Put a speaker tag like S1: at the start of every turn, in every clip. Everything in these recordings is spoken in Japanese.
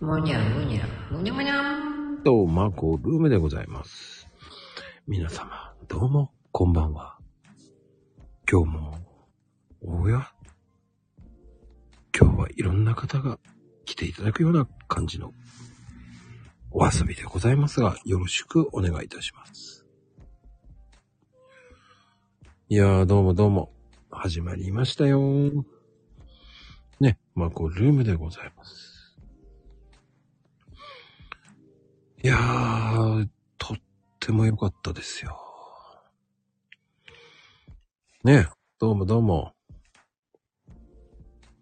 S1: もにゃもにゃ、もにゃもにゃん。
S2: どうも、マコルームでございます。皆様、どうも、こんばんは。今日も、おや今日はいろんな方が来ていただくような感じのお遊びでございますが、よろしくお願いいたします。いやー、どうもどうも、始まりましたよー。ね、マコルームでございます。いやー、とっても良かったですよ。ねえ、どうもどうも。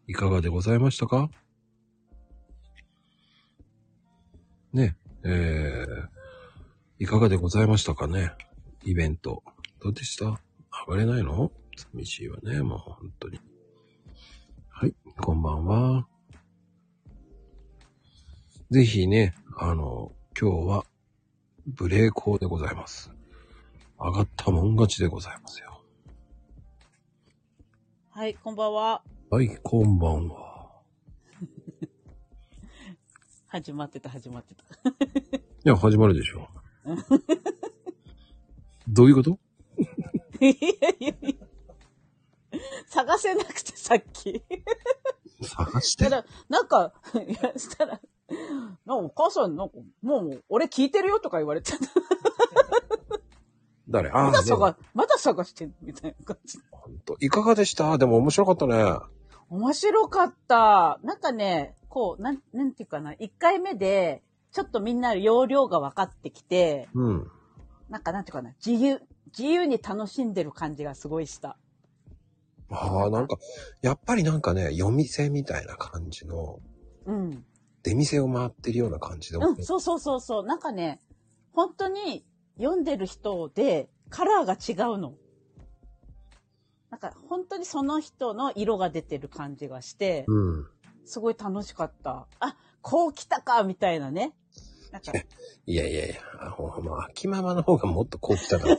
S2: いかがでございましたかねえ、えー、いかがでございましたかねイベント。どうでした上がれないの寂しいわね、もう本当に。はい、こんばんは。ぜひね、あの、今日は、無礼講でございます。上がったもん勝ちでございますよ。
S3: はい、こんばんは。
S2: はい、こんばんは。
S3: 始まってた、始まってた。
S2: いや、始まるでしょ。どういうこと
S3: いやいやいや探せなくて、さっき。
S2: 探し
S3: した
S2: て。
S3: ら、なんか、いや、したら、なんかお母さん、なんか、もう、俺聞いてるよとか言われちゃった。
S2: 誰あ
S3: ま
S2: あ、
S3: だ
S2: そう
S3: 探、まだ探してるみたいな感じ。
S2: いかがでしたでも面白かったね。
S3: 面白かった。なんかね、こう、なん、なんていうかな、一回目で、ちょっとみんな容量が分かってきて、
S2: うん。
S3: なんかなんていうかな、自由、自由に楽しんでる感じがすごいした。
S2: ああ、なんか、やっぱりなんかね、夜店みたいな感じの、
S3: うん。
S2: 出店を回ってるような感じで。
S3: うん、そうそうそうそう。なんかね、本当に読んでる人でカラーが違うの。なんか本当にその人の色が出てる感じがして、
S2: うん。
S3: すごい楽しかった。あ、こう来たかみたいなね。な んか、
S2: いやいやいや、あほほまあ、秋ママの方がもっとこう来た から。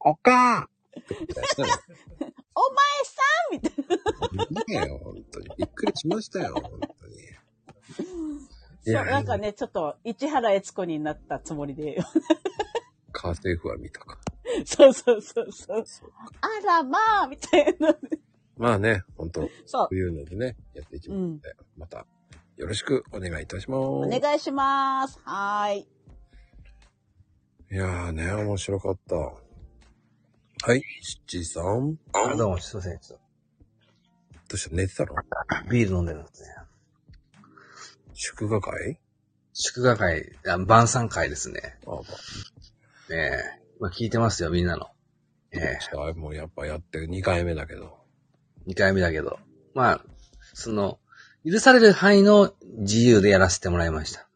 S2: おかー
S3: みたい
S2: いやよ、本当に。びっくりしましたよ、本当に。い
S3: な。
S2: や
S3: そう、なんかね、ちょっと市原悦子になったつもりで。
S2: カー政府は見たか。
S3: そうそうそうそう。あらまあみたいな。
S2: まあね、本当こ
S3: そう
S2: いうのでね、やっていき
S3: う。
S2: ま
S3: う
S2: す
S3: ん
S2: の。で、また、よろしくお願いいたします。
S3: お願いします。はーい。
S2: いやーね、面白かった。はい、シッチーさん。
S4: あ、どうも、すいません。ちょっ
S2: どうした寝てたの
S4: とビール飲んでるんですね。
S2: 祝賀会
S4: 祝賀会、あ晩餐会ですね。
S2: あ、まあ、
S4: ええまあ、聞いてますよ、みんなの。ええ
S2: もうやっぱやって2回目だけど。
S4: 二回目だけど。まあ、その、許される範囲の自由でやらせてもらいました。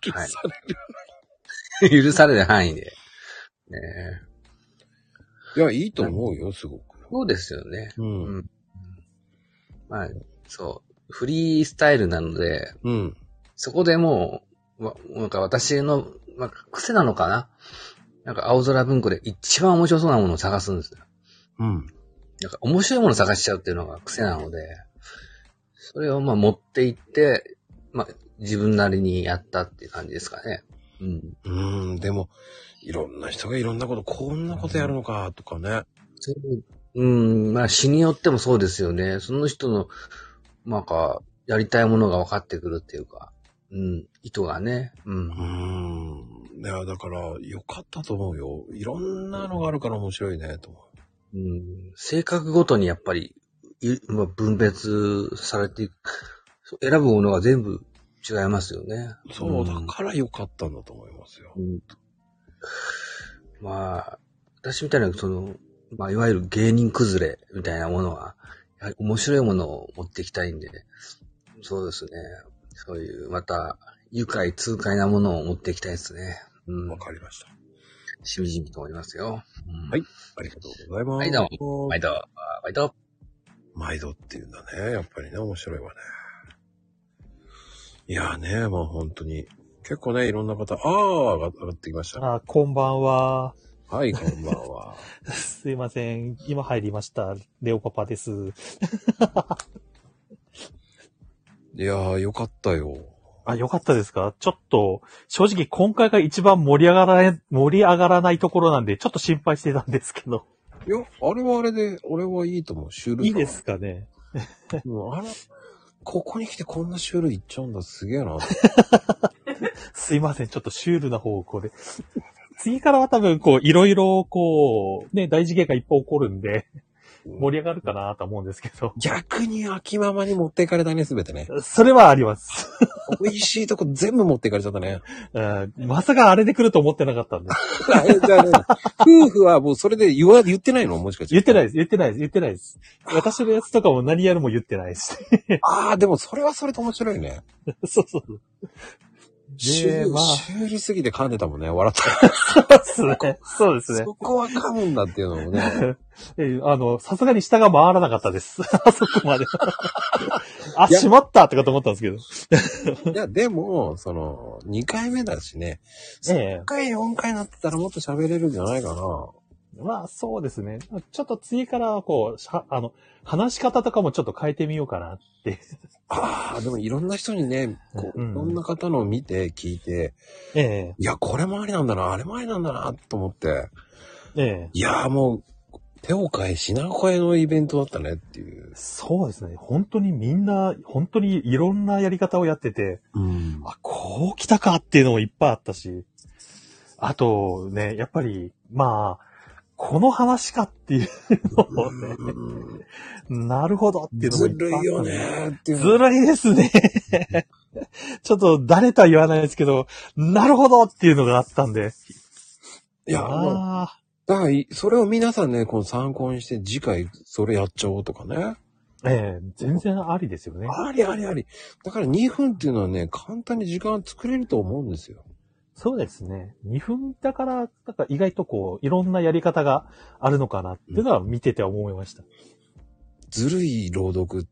S2: 許
S4: はい
S2: される
S4: 許される範囲で。ねえ
S2: いや、いいと思うよ、すごく。
S4: そうですよね。
S2: うん
S4: うん。まあ、そう。フリースタイルなので、
S2: うん。
S4: そこでもう、わなんか私の、まあ、癖なのかななんか青空文庫で一番面白そうなものを探すんですよ。
S2: うん。
S4: なんか面白いもの探しちゃうっていうのが癖なので、それをまあ持って行って、まあ自分なりにやったっていう感じですかね。うん。
S2: うーん、でも、いろんな人がいろんなこと、こんなことやるのか、とかね。
S4: そううん、まあ死によってもそうですよね。その人の、なんか、やりたいものが分かってくるっていうか、うん、意図がね。う。
S2: うんーん。いや、だから、よかったと思うよ。いろんなのがあるから面白いね、と思う。
S4: うん、性格ごとにやっぱり、いまあ、分別されていく、選ぶものが全部違いますよね。
S2: そう、だ
S4: ん
S2: からよかったんだと思いますよ。
S4: まあ、私みたいな、その、まあ、いわゆる芸人崩れみたいなものは、やはり面白いものを持っていきたいんで、そうですね。そういう、また、愉快、痛快なものを持っていきたいですね。うん
S2: わ、。かりました。
S4: しみじみと思いますよ。うん
S2: はいありがとうございます。
S4: はいどう
S2: も
S4: 毎度、毎度。
S2: 毎度っていうんだね。やっぱりね、面白いわね。いやね、もう本当に。結構ね、いろんな方、ああ、上が上がってきました。
S5: あ、こんばんは。
S2: はい、こんばんは。
S5: すいません。今入りました。レオパパです。
S2: いやー、よかったよ。
S5: あ、よかったですかちょっと、正直今回が一番盛り上がらない、盛り上がらないところなんで、ちょっと心配してたんですけど。
S2: いや、あれはあれで、俺はいいと思う。シュールさ
S5: いいですかね
S2: うんあれ、ここに来てこんなシュールいっちゃうんだ。すげ えな。
S5: すいません、ちょっとシュールな方向で。次からは多分、こう、いろいろ、こう、ね、大事件がいっぱい起こるんで、盛り上がるかなと思うんですけど。
S2: 逆に秋ママに持っていかれたね、すべてね。
S5: それはあります。
S2: 美味しいとこ全部持っていかれちゃったね。
S5: うんまさかあれで来ると思ってなかったんで。
S2: あれじゃあね、夫婦はもうそれで言わ、言ってないのもしかして。
S5: 言ってない
S2: い。
S5: です、言ってないです、言ってないです。私のやつとかも何やるも言ってないし。
S2: ああ、でもそれはそれと面白いね。
S5: そうそう。
S2: シュール、
S5: まあ
S2: シュールすぎて噛んでたもんね。笑った。
S5: そうですね。そうですね
S2: そ。こは噛むんだっていうのもね。
S5: えーあの、さすがに下が回らなかったです。あそこまで。あ、閉まったとかと思ったんですけど。
S2: いや、でも、その、2回目だしね。
S5: ええ
S2: 3回、4回なってたらもっと喋れるんじゃないかな。
S5: まあ、そうですね。ちょっと次からはこう、しゃあの、話し方とかもちょっと変えてみようかなって。
S2: ああ、でもいろんな人にね、こ
S5: う
S2: う、
S5: ん
S2: いろんな方のを見て、聞いて、
S5: え
S2: いや、これもありなんだな、あれもありなんだな、と思って、
S5: えええ
S2: いやーもう、手を変え、品を変えのイベントだったねっていう。
S5: そうですね。本当にみんな、本当にいろんなやり方をやってて、
S2: うん。
S5: あ、こう来たかっていうのもいっぱいあったし、あとね、やっぱり、まあ、この話かっていうのをね、なるほどっていうのも
S2: ず
S5: いっぱ
S2: る
S5: い
S2: い
S5: あったんで
S2: よねーっていう
S5: ず
S2: の。
S5: るいですね。ちょっと誰とは言わないですけど、なるほどっていうのがあったんで。
S2: いや、もう
S5: あ
S2: だからい、それを皆さんね、この参考にして、次回それやっちゃおうとかね。
S5: ーええ全然ありですよね。
S2: ありありあり。だから2分っていうのはね、簡単に時間作れると思うんですよ。
S5: そうですね。2分だから、なんか意外とこう、いろんなやり方があるのかなっていうのは見てて思いました。
S2: ずるい朗読っ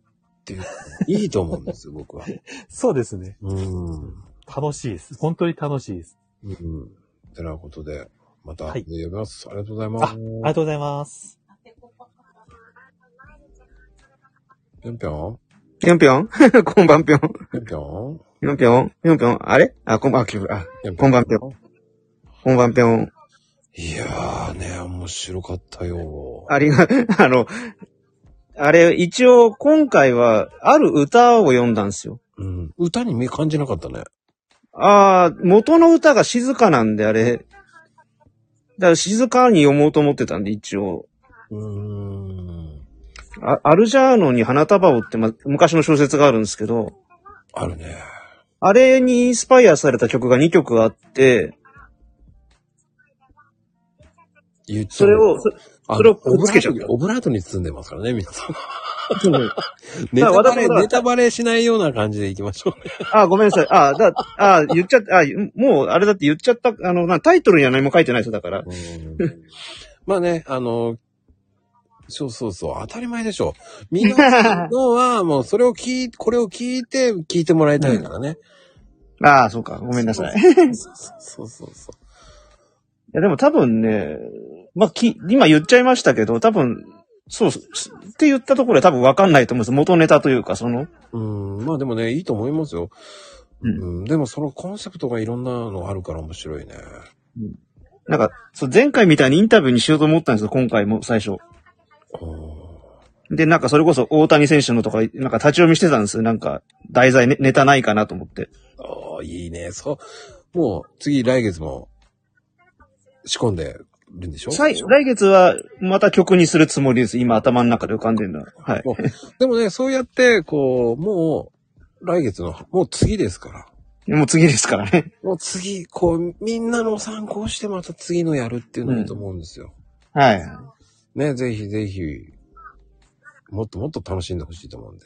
S2: ていう、いいと思うんですよ、僕は。
S5: そうですね。
S2: うん。
S5: 楽しいです。本当に楽しいです。
S2: うん。てなことで、また、
S5: は
S2: 呼
S5: い
S2: びます。ありがとうございます。
S5: ありがとうございます。
S2: ぴょんぴょん
S6: ぴょんぴょ んこんばんぴょん。
S2: ぴょんぴょん
S6: ぴょんぴょんぴょんぴょん。あれあ、こんばん、あ、あ、
S2: ぴょん
S6: こんばんぴょん。こんばんぴょん。
S2: いやーね、面白かったよ。
S6: ありが、 あの、あれ、一応、今回は、ある歌を読んだんですよ。
S2: うん。歌に目感じなかったね。
S6: ああ、元の歌が静かなんで、あれ。だから静かに読もうと思ってたんで、一応。
S2: うーん。
S6: あアルジャーノンに花束をって、ま、昔の小説があるんですけど、
S2: あるね。
S6: あれにインスパイアされた曲が2曲あって、
S2: 言っちゃ
S6: そうれを、そ
S2: あの
S6: それをくっつけちゃう
S2: オブラートにオブラートに包んでますからね、皆さん。ネ
S6: だか
S2: タ
S6: ら
S2: バレ、
S6: 私も
S2: ネタバレしないような感じでいきましょうね。
S6: あ、ごめんなさい。あ、だ、あ、言っちゃった、あ、もう、あれだって言っちゃった、あの、なタイトルには何も書いてない人だから。
S2: まあね、あの、そうそうそう、当たり前でしょ。皆さんのは、もうそれを聞い、 これを聞いて、聞いてもらいたいからね。
S6: ああ、そうか、ごめん なさい。い
S2: そうそうそう。
S6: や、でも多分ね、まあ、き、今言っちゃいましたけど、多分、そう、すって言ったところで多分わかんないと思うんです。元ネタというか、その。
S2: うん、まあでもね、いいと思いますよ。う、
S6: うん
S2: でもそのコンセプトがいろんなのあるから面白いね。
S6: なんか、そう、前回みたいにインタビューにしようと思ったんですよ、今回も最初。で、なんかそれこそ大谷選手のとか、なんか立ち読みしてたんですよ。なんか、題材ネネタないかなと思って。
S2: ああ、いいね。そう。もう、次来月も、仕込んでるんでしょ
S6: さい来月はまた曲にするつもりです。今頭の中で浮かんでるのは。はい。
S2: でもね、そうやって、こう、もう、来月の、もう次ですから。
S6: もう次ですからね。
S2: もう次、こう、みんなのを参考してまた次のやるっていうのもいいと思うんですよ。
S6: はい。
S2: ね、ぜひぜひ、もっともっと楽しんでほしいと思うんで。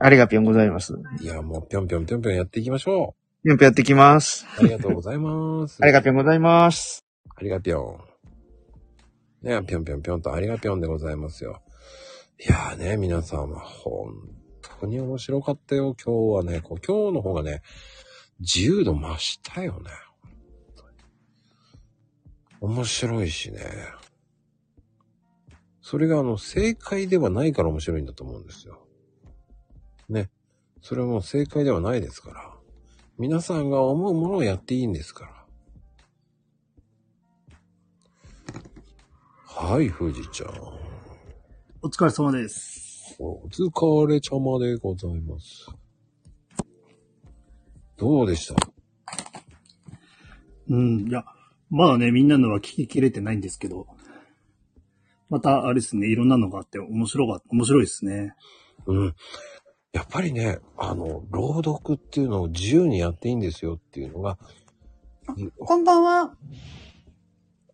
S6: ありがぴょんございます。
S2: いや、もう、ぴょんぴょんぴょんぴょんやっていきましょ
S6: ぴょんぴょんやってきます。
S2: う。ありがとうござい ます。
S6: ありがぴょんございます。
S2: ありがぴょん。ねぴょんぴょんぴょんとありがぴょんでございますよ。いやーね、皆さんは本当に面白かったよ。今日はね、こう今日の方がね、自由度増したよね。面白いしね。それがあの、正解ではないから面白いんだと思うんですよ。ね。それはもう正解ではないですから。皆さんが思うものをやっていいんですから。はい、富士ちゃん。
S7: お疲れ様です。
S2: お疲れ様でございます。どうでした
S7: うん、いや、まだね、みんなのは聞ききれてないんですけど、また、あれですね、いろんなのがあって面白が、面白いですね。
S2: うん。やっぱりね、あの、朗読っていうのを自由にやっていいんですよっていうのが、
S8: こんばんは。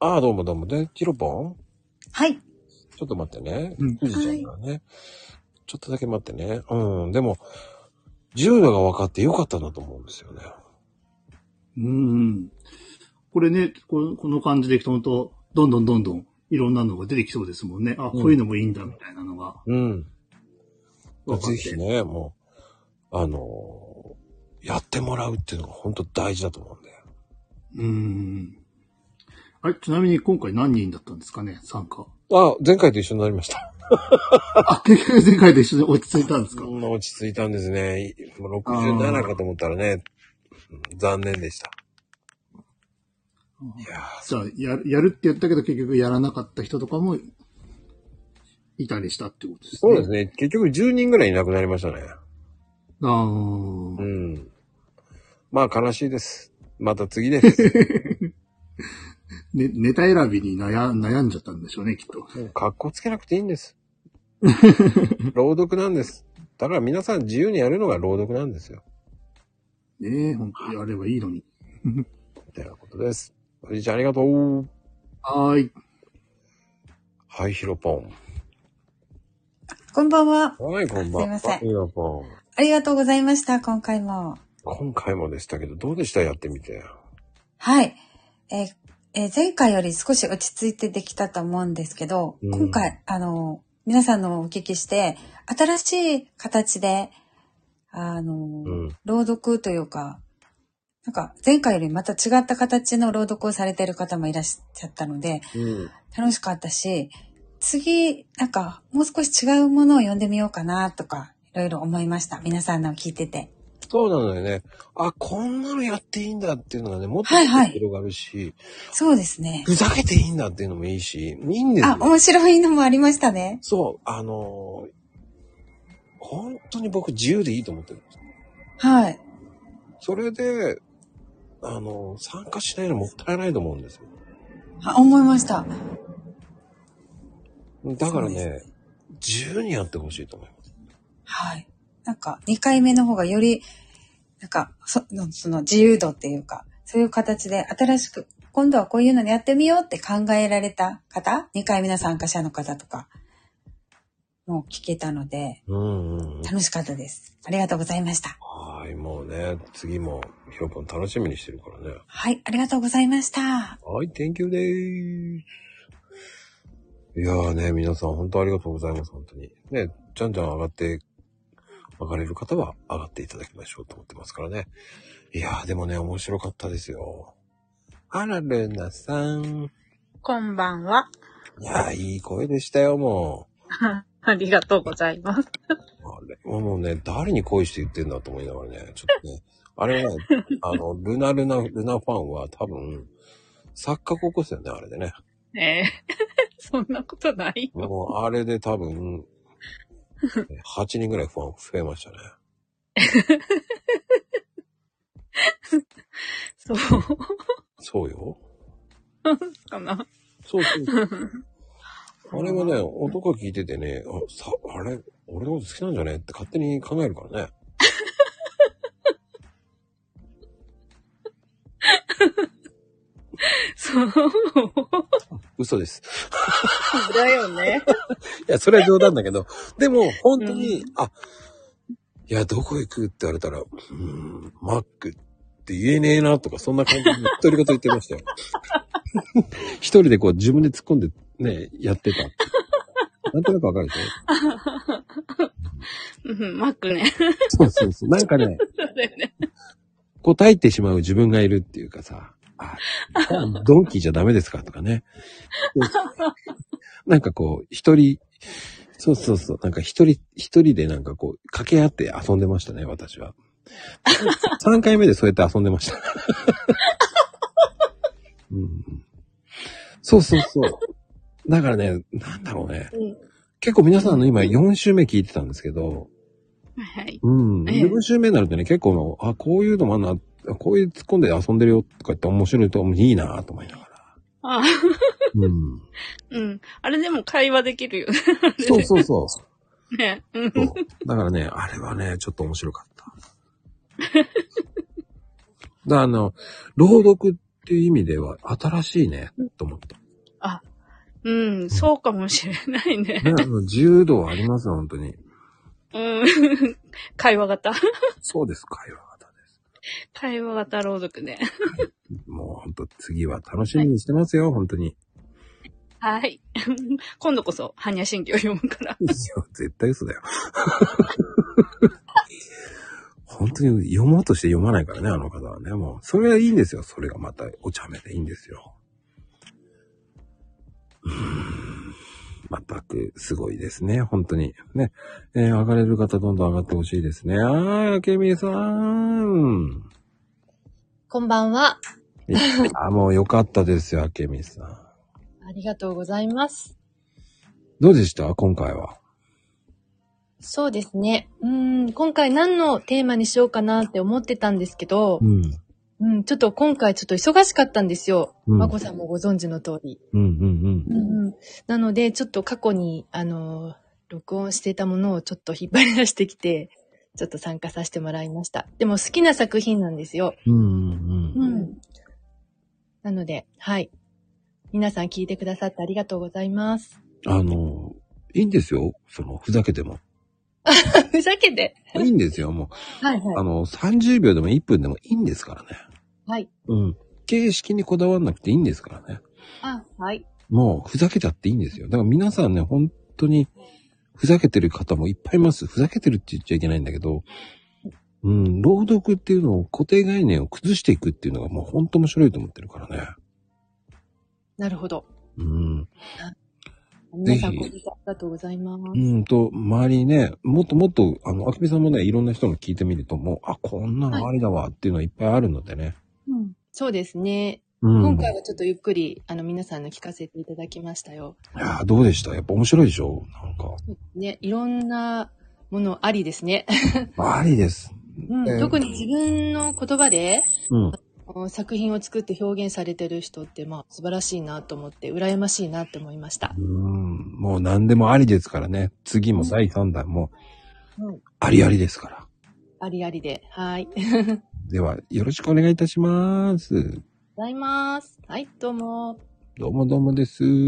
S2: ああ、どうもどうも。で、チロポン
S8: はい。
S2: ちょっと待ってね。
S7: うん
S2: 富士ちゃんがね、ちょっとだけ待ってね。うん。でも、自由度が分かってよかったんだと思うんですよね。
S7: うん。これね、ここの感じでいくと、本当どんどんどんどん、いろんなのが出てきそうですもんね。あ、こういうのもいいんだ、みたいなのが。
S2: うん。
S7: 分かって
S2: ぜひね、もう、あのーやってもらうっていうのが本当大事だと思うんだよ。
S7: うん。あれ、ちなみに今回何人だったんですかね、参加。
S2: あ、前回と一緒になりました。
S7: あ、結局前回で一緒に落ち着いたんですか
S2: そんな落ち着いたんですね。もう67かと思ったらね、うん残念でした。いや
S7: じゃあ、やる、やるって言ったけど、結局やらなかった人とかも、いたりしたってことですね。
S2: そうですね。結局10人ぐらいいなくなりましたね。
S7: あー
S2: うん。まあ悲しいです。また次です。
S7: ね、ネタ選びに悩悩んじゃったんでしょうね、きっと。
S2: かっこつけなくていいん です。朗読なんです。だから皆さん自由にやるのが朗読なんですよ。
S7: ねえ、本当やればいいのに。
S2: ってなことです。おじいちゃんありがとう。
S7: はーい。
S2: はい、ヒロポン。
S8: こんばんは。
S2: はい、こんばんは。
S8: すいません
S2: ヒロポン。
S8: ありがとうございました。今回も。
S2: 今回もでしたけど、どうでしたやってみて。
S8: はい。えーえー前回より少し落ち着いてできたと思うんですけど、
S2: うん
S8: 今回、あの、皆さんのお聞きして、新しい形で、あの、
S2: うん。
S8: 朗読というか、なんか前回よりまた違った形の朗読をされている方もいらっしゃったので、
S2: うん。
S8: 楽しかったし、次、なんかもう少し違うものを読んでみようかなとか、いろいろ思いました。皆さんのを聞いてて。
S2: そうなのよね。あ、こんなのやっていいんだっていうのがね、もっと
S8: はいはい
S2: 広がるし、
S8: そうですね。
S2: ふざけていいんだっていうのもいいし、いいんです
S8: あ、
S2: よ。
S8: 面白いのもありましたね。
S2: そう、あのー本当に僕自由でいいと思ってる。
S8: はい。
S2: それで、あのー参加しないのもったいないと思うんですよ。
S8: あ思いました。
S2: だから
S8: そう
S2: ね、自由にやってほしいと思います。
S8: はい。なんか、2回目の方がより、なんか、そのその自由度っていうか、そういう形で新しく、今度はこういうのでやってみようって考えられた方、2回目の参加者の方とか、もう聞けたので、
S2: うんうんうん。
S8: 楽しかったです。ありがとうございました。
S2: はい、もうね、次も、ヒロポン楽しみにしてるからね。
S8: はい、ありがとうございました。
S2: はい、Thank you でーす。いやーね、皆さん本当ありがとうございます、本当に。ね、じゃんじゃん上がって、上がれる方は上がっていただきましょうと思ってますからね。いやー、でもね、面白かったですよ。あら、ルナさん。
S5: こんばんは。
S2: いやー、いい声でしたよ、も
S5: ありがとうございます。
S2: う。あれはもうね、誰に恋して言ってんだと思いながらね、ちょっとね、 あれはね、あの、ルナルナ、ルナファンは多分、錯覚起こすよね、あれでね。
S5: ええそんなことないよ。
S2: もう、あれで多分、8人ぐらいファン増えましたね。
S5: そう。
S2: そうよ。
S5: かな。
S2: そ うそう。あれはね、音が聞いててね、あ、さ、あれ、俺のこと好きなんじゃねって勝手に考えるからね。
S5: そう。
S2: 嘘です。
S5: だよね。
S2: いや、それは冗談だけど、 でも、本当に、
S5: う
S2: あ、いや、どこ行くって言われたら、うーん、マックって言えねえなとか、そんな感じで独り言言ってましたよ。一人でこう、自分で突っ込んでね、やってた。なんとなくわかるでしょ
S5: うん、マックね。
S2: そうそうそう。なんかね、
S5: だよね。
S2: 答えてしまう自分がいるっていうかさ、あ、 ドンキーじゃダメですかとかね。なんかこう、一人、そうそうそう。なんか一人、一人でなんかこう、掛け合って遊んでましたね、私は。3回目でそうやって遊んでました。 うん、そうそうそう。だからね、なんだろうね。
S5: うん
S2: 結構皆さんの今4週目聞いてたんですけど、
S5: はい。
S2: うん。
S5: ええ
S2: 4週目になるとね、結構の、あ、こういうのもあんな、こういう突っ込んで遊んでるよとかって面白いと、いいなと思いながら。
S5: ああ、
S2: うん。
S5: うん。あれでも会話できるよ
S2: そうそうそう。そ
S5: ね。うん。
S2: うだからね、あれはね、ちょっと面白か った。だからあの、朗読っていう意味では新しいね、と思った。
S5: うん、そうかもしれないね。
S2: ね、あの自由度はありますよ、本当に。
S5: うん。会話型。
S2: そうです、会話型で
S5: 会話型朗読ね。
S2: す。もう本当、次は楽しみにしてますよ、本当に。
S5: はい。今度こそ、般若心経を読むから。
S2: いや、 絶対嘘だよ。本当に読もうとして読まないからね、あの方はね。もう、それはいいんですよ。それがまたお茶目でいいんですよ。うーん。全くすごいですね、本当に。ね。えー上がれる方どんどん上がってほしいですね。あー、あけみさん。
S9: こんばんは。
S2: あ、もうよかったですよ、あけみさん。
S9: ありがとうございます。
S2: どうでした今回は。
S9: そうですね。うーん、今回何のテーマにしようかなって思ってたんですけど
S2: う、ん。
S9: うん、ちょっと今回ちょっと忙しかったんですよ。
S2: うん
S9: まこさんもご存知の通り。
S2: うんうん
S9: うんうん、なので、ちょっと過去に、あの、録音していたものをちょっと引っ張り出してきて、ちょっと参加させてもらいました。でも好きな作品なんですよ。
S2: うん。うんうんうん。
S9: ん。なので、はい。皆さん聞いてくださってありがとうござい ます。
S2: あの、いいんですよ。その、ふざけても。
S9: ふざけて。
S2: いいんですよ。も
S9: はいは
S2: う、あの、30秒でも1分でもいいんですからね。
S9: い。はい。
S2: うん。形式にこだわらなくていいんですからね。
S9: あ、はい。
S2: もう、ふざけちゃっていいんですよ。だから皆さんね、本当に、ふざけてる方もいっぱいいます。ふざけてるって言っちゃいけないんだけど、うん、朗読っていうのを固定概念を崩していくっていうのがもう本当面白いと思ってるからね。
S9: なるほど。
S2: うん。
S9: 皆さんご参加ありがとうございます。
S2: うんと、周りにね、もっともっと、あの、あきみさんもね、いろんな人の聞いてみると、もう、あ、こんなのありだわっていうのいっぱいあるのでね。
S9: うんそうですね。
S2: うん。
S9: 今回はちょっとゆっくり、あの、皆さんの聞かせていただきましたよ。
S2: いやーどうでしたやっぱ面白いでしょなんか。
S9: ね、いろんなものありです ね。
S2: ありです。
S9: うん
S2: えー
S9: 特に自分の言葉で、
S2: うん。
S9: あの作品を作って表現されてる人って、まあ、素晴らしいなと思って、羨ましいなって思いました。
S2: うん。もう何でもありですからね。次も第3弾も
S9: うん、
S2: ありありですから。
S9: ありありで。 はい。ありがとう
S2: では、よろしくお願いいたします。
S9: ございます。はい、どうも。
S2: どうもどうもです。いや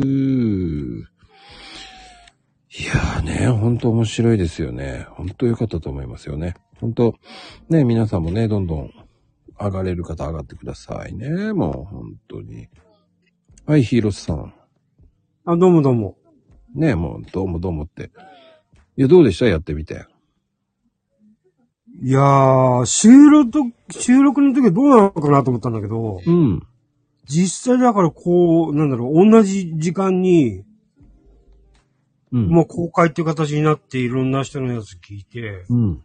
S2: ーね、ほんと面白いですよね。ほんと良かったと思いますよね。ほんと、ね、皆さんもね、どんどん上がれる方上がってくださいね。もう、本当に。はい、ヒーロスさん。
S10: あ、どうもどうも。
S2: ね、もう、どうもどうもって。いや、どうでしたやってみて。
S10: いやー、収録、収録の時はどうなのかなと思ったんだけど、
S2: うん。
S10: 実際だからこう、なんだろう、同じ時間に、
S2: うん。
S10: もう公開っていう形になっていろんな人のやつ聞いて、
S2: うん。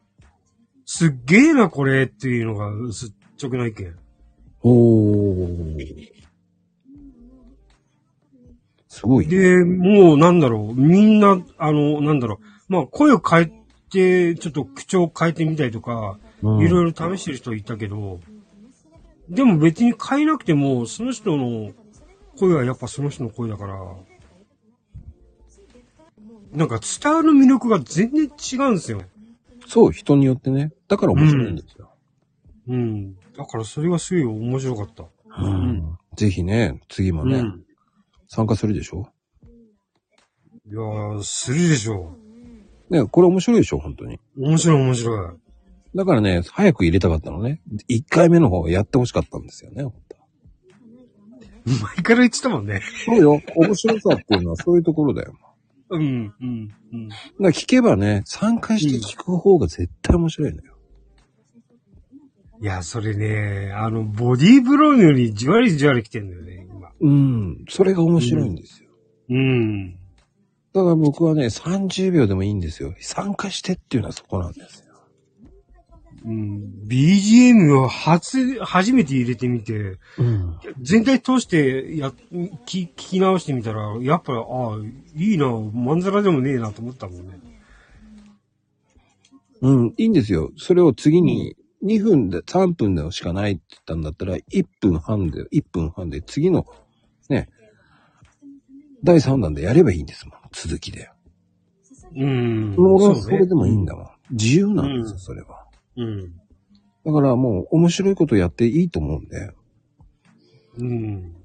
S10: すっげーなこれっていうのが率直な意見。
S2: おー。すごいね。
S10: で、もうなんだろう、みんな、あの、なんだろう、まあ声を変えて、ちょっと口調を変えてみたりとか、
S2: うん
S10: いろいろ試してる人いたけど、でも別に変えなくても、その人の声はやっぱその人の声だから、なんか伝わる魅力が全然違うんですよ。
S2: そう、人によってね。だから面白いんですよ。
S10: うん。だからそれがすごい面白かった。
S2: うんぜひね、次も
S10: うん。
S2: ね、
S10: い
S2: 参加するでしょ
S10: やー、するでしょ
S2: ね、これ面白いでしょ本当に。
S10: う。面白い面白い。
S2: だからね、早く入れたかったのね。1回目の方やってほしかったんですよね、本当は
S10: 前から言ってたもんね。
S2: そうよ。面白さっていうのはそういうところだよ。だか
S10: うん、うん、うん。
S2: ら聞けばね、参加して聞く方が絶対面白いのよ。
S10: いや、それね、あの、ボディーブローのようにじわりじわり来てんだよね、今。
S2: うん。それが面白いんですよ。
S10: うん。
S2: だから僕はね、30秒でもいいんですよ。参加してっていうのはそこなんですよ。
S10: うん、BGM を初、初めて入れてみて、
S2: うん。
S10: 全体通してや、き聞き直してみたら、やっぱり、ああ、いいな、まんざらでもねえなと思ったもんね。
S2: うん、いいんですよ。それを次に2分で、3分でしかないって言ったんだったら、1分半で、1分半で次の、ね、第3弾でやればいいんですもん。続きで。
S10: うん。
S2: 俺は
S10: う
S2: そ
S10: ね
S2: れでもいいんだもん。自由なんですよ、それは。
S10: うん。
S2: だからもう面白いことやっていいと思うんで。
S10: うん。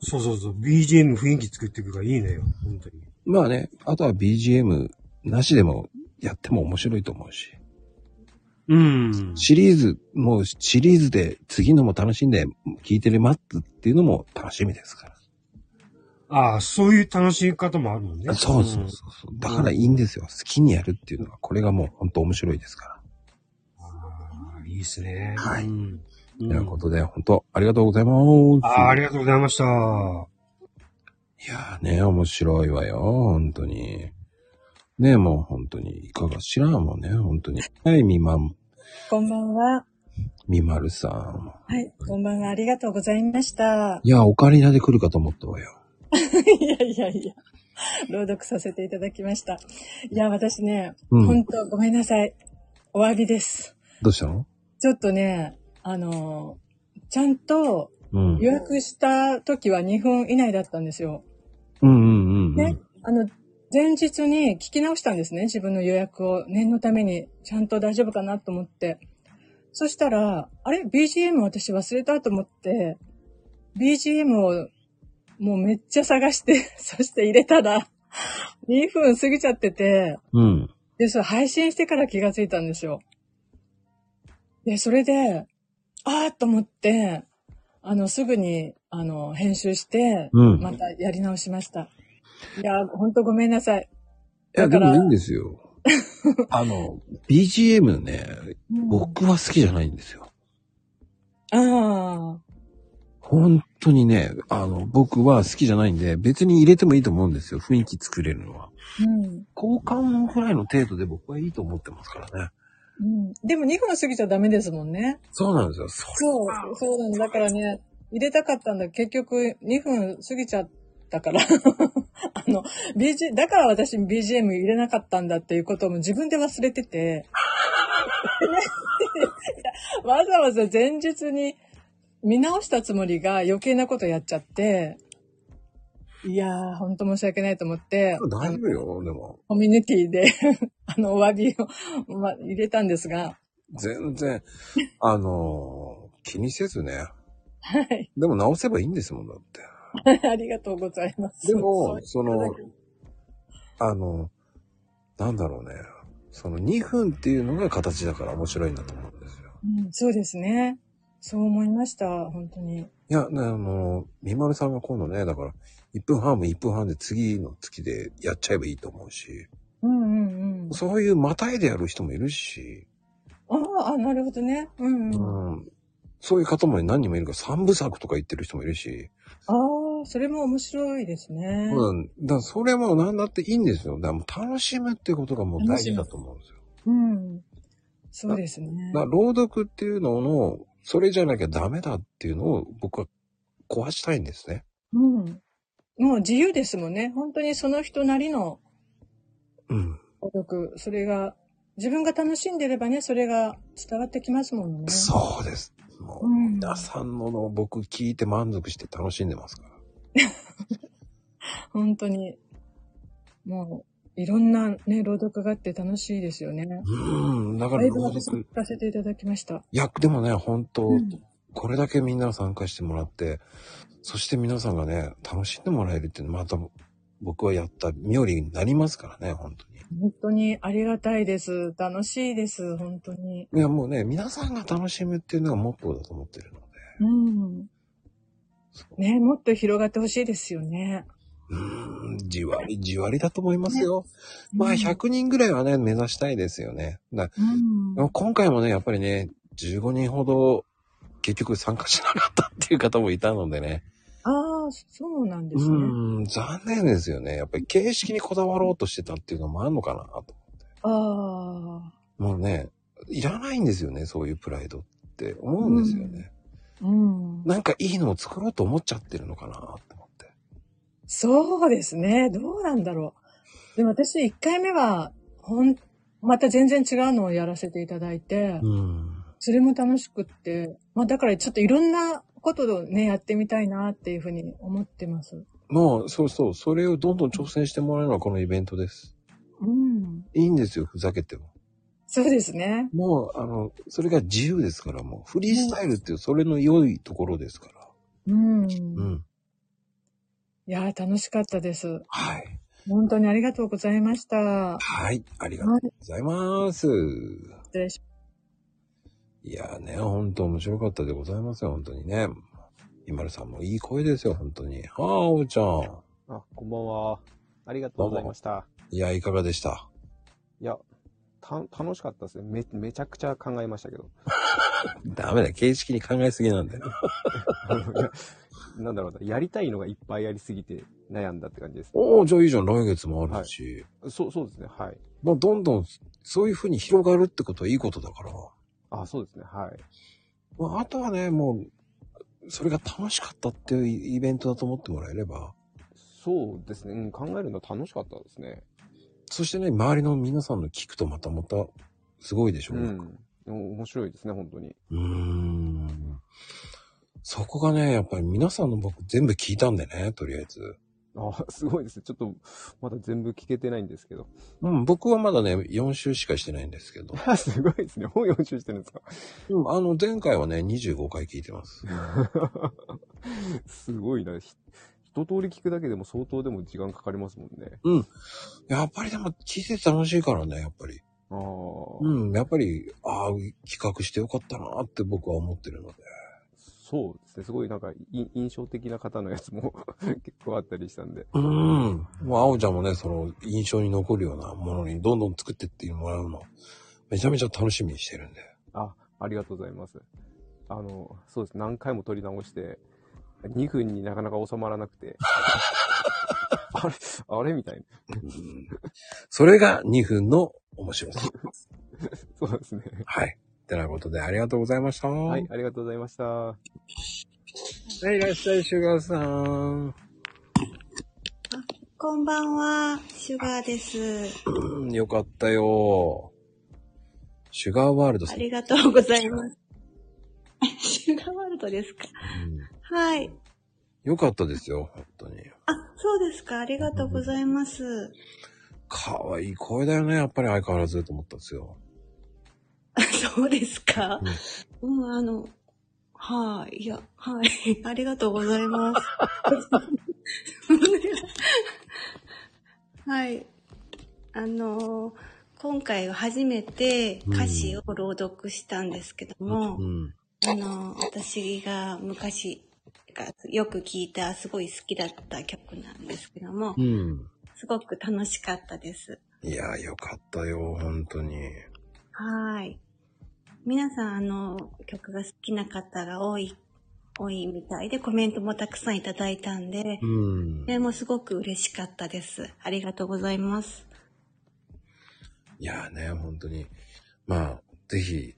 S10: そうそうそう。BGM 雰囲気作っていくからいいねよ。本当に。
S2: まあね、あとは BGM なしでもやっても面白いと思うし。
S10: うん。
S2: シリーズ、もうシリーズで次のも楽しんで聞いてる待つっていうのも楽しみですから。
S10: ああ、そういう楽しみ方もあるもんね。
S2: そうそうそうそう。だからいいんですよ。好きにやるっていうのは、これがもう本当面白いですから。
S10: うん。いいですね。
S2: はい
S10: うん
S2: ということで、本当ありがとうございます。
S10: ああ、ありがとうございました。
S2: いやね、面白いわよ、本当に。ねもう本当に、いかがしらんもんね、本当に。はい、みまん、
S11: こんばんは。
S2: みまるさん。
S11: はい、こんばんは。ありがとうございました。
S2: いや、オカリナで来るかと思ったわよ。
S11: いやいやいや。朗読させていただきました。いや、私ね、
S2: うん
S11: 本当ごめんなさい。お詫びです。
S2: どうしたの
S11: ちょっとね、あの、ちゃんと
S2: うん。
S11: 予約した時は2分以内だったんですよ。
S2: うんうんうんうん。
S11: ね、あの、前日に聞き直したんですね、自分の予約を。念のために、ちゃんと大丈夫かなと思って。そしたら、あれ ?BGM 私忘れたと思って、BGM をもうめっちゃ探して、 そして入れたら、2分過ぎちゃってて、
S2: うん。
S11: で、それ配信してから気がついたんですよ。で、それで、あーっと思って、あの、すぐに、あの、編集して、
S2: うん
S11: またやり直しました。いやー、ほんとごめんなさい。
S2: いや、で
S11: だから
S2: もいいんですよ。 あの、BGM ね、僕は好きじゃないんですよ。
S11: ああ、
S2: 本当にね、あの、僕は好きじゃないんで、別に入れてもいいと思うんですよ。雰囲気作れるのは。
S11: うん。
S2: 交換くらいの程度で僕はいいと思ってますからね。
S11: うん。でも2分過ぎちゃダメですもんね。
S2: そうなんですよ。そ
S11: そう、そうなの。だからね、入れたかったんだけど、結局2分過ぎちゃったから。 あの、BG、だから私 BGM 入れなかったんだっていうことも自分で忘れてて。 わざわざ前日に見直したつもりが余計なことやっちゃって、いやー、ほんと申し訳ないと思って、
S2: う大丈夫よ、でも。
S11: コミュニティで、 あの、お詫びを、ま、入れたんですが、
S2: 全然、あの気にせずね。
S11: はい。
S2: でも直せばいいんですもんだって。
S11: ありがとうございます。
S2: でも、そ
S11: そうい
S2: の
S11: う、
S2: あの、なんだろうね。その2分っていうのが形だから面白いんだと思うんですよ。
S11: うん、そうですね。そう思いました、本当に。
S2: いや、ね、あの、みまるさんが今度ね、だから、1分半も1分半で次の月でやっちゃえばいいと思うし、
S11: うんうんうん。
S2: そういうまたいでやる人もいるし、
S11: ああ、なるほどね。う
S2: う
S11: んう。
S2: ん
S11: あ
S2: ん、そういう方も何人もいるから、三部作とか言ってる人もいるし、
S11: あ、それも面白いですね。
S2: うん、だからそれも何だっていいんですよ。だからもう楽しむってことがもう大事だと思うんですよ。
S11: うん。そうですね
S2: だ。から朗読っていうのの、それじゃなきゃダメだっていうのを僕は壊したいんですね。
S11: うん。もう自由ですもんね。本当にその人なりの
S2: うん。
S11: 努力、それが、自分が楽しんでればね、それが伝わってきますもんね。
S2: そうです。もう、
S11: うん
S2: 皆さんのの僕聞いて満足して楽しんでますから。
S11: 本当に。もう、いろんなね、朗読があって楽しいですよね。
S2: うん、だから
S11: だいぶ
S2: 朗
S11: 私も聞
S2: 読。
S11: かせていただきました。
S2: いや、でもね、本当、
S11: うん
S2: これだけみんな参加してもらって、そして皆さんがね、楽しんでもらえるっていうのはまた僕はやった妙利になりますからね、本当に。
S11: 本当にありがたいです。楽しいです。本当に。
S2: いや、もうね、皆さんが楽しむっていうのがモットーだと思ってるので。
S11: うん。ね、もっと広がってほしいですよね。
S2: うーん、じわりじわりだと思いますよ。まあ、
S11: うん
S2: 100人ぐらいはね、目指したいですよね。だ
S11: うん。
S2: 今回もね、やっぱりね、15人ほど結局参加しなかったっていう方もいたのでね。
S11: ああ、そうなんですね。
S2: うん、残念ですよね。やっぱり形式にこだわろうとしてたっていうのもあるのかなと。
S11: ああ。
S2: もうね、いらないんですよね、そういうプライドって思うんですよね。
S11: うん。
S2: なんかいいのを作ろうと思っちゃってるのかなって。
S11: そうですね。どうなんだろう。でも私、1回目は、ほん、また全然違うのをやらせていただいて、それも楽しくって、まあだからちょっといろんなことをね、やってみたいなっていうふうに思ってます。
S2: まあ、そうそう、それをどんどん挑戦してもらえるのはこのイベントです。
S11: うん。
S2: いいんですよ、ふざけても。
S11: そうですね。
S2: もう、あの、それが自由ですから、もう、フリースタイルっていう、それの良いところですから。
S11: う
S2: う
S11: ん。
S2: ん。
S11: いやー、楽しかったです。
S2: はい。
S11: 本当にありがとうございました。
S2: はい、ありがとうございます。
S11: 失礼し
S2: いやーね、本当面白かったでございますよ、本当にね。今丸さんもいい声ですよ、本当に。はあ、おうちゃん。
S12: あ、こんばんは。ありがとうございました。
S2: いや、いかがでした
S12: いや、た、楽しかったですね。め、めちゃくちゃ考えましたけど。
S2: ダメだ、形式に考えすぎなんだよ。
S12: なんだろうな、やりたいのがいっぱいありすぎて悩んだって感じです、
S2: おお、じゃあいいじゃん、来月もあるし。
S12: そう、そうですね、はい。
S2: まあ、どんどん、そういう風に広がるってことはいいことだから。
S12: あ、そうですね、はい。
S2: まあ、あとはね、もう、それが楽しかったっていうイベントだと思ってもらえれば、
S12: そうですね、うん、考えるの楽しかったですね。
S2: そしてね、周りの皆さんの聞くとまたまた、すごいでしょ
S12: う
S2: う、
S12: ん。でも面白いですね、本当に。
S2: うーん。そこがね、やっぱり皆さんの僕全部聞いたんでね、とりあえず。
S12: あ、すごいですね。ちょっと、まだ全部聞けてないんですけど。
S2: うん、僕はまだね、4週しかしてないんです けど。
S12: すごいですね。本4週してるんですか。
S2: うん、あの、前回はね、25回聞いてます。
S12: すごいな。ひ一通り聞くだけでも相当でも時間かかりますもんね。
S2: うん。やっぱりでも聞いてて楽しいからね、やっぱり。
S12: ああ。
S2: うん、やっぱり、ああ、企画してよかったなって僕は思ってるので。
S12: そうですね。すごいなんか、い印象的な方のやつも 結構あったりしたんで。
S2: うん。もう、青ちゃんもね、その、印象に残るようなものにどんどん作ってってもらうの、めちゃめちゃ楽しみにしてるんで。
S12: あ、ありがとうございます。あの、そうです。何回も撮り直して、2分になかなか収まらなく て。あれ、あれみたいな。
S2: それが2分の面白さ。
S12: そうですね。
S2: はい。てなことで、ありがとうございました。は、
S12: はい、ありがとうございました。はい
S2: いらっしゃい、シュガーさん。
S13: こんばんは、シュガーです。
S2: うん、よかったよ。シュガーワールドさ
S13: あ
S2: ん。
S13: りがとうございます。 シュガーワールドですか。はい。
S2: よかったですよ、本当に。
S13: あ、そうですか。ありがとうございます。
S2: 可愛い声だよね、やっぱり相変わらずと思ったんですよ。
S13: そうですか。うん、あの、はい、いや、はい。 ありがとうございます。 はい。あのー今回は初めて歌詞を朗読したんですけども、
S2: うん。
S13: あの、私が昔がよく聴いた、すごい好きだった曲なんですけども、
S2: うん。
S13: すごく楽しかったです。
S2: いや、よかったよ、本当に。
S13: はーい。皆さん、あの、曲が好きな方が多い、多いみたいで、コメントもたくさんいただいたんで、
S2: うん。
S13: でもすごく嬉しかったです。ありがとうございます。
S2: いやね、本当に。まあ、ぜひ、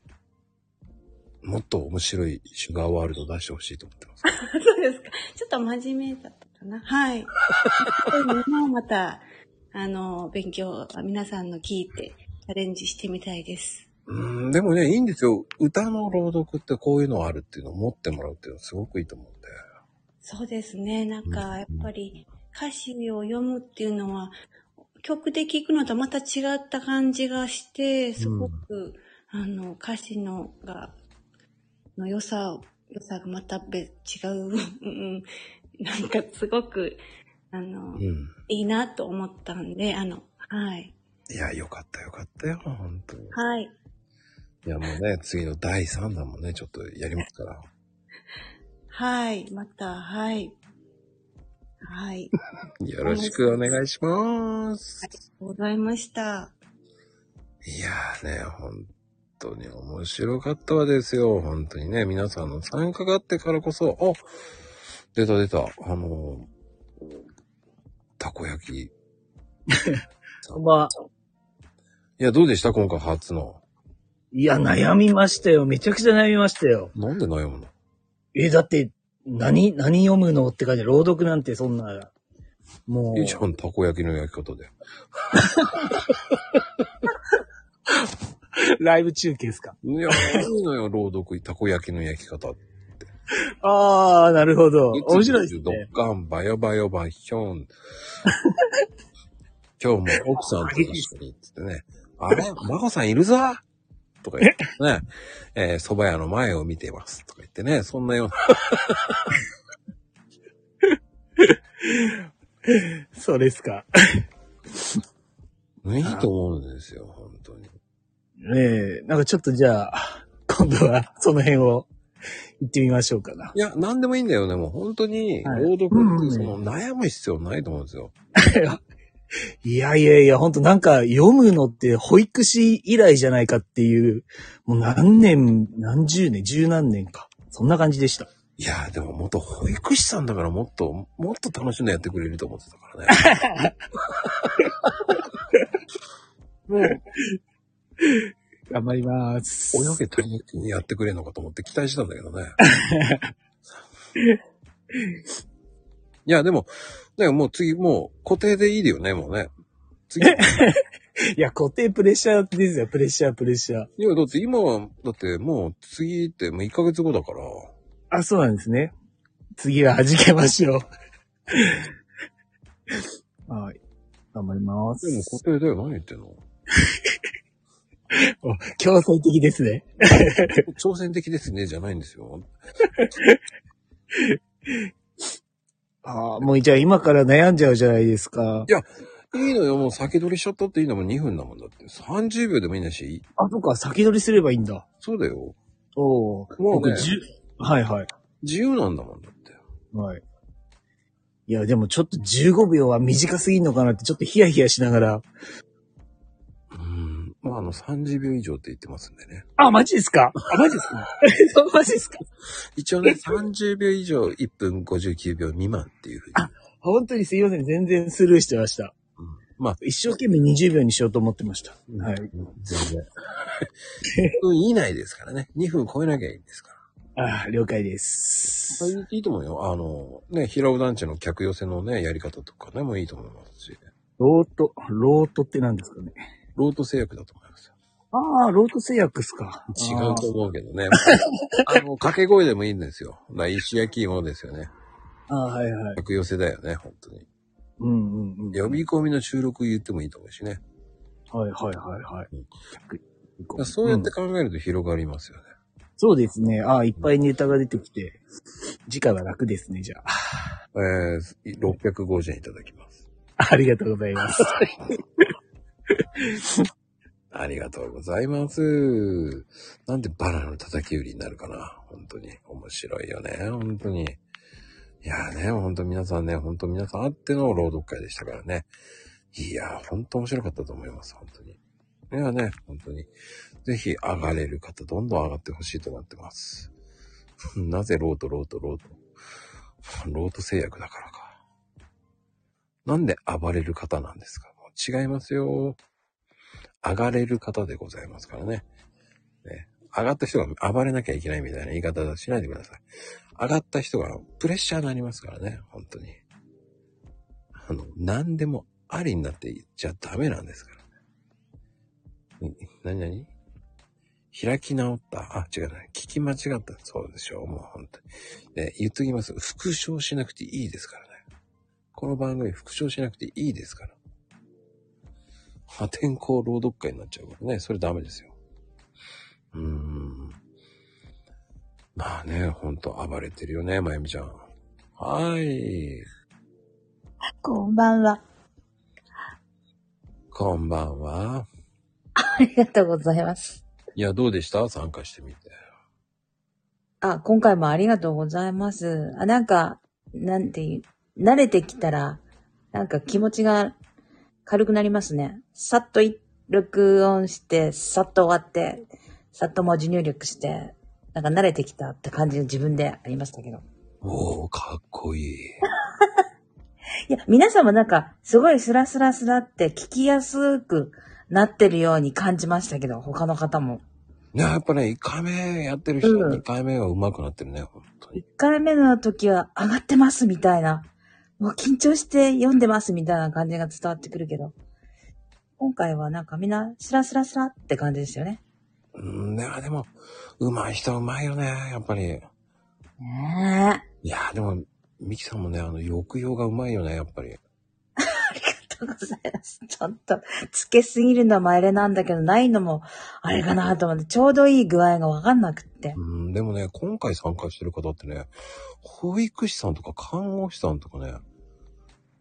S2: もっと面白いシュガーワールド出してほしいと思ってます。
S13: そうですか。ちょっと真面目だったかな。 はい。そういうのもまた、あの、勉強、皆さんの聞いて、チャレンジしてみたいです。
S2: うん、でもね、いいんですよ。歌の朗読ってこういうのあるっていうのを持ってもらうっていうのはすごくいいと思うんで。
S13: そうですね。なんか、やっぱり、歌詞を読むっていうのは、曲で聞くのとまた違った感じがして、すごく、あの、歌詞のが、の良さを、良さがまた別、違う、 うんなんかすごく、あの、
S2: うん。
S13: いいなと思ったんで、あの、はい。
S2: いや、よかったよかったよ、本当に。
S13: はい。
S2: いや、もうね、次の第3弾もね、ちょっとやりますから。
S13: はい。また、はい。はい。
S2: よろしくお願いします。
S13: ありがとうございました。
S2: いやーね、本当に面白かったわですよ。本当にね、皆さんの参加があってからこそ、あ、出た出た。あのー、たこ焼き。い
S14: こんばんは。
S2: や、どうでした今回初の。
S14: いや、悩みましたよ。めちゃくちゃ悩みましたよ。
S2: なんで悩むの
S14: え、だって、何、何読むのって感じ。朗読なんてそんな、もう。
S2: いいじゃん、たこ焼きの焼き方で。
S14: ライブ中継ですか
S2: いや、いいのよ、朗読、たこ焼きの焼き方。
S14: ああ、なるほど。面白いです
S2: ド
S14: ね
S2: ッ。カン、バヨバヨバヒョン。 今日も奥さんと一緒にって言ってね、あれ、マコさんいるぞとか言ってね、えー、蕎麦屋の前を見てますとか言ってね、そんなような。
S14: そうですか。
S2: ねいいと思うんですよ、本当に。
S14: ねえ、なんかちょっとじゃあ、今度はその辺を行ってみましょうかな。
S2: いや、なんでもいいんだよね、もう本当に、朗読って、その、悩む必要ないと思うんですよ。
S14: いやいやいや、ほんとなんか読むのって保育士以来じゃないかっていう、もう何年、何十年、十何年か。そんな感じでした。
S2: いや、でも元保育士さんだからもっと、もっと楽しんでやってくれると思ってたからね。もう、
S14: 頑張ります。
S2: 泳げたりやってくれるのかと思って期待してたんだけどね。いや、でも、だからもう次、もう固定でいいよね、もうね。 次。い
S14: いや、固定プレッシャーですよ。プレッシャー、プレッシャー。
S2: や、だって今は、だってもう次ってもう1ヶ月後だから。
S14: あ、そうなんですね。次は弾けましょう。 はい。頑張ります。
S2: でも固定だよ、何言 ってんの
S14: お強制的ですね。
S2: 挑戦的ですね、じゃないんですよ。
S14: ああ、もうじゃあ今から悩んじゃうじゃないですか。
S2: いや、いいのよ、もう先取りしちゃったっていいのも2分だもんだって。30秒でもいいんだし、
S14: あ、そっか、先取りすればいいんだ。
S2: そうだよ。
S14: おお。
S2: もうね
S14: 僕じゅはいはい。
S2: 自由なんだもんだって。
S14: はい。いや、でもちょっと15秒は短すぎんのかなって、ちょっとヒヤヒヤしながら。
S2: うん。まあ、あの、30秒以上って言ってますんでね。
S14: あ、マジですかあ、マジですか マジですか
S2: 一応ね、30秒以上1分59秒未満っていうふうに。
S14: 本当にすいません。全然スルーしてました。
S2: まあ、
S14: 一生懸命20秒にしようと思ってました。はい。
S2: 全然。1分 以内ですからね。2分超えなきゃいいんですから。
S14: ああ、了解です。
S2: それいいと思うよ。あの、ね、平尾団地の客寄せのね、やり方とかね、もういいと思いますし。
S14: ロート、ロートって何ですかね。
S2: ロート製薬だと思いますよ。
S14: ああ、ロート製薬っすか。
S2: 違うと思うけどね。 あの、掛け声でもいいんですよ。な石焼き芋ですよね。
S14: ああ、はいはい。
S2: 客寄せだよね、本当に。
S14: うんうんうん。
S2: 呼び込みの収録言ってもいいと思うしね。
S14: はいはいはいはい。
S2: だからそうやって考えると広がりますよね。
S14: そうですね。ああ、いっぱいネタが出てきて、次回は楽ですね、じゃあ。
S2: えー、650円いただきます。
S14: ありがとうございます。
S2: ありがとうございます。なんでバナナの叩き売りになるかな本当に。面白いよね。本当に。いやーね、本当皆さんね、本当皆さんあっての朗読会でしたからね。いやー、本当面白かったと思います。本当に。いやね、本当に。ぜひ上がれる方、どんどん上がってほしいと思ってます。 なぜロート、ロート、ロート。ロート制約だからか。なんで暴れる方なんですかもう違いますよ。上がれる方でございますからね。ね上がった人が暴れなきゃいけないみたいな言い方はしないでください。上がった人がプレッシャーになりますからね、本当に。あの、何でもありになっていっちゃダメなんですからね。何何開き直った。あ、違うね。聞き間違った。そうでしょう。もう本当に。で、言っときます。復唱しなくていいですからね。この番組復唱しなくていいですから。破天荒朗読会になっちゃうからね。それダメですよ。うーん。まあね、ほんと暴れてるよね、まゆみちゃん。はーい。
S15: こんばんは。
S2: こんばんは。
S15: ありがとうございます。
S2: いや、どうでした参加してみて。
S15: あ、今回もありがとうございます。あ、なんか、なんていう、慣れてきたら、なんか気持ちが軽くなりますね。さっとい録音して、さっと終わって、さっと文字入力して、なんか慣れてきたって感じの自分でありましたけど。
S2: おー、かっこいい。
S15: いや、皆様なんか、すごいスラスラスラって聞きやすくなってるように感じましたけど、他の方も。
S2: ね、やっぱね、1回目やってる人、2回目は上手くなってるね。
S15: 1回目の時は上がってますみたいな、もう緊張して読んでますみたいな感じが伝わってくるけど、今回はなんかみんなスラスラスラって感じですよね。
S2: うん、ね、でも、上手い人は上手いよね、やっぱり。
S15: ねえ。
S2: いやーでも、ミキさんもね、あの、抑揚が上手いよね、やっぱり。
S15: ありがとうございます。ちょっと、つけすぎるのもあれなんだけど、ないのも、あれかなと思って、ちょうどいい具合がわかんなくって。
S2: うん、でもね、今回参加してる方ってね、保育士さんとか看護師さんとかね、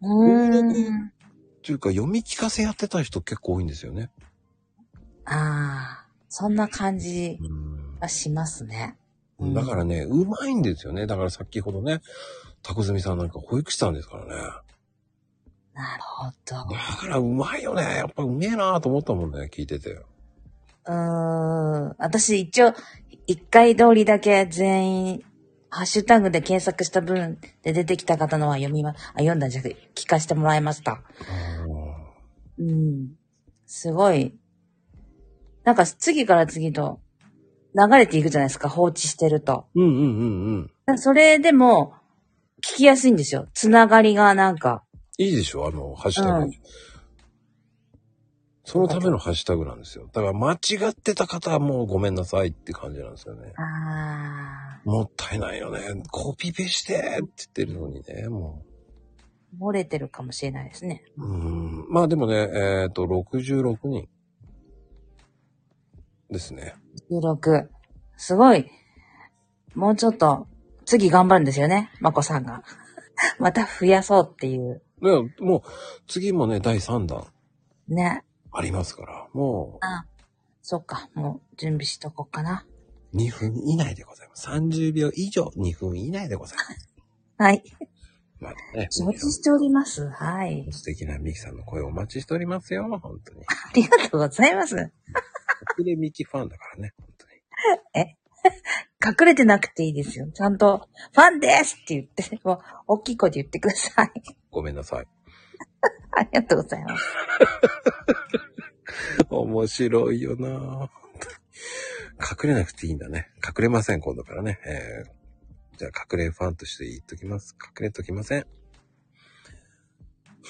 S15: うん。
S2: というか読み聞かせやってた人結構多いんですよね。
S15: ああ、そんな感じがしますね。
S2: だからね、うまいんですよね。だから先ほどね、タコズミさんなんか保育士さんですからね。
S15: なるほど。
S2: だからうまいよね。やっぱうめえなと思ったもんね、聞いてて。
S15: うーん。私一応、一回通りだけ全員、ハッシュタグで検索した分で出てきた方のは読みま、あ、読んだんじゃなくて、聞かせてもらいました。うん。すごい。なんか次から次と流れていくじゃないですか、放置してると。
S2: うんうんうんうん。
S15: だからそれでも、聞きやすいんですよ。つながりがなんか。
S2: いいでしょあの、ハッシュタ
S15: う
S2: グ。
S15: ん
S2: そのためのハッシュタグなんですよ。だから間違ってた方はもうごめんなさいって感じなんですよね。もったいないよね。コピペしてって言ってるのにね、も
S15: 漏れてるかもしれないですね。
S2: う。うん。まあでもね、えっ、と、66人ですね。
S15: 16。すごい。もうちょっと、次頑張るんですよね。まこさんが。また増やそうっていう。
S2: ね、もう、次もね、第3弾
S15: ね。
S2: ありますから、も
S15: あ、そっか。もう準備しとこうかな。
S2: う2分以内でございます。30秒以上2分以内でございます。
S15: はい。
S2: まあね、
S15: 承知しております。はい。
S2: 素敵なミキさんの声をお待ちしておりますよ、本当に。
S15: ありがとうございます。
S2: 隠れミキファンだからね。
S15: え隠れてなくていいですよ。ちゃんと、ファンですって言って、もう、大きい声で言ってください。
S2: ごめんなさい。
S15: ありがとうございます。
S2: 面白いよなぁ隠れなくていいんだね。隠れません、今度からね。えーじゃあ、隠れファンとして言っときます。隠れときません。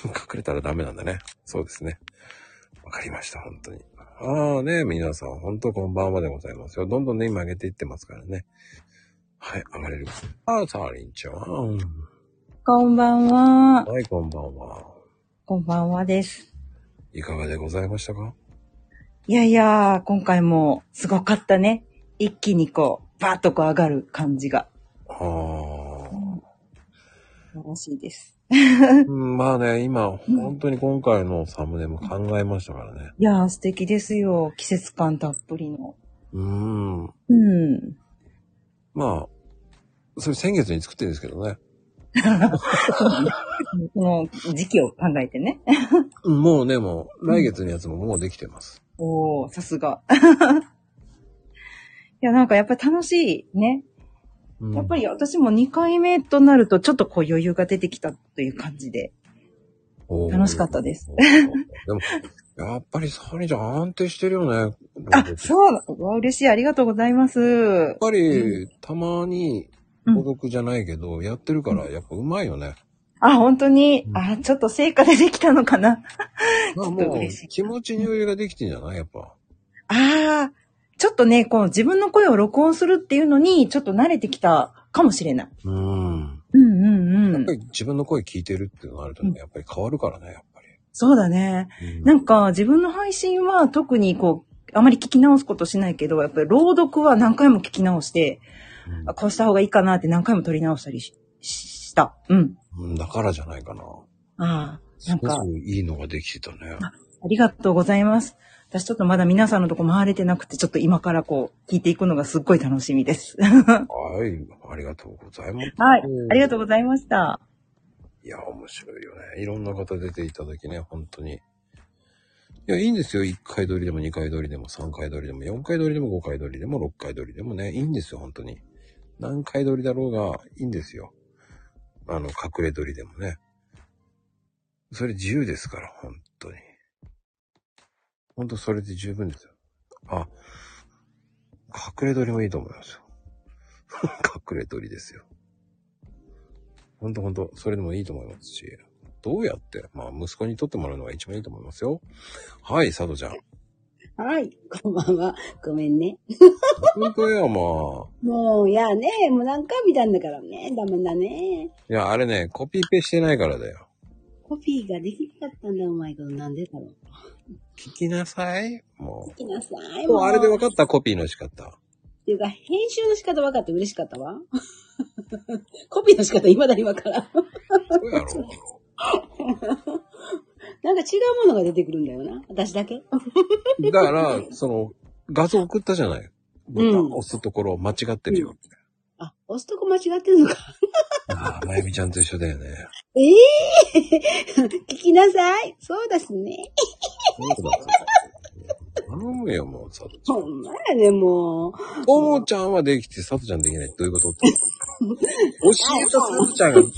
S2: 隠れたらダメなんだね。そうですね。わかりました、本当に。ああね、皆さん、本当こんばんはでございますよ。どんどんね、今上げていってますからね。はい、上がれる。ああ、サーリンちゃん。
S16: こんばんは。
S2: はい、こんばんは。
S16: こんばんはです。
S2: いかがでございましたか
S16: いやいや、今回もすごかったね。一気にこう、バーッとこう上がる感じが。
S2: ああ。
S16: 素晴らしいです。
S2: うんまあね、今、本当に今回のサムネも考えましたからね。
S16: いやー、素敵ですよ。季節感たっぷりの。
S2: うーん。
S16: うん。
S2: まあ、それ先月に作ってるんですけどね。
S16: この時期を考えてね。
S2: うんもうね、もう、来月のやつももうできてます。
S16: おー、さすが。いや、なんかやっぱり楽しいね。やっぱり私も2回目となるとちょっとこう余裕が出てきたという感じで、
S2: おー
S16: 楽しかったです。
S2: でも、やっぱりサーリンちゃん安定してるよね。
S16: あ、そう、うわ、嬉しい。ありがとうございます。やっ
S2: ぱり、たまに、孤独じゃないけど、やってるから、やっぱうまいよね。
S16: あ、本当に、あ、ちょっと成果でできたのかな。
S2: まあ
S16: ちょっと
S2: もう
S16: 嬉し、
S2: 気持ちに余裕ができてんじゃないやっぱ。
S16: ああ、ちょっとね、こう自分の声を録音するっていうのに、ちょっと慣れてきたかもしれない。
S2: うん。
S16: うんうんうん。
S2: 自分の声聞いてるってなるとね、やっぱり変わるからね、やっぱり。
S16: そうだね。なんか自分の配信は特にこう、あまり聞き直すことしないけど、やっぱり朗読は何回も聞き直して、あこうした方がいいかなって何回も取り直したりししした。うん。
S2: うんだからじゃないかな。
S16: ああ、な
S2: す
S16: ん
S2: ご
S16: か、
S2: くいいのができてたね。
S16: ありがとうございます。私ちょっとまだ皆さんのとこ回れてなくて、ちょっと今からこう、聞いていくのがすっごい楽しみです。
S2: はい、ありがとうございます。
S16: はい。ありがとうございました。
S2: いや、面白いよね。いろんな方出ていただきね、本当に。いや、いいんですよ。1回撮りでも2回撮りでも3回撮りでも4回撮りでも5回撮りでも6回撮りでもね、いいんですよ、本当に。何回撮りだろうがいいんですよ。あの、隠れ撮りでもね。それ自由ですから、本当に。本当それで十分ですよ。あ、隠れ撮りもいいと思いますよ。 隠れ撮りですよ。ほんとほんと、それでもいいと思いますし。どうやって、まあ、息子に撮ってもらうのが一番いいと思いますよ。はい、佐藤ちゃん。
S1: はい、こんばんは。ごめんね。
S2: 本当よ、も
S1: もう、いやね、もう何回見たんだからね、ダメだね。
S2: う。いや、あれね、コピペしてないからだよ。
S1: コピーができなかったんだ、うまいこと。なんでだろう。
S2: 聞きなさい。も
S1: 聞きなさい。
S2: う。もうあれで分かった、コピーの仕方。
S1: っていうか、編集の仕方分かって嬉しかったわ。 コピーの仕方、未だに分からん。
S2: そうやろ。
S1: なんか違うものが出てくるんだよな。私だけ。
S2: だから、その、画像送ったじゃない。ボタン押すところ間違ってるよ。
S1: あ、押すとこ間違ってるのか。
S2: ああ、まゆみちゃんと一緒だよね。
S1: ええ 聞きなさい。そうですね。
S2: 頼むよ、もう、佐藤ち
S1: ほんまやね、もう。
S2: ゃん。ともちゃんはできて、佐藤ちゃんできない。どういうことって。教えた佐藤ちゃん が、
S1: 教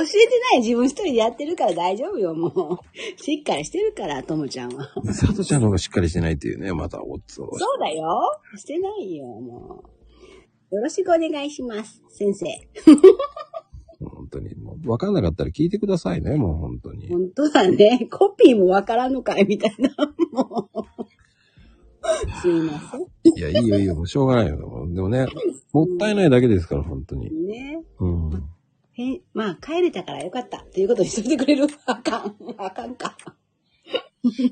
S1: えてない。自分一人でやってるから大丈夫よ、もう。しっかりしてるから、ともちゃんは。
S2: 佐藤ちゃんの方がしっかりしてないっていうね、また、おっつ
S1: そうだよ。してないよ、もう。よろしくお願いします、先生。
S2: 本当に。もう、わかんなかったら聞いてくださいね、もう本当に。
S1: 本当だね。コピーもわからんのかい、みたいな。もう。すいません。
S2: いや、いいよ、いいよ、もうしょうがないよ。でもね、もったいないだけですから、本当に。
S1: ね。
S2: うん。
S1: へんまあ、帰れたからよかった。ということにしといてくれるあかん。あかんか。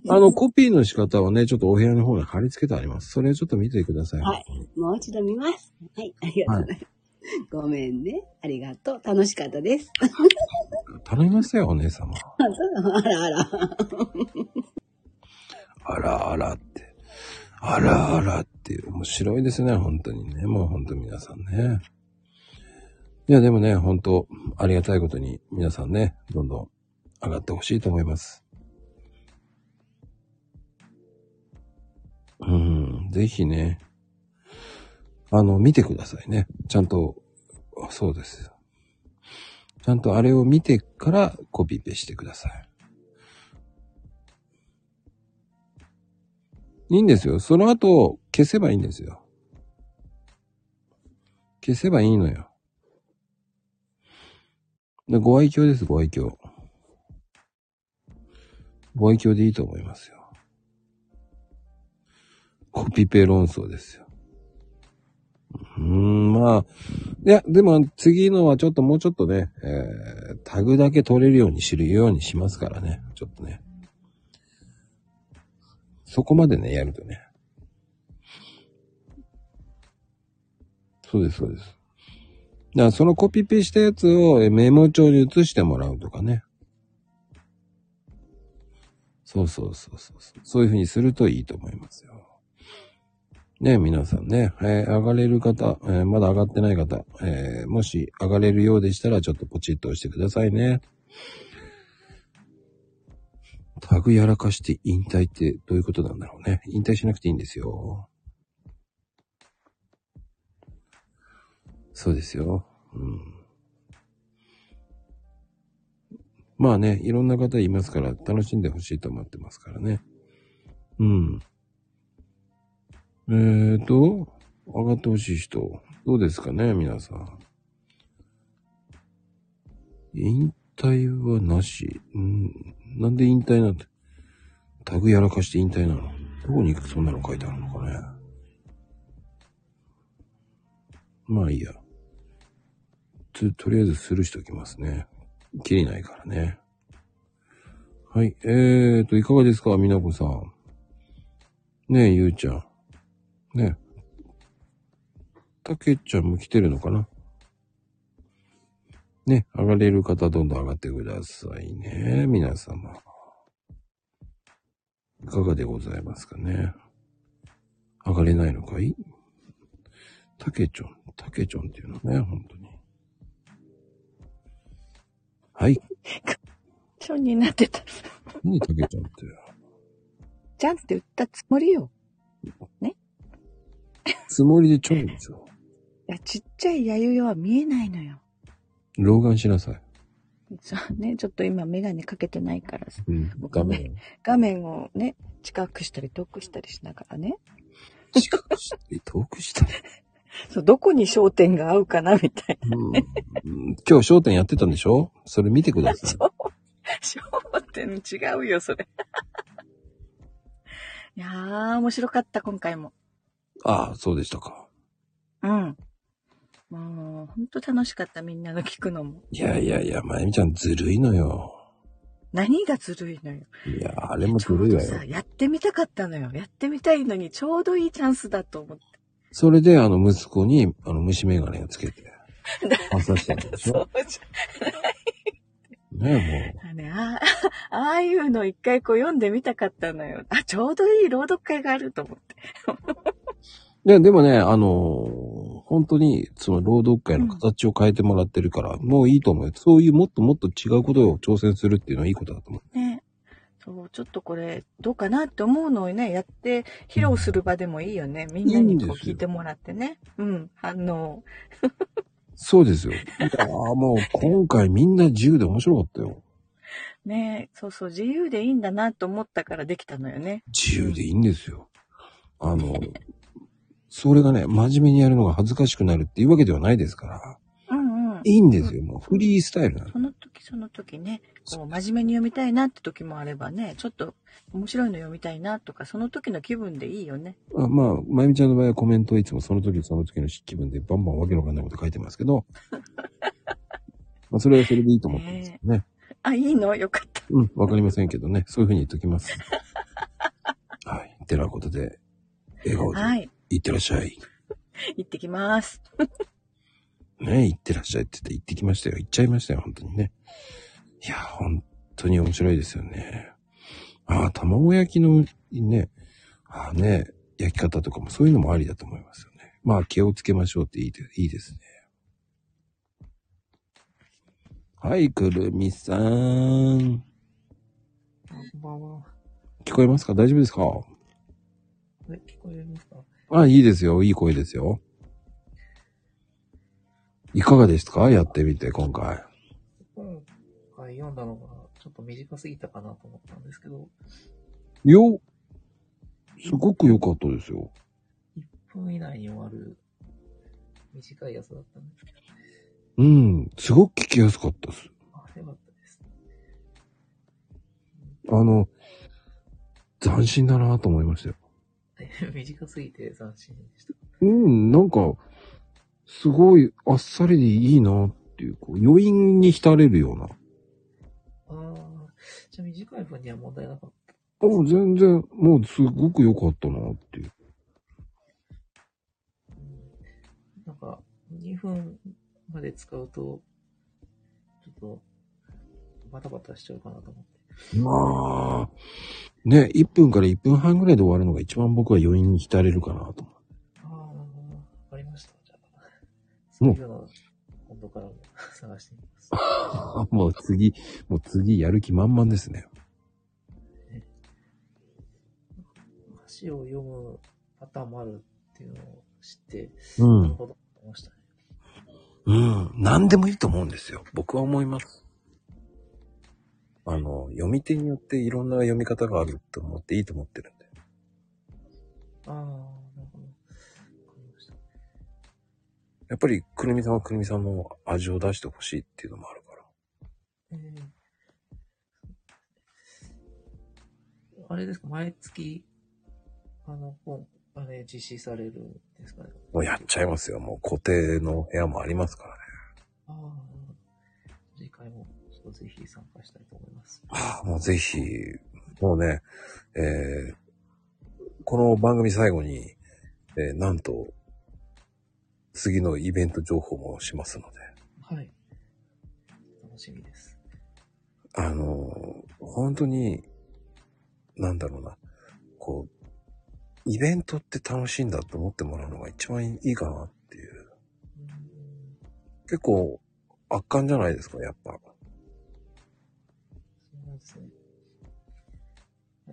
S2: あの、コピーの仕方はね、ちょっとお部屋の方に貼り付けてあります。それをちょっと見てください。
S1: はい。もう一度見ます。はい。ありがとうございます。ごめんね。ありがとう。楽しかったです。
S2: 頼みましたよ、お姉様。
S1: あそうあらあら。
S2: あらあらって。あらあらって。面白いですね、本当にね。もう本当皆さんね。いや、でもね、本当ありがたいことに皆さんね、どんどん上がってほしいと思います。うん、ぜひね。あの、見てくださいね。ちゃんと、そうです。ちゃんとあれを見てからコピペしてください。いいんですよ。その後、消せばいいんですよ。消せばいいのよ。でご愛嬌です、ご愛嬌。ご愛嬌でいいと思いますよ。コピペ論争ですよ。うーん、まあ。いや、でも次のはちょっともうちょっとね、えー、タグだけ取れるように知るようにしますからね。ちょっとね。そこまでね、やるとね。そうです、そうです。だからそのコピペしたやつをえメモ帳に移してもらうとかね。そうそうそうそうそう。そういうふうにするといいと思いますよ。ね皆さんね、えー上がれる方、えーまだ上がってない方、えーもし上がれるようでしたらちょっとポチッと押してくださいね。タグやらかして引退ってどういうことなんだろうね。引退しなくていいんですよ。そうですよ。うん。まあね、いろんな方いますから楽しんでほしいと思ってますからね。うん。えーと、上がってほしい人、どうですかね、皆さん。引退はなし。うん、なんで引退なんて。タグやらかして引退なの。どこに行くそんなの書いてあるのかね。まあいいや。と、とりあえずスルーしときますね。きりないからね。はい。えーと、いかがですかみなこさん。ねえ、ゆうちゃん。ねえ。たけちゃんも来てるのかなね、上がれる方どんどん上がってくださいね。皆様。いかがでございますかね。上がれないのかいたけちょん、たけちょんっていうのね、本当に。 はい。
S13: ちょんになってた。
S2: 何たけちゃんって。
S13: じゃんって言ったつもりよ。
S2: つもりでちょんでしょ。
S13: いや、ちっちゃい弥生は見えないのよ。
S2: 老眼しなさい。
S13: そうね、ちょっと今メガネかけてないからさ、
S2: うん、画面。
S13: 画面をね、近くしたり遠くしたりしながらね。
S2: 近くしたり遠くしたり。
S13: そう、どこに焦点が合うかなみたいな。
S2: うん今日焦点やってたんでしょそれ見てください。
S13: 焦点違うよ、それ。いやー、面白かった、今回も。
S2: ああ、そうでしたか。
S13: うん。もう、ほんと楽しかった、みんなの聞くのも。
S2: いやいやいや、まゆみちゃんずるいのよ。
S13: 何がずるいのよ。
S2: いや、あれもずるいわよ。
S13: さ、やってみたかったのよ。やってみたいのに、ちょうどいいチャンスだと 思って。
S2: それで、あの、息子に、あの、虫眼鏡をつけ て、朝したんでしょ
S13: そうじ
S2: ね
S13: ゃね、ああ、ああいうの一回こう読んでみたかったのよ。あ、ちょうどいい朗読会があると思って。
S2: え、もう。ででもね、あのー本当に、その、労働会の形を変えてもらってるから、もういいと思うよ。そういうもっともっと違うことを挑戦するっていうのはいいことだと思う。
S13: ね。そう、ちょっとこれ、どうかなって思うのをね、やって、披露する場でもいいよね。みんなにこう聞いてもらってね。うん、反応。
S2: そうですよ。いやーもう、今回みんな自由で面白かったよ。
S13: ねそうそう、自由でいいんだなと思ったからできたのよね。
S2: 自由でいいんですよ。あの、それがね、真面目にやるのが恥ずかしくなるっていうわけではないですから、
S13: うんうん。
S2: いいんですよ。もうフリースタイルなの。
S13: その時その時ね、こう真面目に読みたいなって時もあればね、ちょっと面白いの読みたいなとか、その時の気分でいいよね。
S2: あまあ、まゆみちゃんの場合はコメントはいつもその時その時の気分でバンバンわけのわかんないこと書いてますけど、まあそれはそれでいいと思ってますけどね。
S13: あ、いいのよかった。
S2: うん、わかりませんけどね。そういうふうに言っときます。はい。てなことで、笑顔で、
S13: はい。
S2: いってらっしゃい。
S13: 行ってきます。
S2: ね、いってらっしゃいって言って行ってきましたよ。行っちゃいましたよ、本当にね。いや、本当に面白いですよね。ああ、卵焼きのね、ああね、焼き方とかもそういうのもありだと思いますよね。まあ、気をつけましょうっていいでいいですね。はい、くるみさん。
S17: こんばんは。
S2: 聞こえますか大丈夫ですか
S17: え、聞こえますか
S2: あ、いいですよ。いい声ですよ。いかがですかやってみて、今回。
S17: 本が読んだのがちょっと短すぎたかなと思ったんですけど、
S2: よすごく良かったですよ。
S17: 1分以内に終わる短いやつだったんですけど、
S2: うん、すごく聞きやすかったです。
S17: あ、よかったです。
S2: あの、斬新だなと思いましたよ。
S17: 短すぎて斬新でした。
S2: うん、なんか、すごいあっさりでいいなっていう、こう余韻に浸れるような。
S17: あー、じゃあ短い分には問題なかっ
S2: お全然、もうすごく良かったなっていう。
S17: た。なんか、2分まで使うと、ちょっと、バタバタしちゃうかなと思って。
S2: まあ、ね、1分から1分半ぐらいで終わるのが一番僕は余韻に浸れるかなと。
S17: あ ー、わかりました。じゃあ、
S2: う
S17: そ
S2: ん
S17: ういうの、今度からも探してみます。
S2: あもう次、もう次やる気満々ですね。
S17: 歌詞を読むパターンもあるっていうのを知って、
S2: うん
S17: なるほど、思いましたね。
S2: うん、何でもいいと思うんですよ。僕は思います。あの、読み手によっていろんな読み方があると思っていいと思ってるんで。
S17: ああ、なるほど。
S2: やっぱり、くるみさんはくるみさんの味を出してほしいっていうのもあるから。
S17: えーあれですか、毎月、あの、本、あれ、実施されるんですかね。
S2: もうやっちゃいますよ。もう固定の部屋もありますからね。
S17: ああ、なるほど次回も、ちょっとぜひ参加したいと思います。
S2: ああもうぜひ、もうね、えーこの番組最後に、えーなんと、次のイベント情報もしますので。
S17: はい。楽しみです。
S2: あの、本当に、なんだろうな、こう、イベントって楽しいんだと思ってもらうのが一番いいかなっていう。結構、圧巻じゃないですか、やっぱ。
S17: そうですね。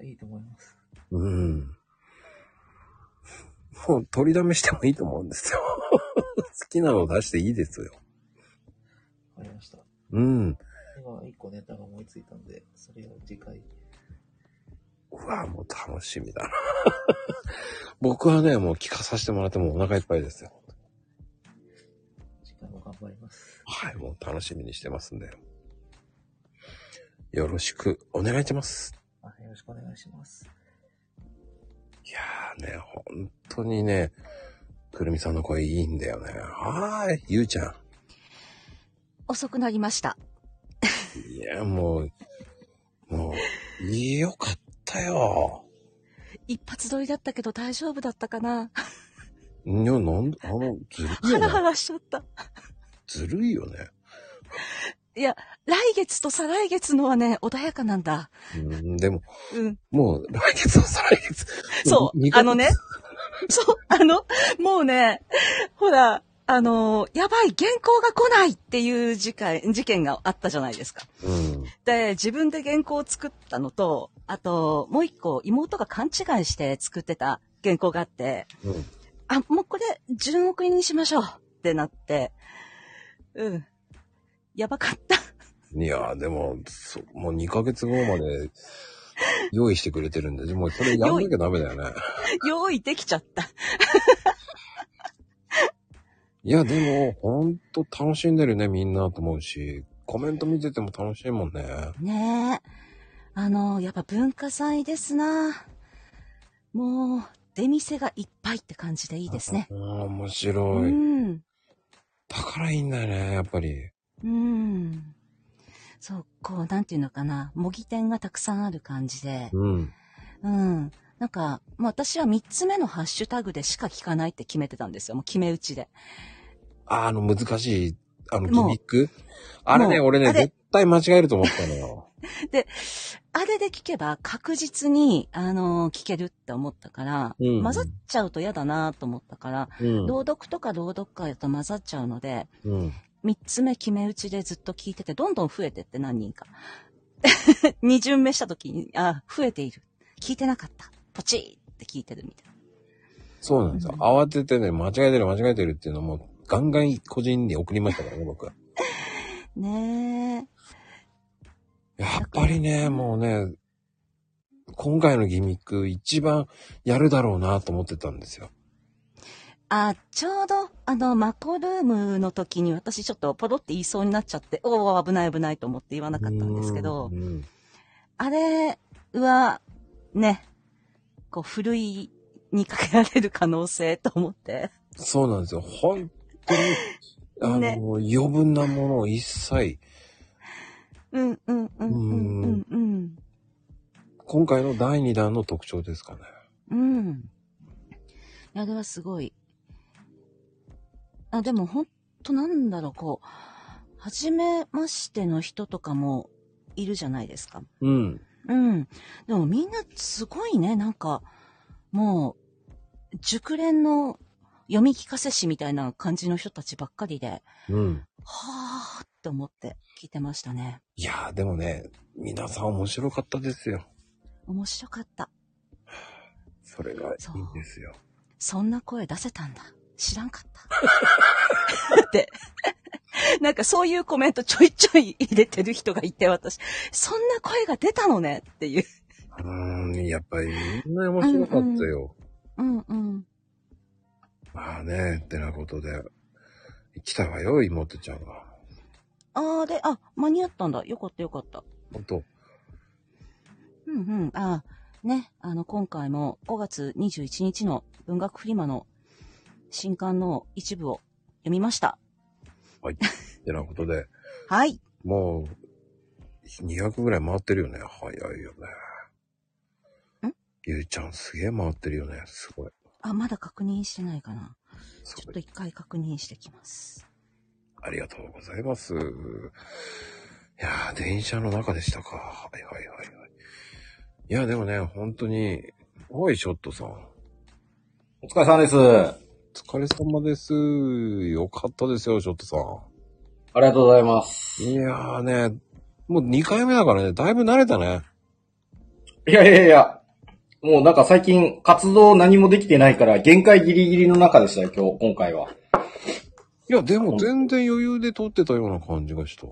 S17: いいと思います。
S2: うん。もう取り だめしてもいいと思うんですよ。好きなの出していいですよ。
S17: はい。りました。
S2: うん。
S17: 今、一個ネタが思いついたんで、それを次回。
S2: うわ、もう楽しみだな。 僕はね、もう聞かさせてもらってもうお腹いっぱいですよ。
S17: 時間も頑張ります。
S2: はい、もう楽しみにしてますんで。よろしくお願いします。
S17: あよろしくお願いします。
S2: いやーね、本当にね、くるみさんの声いいんだよね。はーい、ゆうちゃん。
S18: 遅くなりました。
S2: いや、もう、もう、よかったよ。
S18: 一発撮りだったけど大丈夫だったかない
S2: や、なんで、あの、ずるい
S18: ハ
S2: よ
S18: ラ
S2: ね。
S18: ハラしちゃった。
S2: ずるいよね。
S18: いや、来月と再来月のはね、穏やかなんだ。
S2: うん、でも、
S18: うん。
S2: もう、来月は再来月。
S18: そう
S2: 二、ヶ
S18: あ
S2: 月
S18: のね、そう、あの、もうね、ほら、あの、やばい、原稿が来ないっていう事件、事件があったじゃないですか。
S2: うん。
S18: で、自分で原稿を作ったのと、あと、もう一個、妹が勘違いして作ってた原稿があって、
S2: うん。
S18: あ、もうこれ、順送りにしましょうってなって、うん。やばかった。
S2: いやーでも、そもう2ヶ月後まで用意してくれてるんで、もうそれやんなきゃダメだよね。
S18: 用意できちゃった。
S2: いや、でも、ほんと楽しんでるね、みんなと思うし、コメント見てても楽しいもんね。
S18: ねえ。あの、やっぱ文化祭ですな。もう、出店がいっぱいって感じでいいですね
S2: あ。ー面
S18: う
S2: 白い。
S18: ん。
S2: だからいいんだよね、やっぱり。
S18: うん。そう、こう、なんていうのかな。模擬店がたくさんある感じで。
S2: うん。
S18: うん。なんか、まあ、私は3つ目のハッシュタグでしか聞かないって決めてたんですよ。もう決め打ちで。
S2: あーあの、難しい、あの、ギ
S18: もう
S2: ミックあれね、
S18: もう
S2: 俺
S18: あれ
S2: ね、絶対間違えると思ったのよ。
S18: で、あれで聞けば確実に、あのー聞けるって思ったから、
S2: うん
S18: 混ざっちゃうと嫌だなと思ったから、
S2: うん
S18: 朗読とか朗読会だと混ざっちゃうので、
S2: うん。
S18: 三つ目決め打ちでずっと聞いてて、どんどん増えてって何人か。 二巡目した時に、あ、増えている。聞いてなかった。ポチーって聞いてるみたいな。
S2: そうなんですよ。慌ててね、間違えてる、間違えてるっていうのも、ガンガン個人に送りましたからね、僕は。
S18: ね
S2: やっぱりね、もうね、今回のギミック一番やるだろうなと思ってたんですよ。
S18: え。あ、ちょうど、あの、マコルームの時に私ちょっとポロって言いそうになっちゃって、おお、危ない危ないと思って言わなかったんですけど、
S2: うん。
S18: あれは、ね、こう、ふるいにかけられる可能性と思って。
S2: そうなんですよ。本当に、あの、
S18: ね
S2: 余分なものを一切、
S18: うんうんうんうんうんうん。
S2: 今回の第2弾の特徴ですかね。
S18: うん。いや、あれはすごい。あ、でもほんとなんだろう、こう、初めましての人とかもいるじゃないですか。
S2: うん。
S18: うん。でもみんなすごいね、なんか、もう、熟練の読み聞かせ師みたいな感じの人たちばっかりで、
S2: うん。
S18: はーって思って聞いてましたね。
S2: いやーでもね、皆さん面白かったですよ。
S18: 面白かった。
S2: それがいいんですよ。
S18: そんな声出せたんだ。知らんかった。って。なんかそういうコメントちょいちょい入れてる人がいて、私。そんな声が出たのねっていう。
S2: うーん、やっぱりみんな面白かったよ。
S18: うんうん。
S2: まあね、ってなことで、来たわよ、妹ちゃんが。
S18: あーで、あ、間に合ったんだ。よかったよかった。
S2: 本当
S18: うんうん。あーね、あの、今回も5月21日の文学フリマの新刊の一部を読みました。
S2: はい。ってなことで、
S18: はい。
S2: もう、200ぐらい回ってるよね。早いよね。ゆうちゃんすげえ回ってるよね。すごい。
S18: あ、まだ確認してないかな。ちょっと一回確認してきます。
S2: ありがとうございます。いやー、電車の中でしたか。はいはいはいはい。いや、でもね、本当に、おい、ショットさん。お疲れ様です。お疲れ様です。よかったですよ、ショットさん。
S19: ありがとうございます。
S2: いやーね、もう2回目だからね、だいぶ慣れたね。
S19: いやいやいや、もうなんか最近活動何もできてないから限界ギリギリの中でしたよ、今日、今回は。
S2: いや、でも全然余裕で撮ってたような感じがした。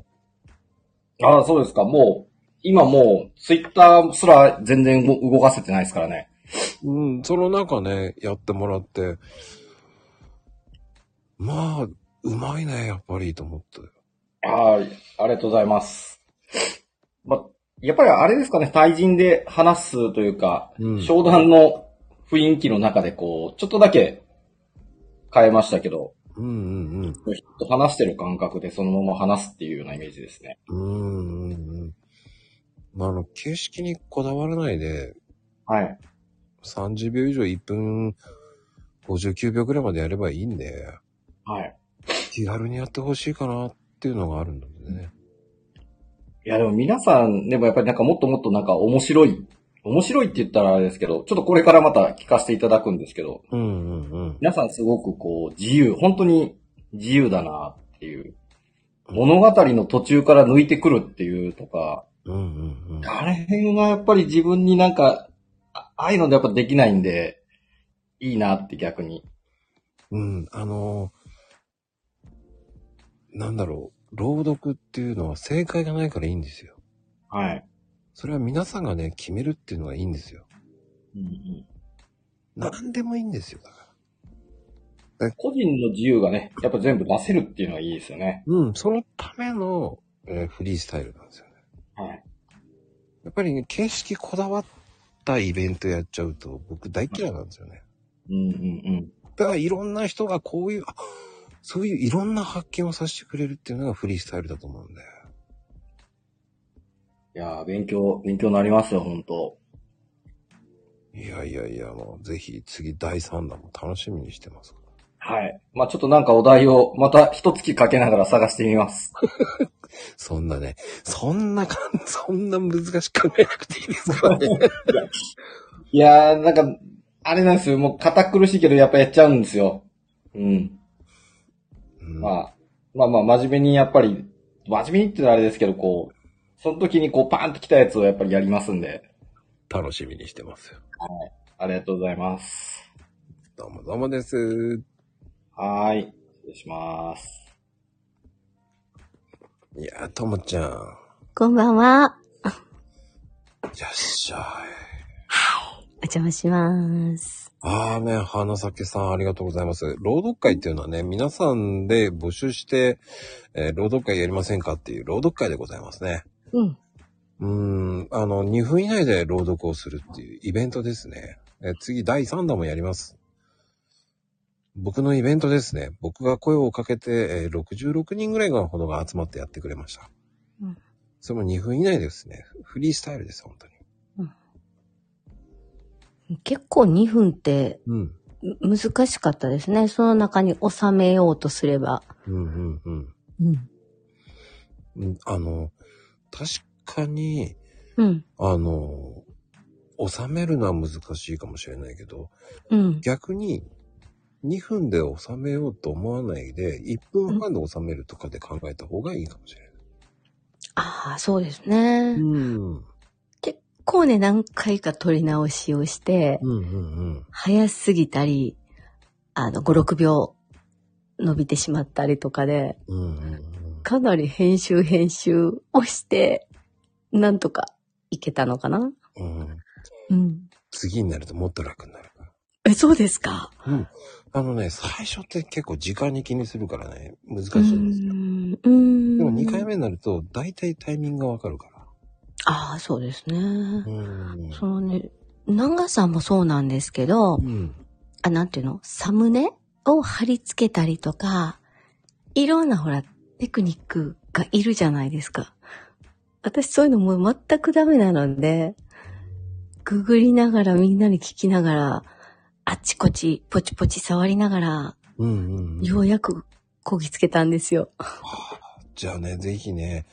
S19: ああ、そうですか。もう、今もう、ツイッターすら全然動動かせてないですからね。
S2: うん、その中ね、やってもらって、まあ、うまいね、やっぱり、と思って。
S19: ああ、ありがとうございます。ま、やっぱりあれですかね、対人で話すというか、商談の雰囲気の中でこう、ちょっとだけ変えましたけど、
S2: うんうんうん。
S19: 人と話してる感覚でそのまま話すっていうようなイメージですね。
S2: うんうんうん。まあ、あの、形式にこだわらないで、
S19: はい。
S2: 30秒以上1分59秒くらいまでやればいいんで、
S19: はい。
S2: 気軽にやってほしいかなっていうのがあるんだけどね。
S19: いやでも皆さん、でもやっぱりなんかもっともっとなんか面白い、面白いって言ったらあれですけど、ちょっとこれからまた聞かせていただくんですけど、
S2: うんうんうん。
S19: 皆さんすごくこう、自由、本当に自由だなっていう。物語の途中から抜いてくるっていうとか、あれ辺がやっぱり自分になんか、あああいうのでやっぱできないんで、いいなって逆に。
S2: うん、あのなんだろう、朗読っていうのは正解がないからいいんですよ。
S19: はい。
S2: それは皆さんがね、決めるっていうのがいいんですよ。何でもいいんですよ。
S19: 個人の自由がね、やっぱ全部出せるっていうのはいいですよね。
S2: うん、そのための、えーフリースタイルなんですよね。
S19: はい。
S2: やっぱりね、形式こだわったイベントやっちゃうと、僕大嫌いなんですよね。
S19: うんうんうん。
S2: だからいろんな人がこういう、 あそういういろんな発見をさせてくれるっていうのがフリースタイルだと思うんで。
S19: いやー、勉強、勉強になりますよ、本当
S2: いやいやいや、もうぜひ次第3弾も楽しみにしてます。
S19: はい。まあちょっとなんかお題をまた一月かけながら探してみます。
S2: そんなね、そんなかん、 そんな難しく考えなくていいですからね。
S19: いやー、なんか、あれなんですよ。もう堅苦しいけどやっぱやっちゃうんですよ。うん。まあ、まあまあ真面目にやっぱり、真面目にってのはあれですけど、こう、その時にこうパーンと来たやつをやっぱりやりますんで。
S2: 楽しみにしてますよ。
S19: はい。ありがとうございます。
S2: どうもどうもです。
S19: はーい。失礼します。
S2: いやー、ともちゃん、よ
S20: こんばんは。
S2: っしゃーい。
S20: お邪魔します。
S2: あーね、花咲さんありがとうございます。朗読会っていうのはね、皆さんで募集して、えー朗読会やりませんかっていう朗読会でございますね。
S20: うん。
S2: うーん、あの、2分以内で朗読をするっていうイベントですね。えー次、第3弾もやります。僕のイベントですね。僕が声をかけて、えー66人ぐらいのほどが集まってやってくれました。
S20: うん
S2: それも2分以内ですね。フリースタイルです、本当に。
S20: 結構2分って、
S2: うん
S20: む難しかったですね。その中に収めようとすれば。
S2: うんうん
S20: うん。
S2: うん。あの、確かに、
S20: うん。
S2: あの、収めるのは難しいかもしれないけど、
S20: うん。
S2: 逆に2分で収めようと思わないで、1分半で収めるとかで考えた方がいいかもしれない。
S20: ああ、そうですね。
S2: うん。
S20: 結構ね、何回か取り直しをして、
S2: うんうん
S20: 早すぎたり、あの、5、6秒伸びてしまったりとかで、かなり編集編集をして、なんとかいけたのかな
S2: うん。うん。
S20: うん。
S2: 次になるともっと楽になる。
S20: え、そうですか
S2: うん。あのね、最初って結構時間に気にするからね、難しい。
S20: うん。うん。
S2: でも2回目になると、大体タイミングがわかるから。
S20: ああ、そうですね。
S2: うん。
S20: そのね、長さもそうなんですけど、あ、なんていうのサムネを貼り付けたりとか、いろんなほら、テクニックがいるじゃないですか。私そういうのもう全くダメなので、ググりながらみんなに聞きながら、あっちこっちポチポチ触りながら、
S2: うんうん。
S20: ようやくこぎつけたんですよ。
S2: じゃあね、ぜひね、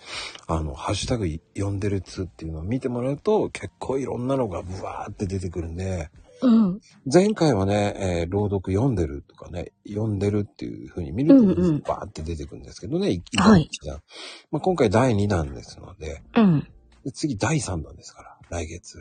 S2: あの、ハッシュタグ読んでるつっていうのを見てもらうと、結構いろんなのがブワーって出てくるんで、
S20: うん。
S2: 前回はね、えー朗読読んでるとかね、読んでるっていう風に見ると、バーって出てくるんですけどね、一気に一段。まあ、今回第2弾ですので、
S20: うん。
S2: で次第3弾ですから、来月。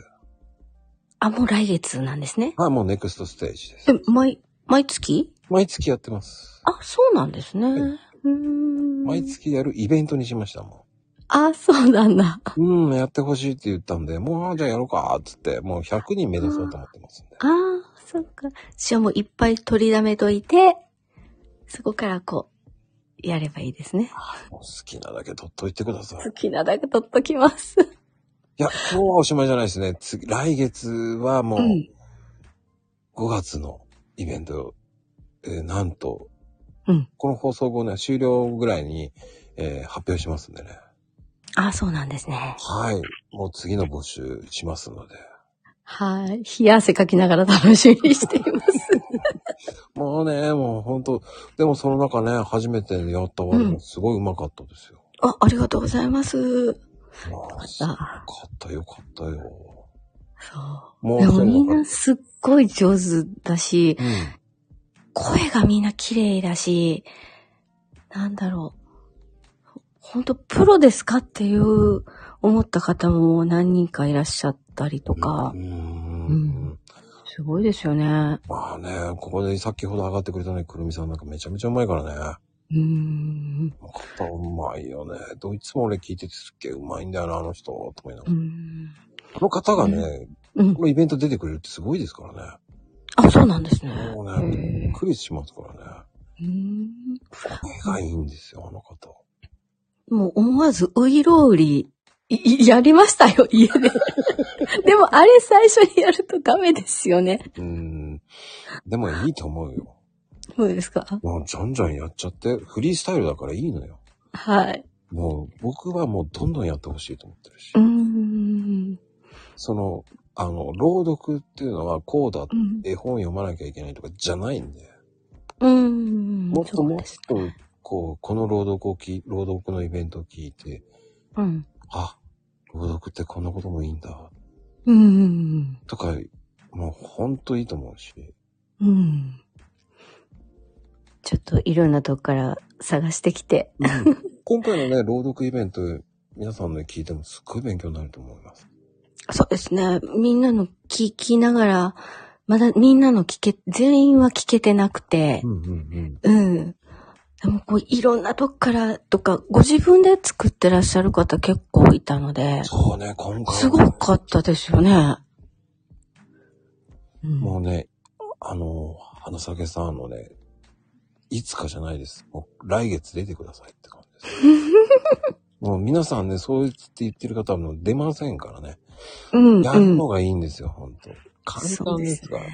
S20: あ、もう来月なんですね。
S2: はい、もうネクストステージです。
S20: え、毎、毎月
S2: 毎月やってます。
S20: あ、そうなんですね。うーん。
S2: 毎月やるイベントにしましたも
S20: あ、そうなんだ。
S2: ん。うん、やってほしいって言ったんで、もうじゃあやろうか、っつって、もう100人目指そうと思ってます。
S20: ああ、そっか。じゃあもういっぱい取りだめといて、そこからこう、やればいいですね。
S2: もう好きなだけ取っといてください。
S20: 好きなだけ取っときます。
S2: いや、今日はおしまいじゃないですね。次、来月はもう、
S20: うん
S2: 5月のイベント、えーなんと、
S20: うん
S2: この放送後ね、終了ぐらいに、えー発表しますんでね。
S20: あ、そうなんですね。
S2: はい。もう次の募集しますので。
S20: はい。冷や汗かきながら楽しみにしています。
S2: もうね、もう本当でもその中ね、初めてやった割にすごいうまかったですよ。
S20: あ、ありがとうございます。よ
S2: か
S20: った。
S2: 買ったよかったよ。
S20: そう。
S2: もう
S20: でも
S2: そう
S20: みんなすっごい上手だし、
S2: うん
S20: 声がみんな綺麗だし、なんだろう。ほんとプロですかっていう思った方も何人かいらっしゃったりとか。うんすごいですよね。
S2: まあね、ここで先ほど上がってくれたね、くるみさんなんかめちゃめちゃうまいからね。
S20: うん。
S2: またうまいよね。どいつも俺聞いててすっげえうまいんだよな、あの人、と思いながら。あの方がね、このイベント出てくれるってすごいですからね。
S20: あ、そうなんですね。
S2: もうね、びっくりしますからね。
S20: うん
S2: 目がいいんですよ、あの方。
S20: もう思わずういろうり、いいやりましたよ、家で。 でもあれ最初にやるとダメですよね。
S2: でもいいと思うよ。
S20: そうですか
S2: もうじゃんじゃんやっちゃって、フリースタイルだからいいのよ。
S20: はい。
S2: もう僕はもうどんどんやってほしいと思ってるし。
S20: うーん。
S2: その、あの、朗読っていうのはこうだ、
S20: うん
S2: 絵本読まなきゃいけないとかじゃないんで。
S20: うーん。
S2: もっともっと、こう、この朗読をき、朗読のイベントを聞いて、
S20: うん。
S2: あ、朗読ってこんなこともいいんだ、
S20: うん。
S2: とか、もうほんといいと思うし。
S20: うん。ちょっといろんなとこから探してきて。
S2: 今回のね、朗読イベント、皆さんの聞いてもすっごい勉強になると思います。
S20: そうですね。みんなの聞きながら、まだみんなの聞け、全員は聞けてなくて、うん。でもこういろんなとこからとか、ご自分で作ってらっしゃる方結構いたので、
S2: そうね、今回
S20: すごかったですよね。
S2: もうね、あの、花咲さんのね、いつかじゃないです。もう来月出てくださいって感 じです。もう皆さんね、そう言って言ってる方はもう出ませんからね。
S20: うんうん
S2: やるのがいいんですよ、本当簡
S20: そう
S2: 単
S20: で
S2: ですすから。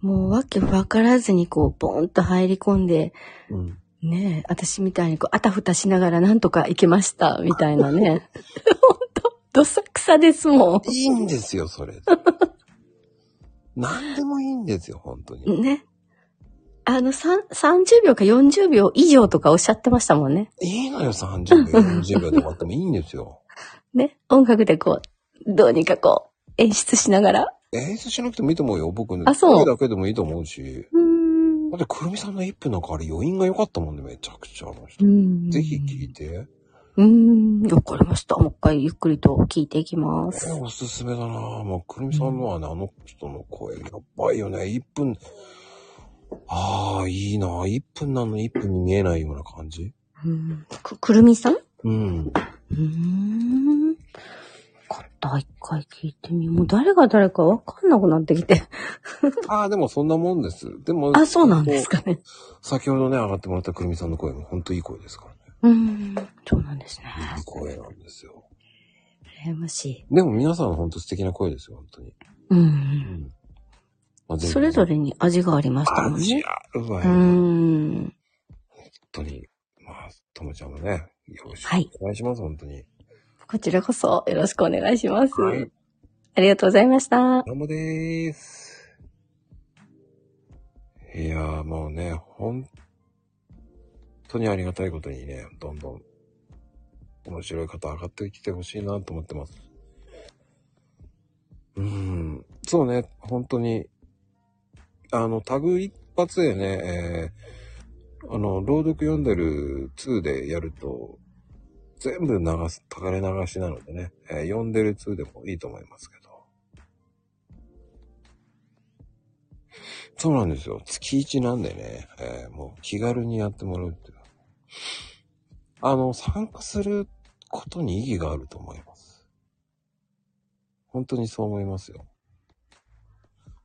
S20: もうわけわからずにこう、ボーンと入り込んで、
S2: うん
S20: ねえ、私みたいにこう、あたふたしながらなんとか行けました、みたいな ね。ほんと、どさくさですもん。
S2: いいんです よ、それ。何でもいいんですよ、本当に。
S20: ね。あの、さん30秒か40秒以上とかおっしゃってましたもんね。
S2: いいのよ、30秒、40秒で終わってもいいんですよ。
S20: ね。音楽でこう、どうにかこう、演出しながら。
S2: 演出しなくてもいいと思うよ、僕ね。
S20: あそう
S2: 声だけでもいいと思うし。だって、くるみさんの1分なんかあれ余韻が良かったもんね、めちゃくちゃあの人。ぜひ聞いて。
S20: うーん、わかりました。もう一回ゆっくりと聞いていきま
S2: これ
S20: す。
S2: おすすめだなもう、くるみさんのはね、あの人の声、やばいよね。1分。ああ、いいな1分なのに1分に見えないような感じ。
S20: うんく、くるみさんう
S2: うん。
S20: ーん。よかった。一回聞いてみよう。もう誰が誰かわかんなくなってきて。
S2: ああ、でもそんなもんです。でも、
S20: あ、そうなんですかね。
S2: 先ほどね、上がってもらったくるみさんの声も本当いい声ですからね。
S20: うーん、そうなんですね。
S2: いい声なんですよ。
S20: 羨ましい。
S2: でも皆さん本当素敵な声ですよ、本当に。
S20: うん。
S2: まあぜひ
S20: それぞれに味がありましたもんね。
S2: 味ある
S20: う
S2: わよ
S20: ーん。
S2: 本当に、まあ、ともちゃんもね、よろしく
S20: はい
S2: お願いします、本当に。
S20: こちらこそよろしくお願いします。
S2: はい
S20: ありがとうございました。
S2: どうもでーす。いやー、もうね、本当にありがたいことにね、どんどん面白い方上がってきてほしいなと思ってます。うーん、そうね、本当に、あの、タグ一発でね、えーあの、朗読読んでる2でやると、全部流す、流れ流しなのでね、えー読んでる2でもいいと思いますけど。そうなんですよ。月一なんでね、えーもう気軽にやってもらうっていう。あの、参加することに意義があると思います。本当にそう思いますよ。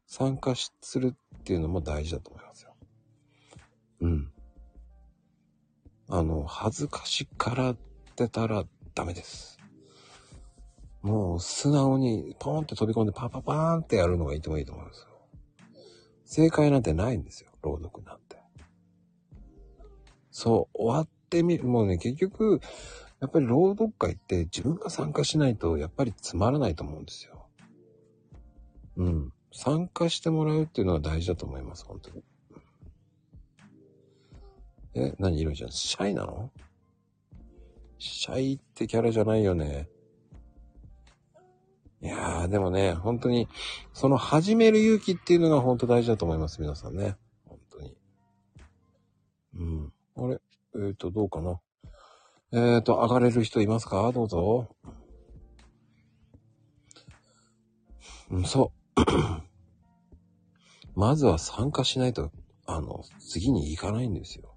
S2: 参加しするっていうのも大事だと思いますよ。うん。あの、恥ずかしからってたらダメです。もう素直にポンって飛び込んでパパパーンってやるのがいてもいいと思いますよ。正解なんてないんですよ、朗読なんて。そう、終わってみる。もうね、結局、やっぱり朗読会って自分が参加しないとやっぱりつまらないと思うんですよ。うん。参加してもらうっていうのは大事だと思います、本当に。え、何、いろちゃん、シャイなのシャイってキャラじゃないよね。いやー、でもね、本当に、その始める勇気っていうのが本当大事だと思います、皆さんね。本当に。うん。あれえっ、ー、と、どうかなえっ、ー、と、上がれる人いますかどうぞ。うん、 そう。まずは参加しないと、あの、次に行かないんですよ。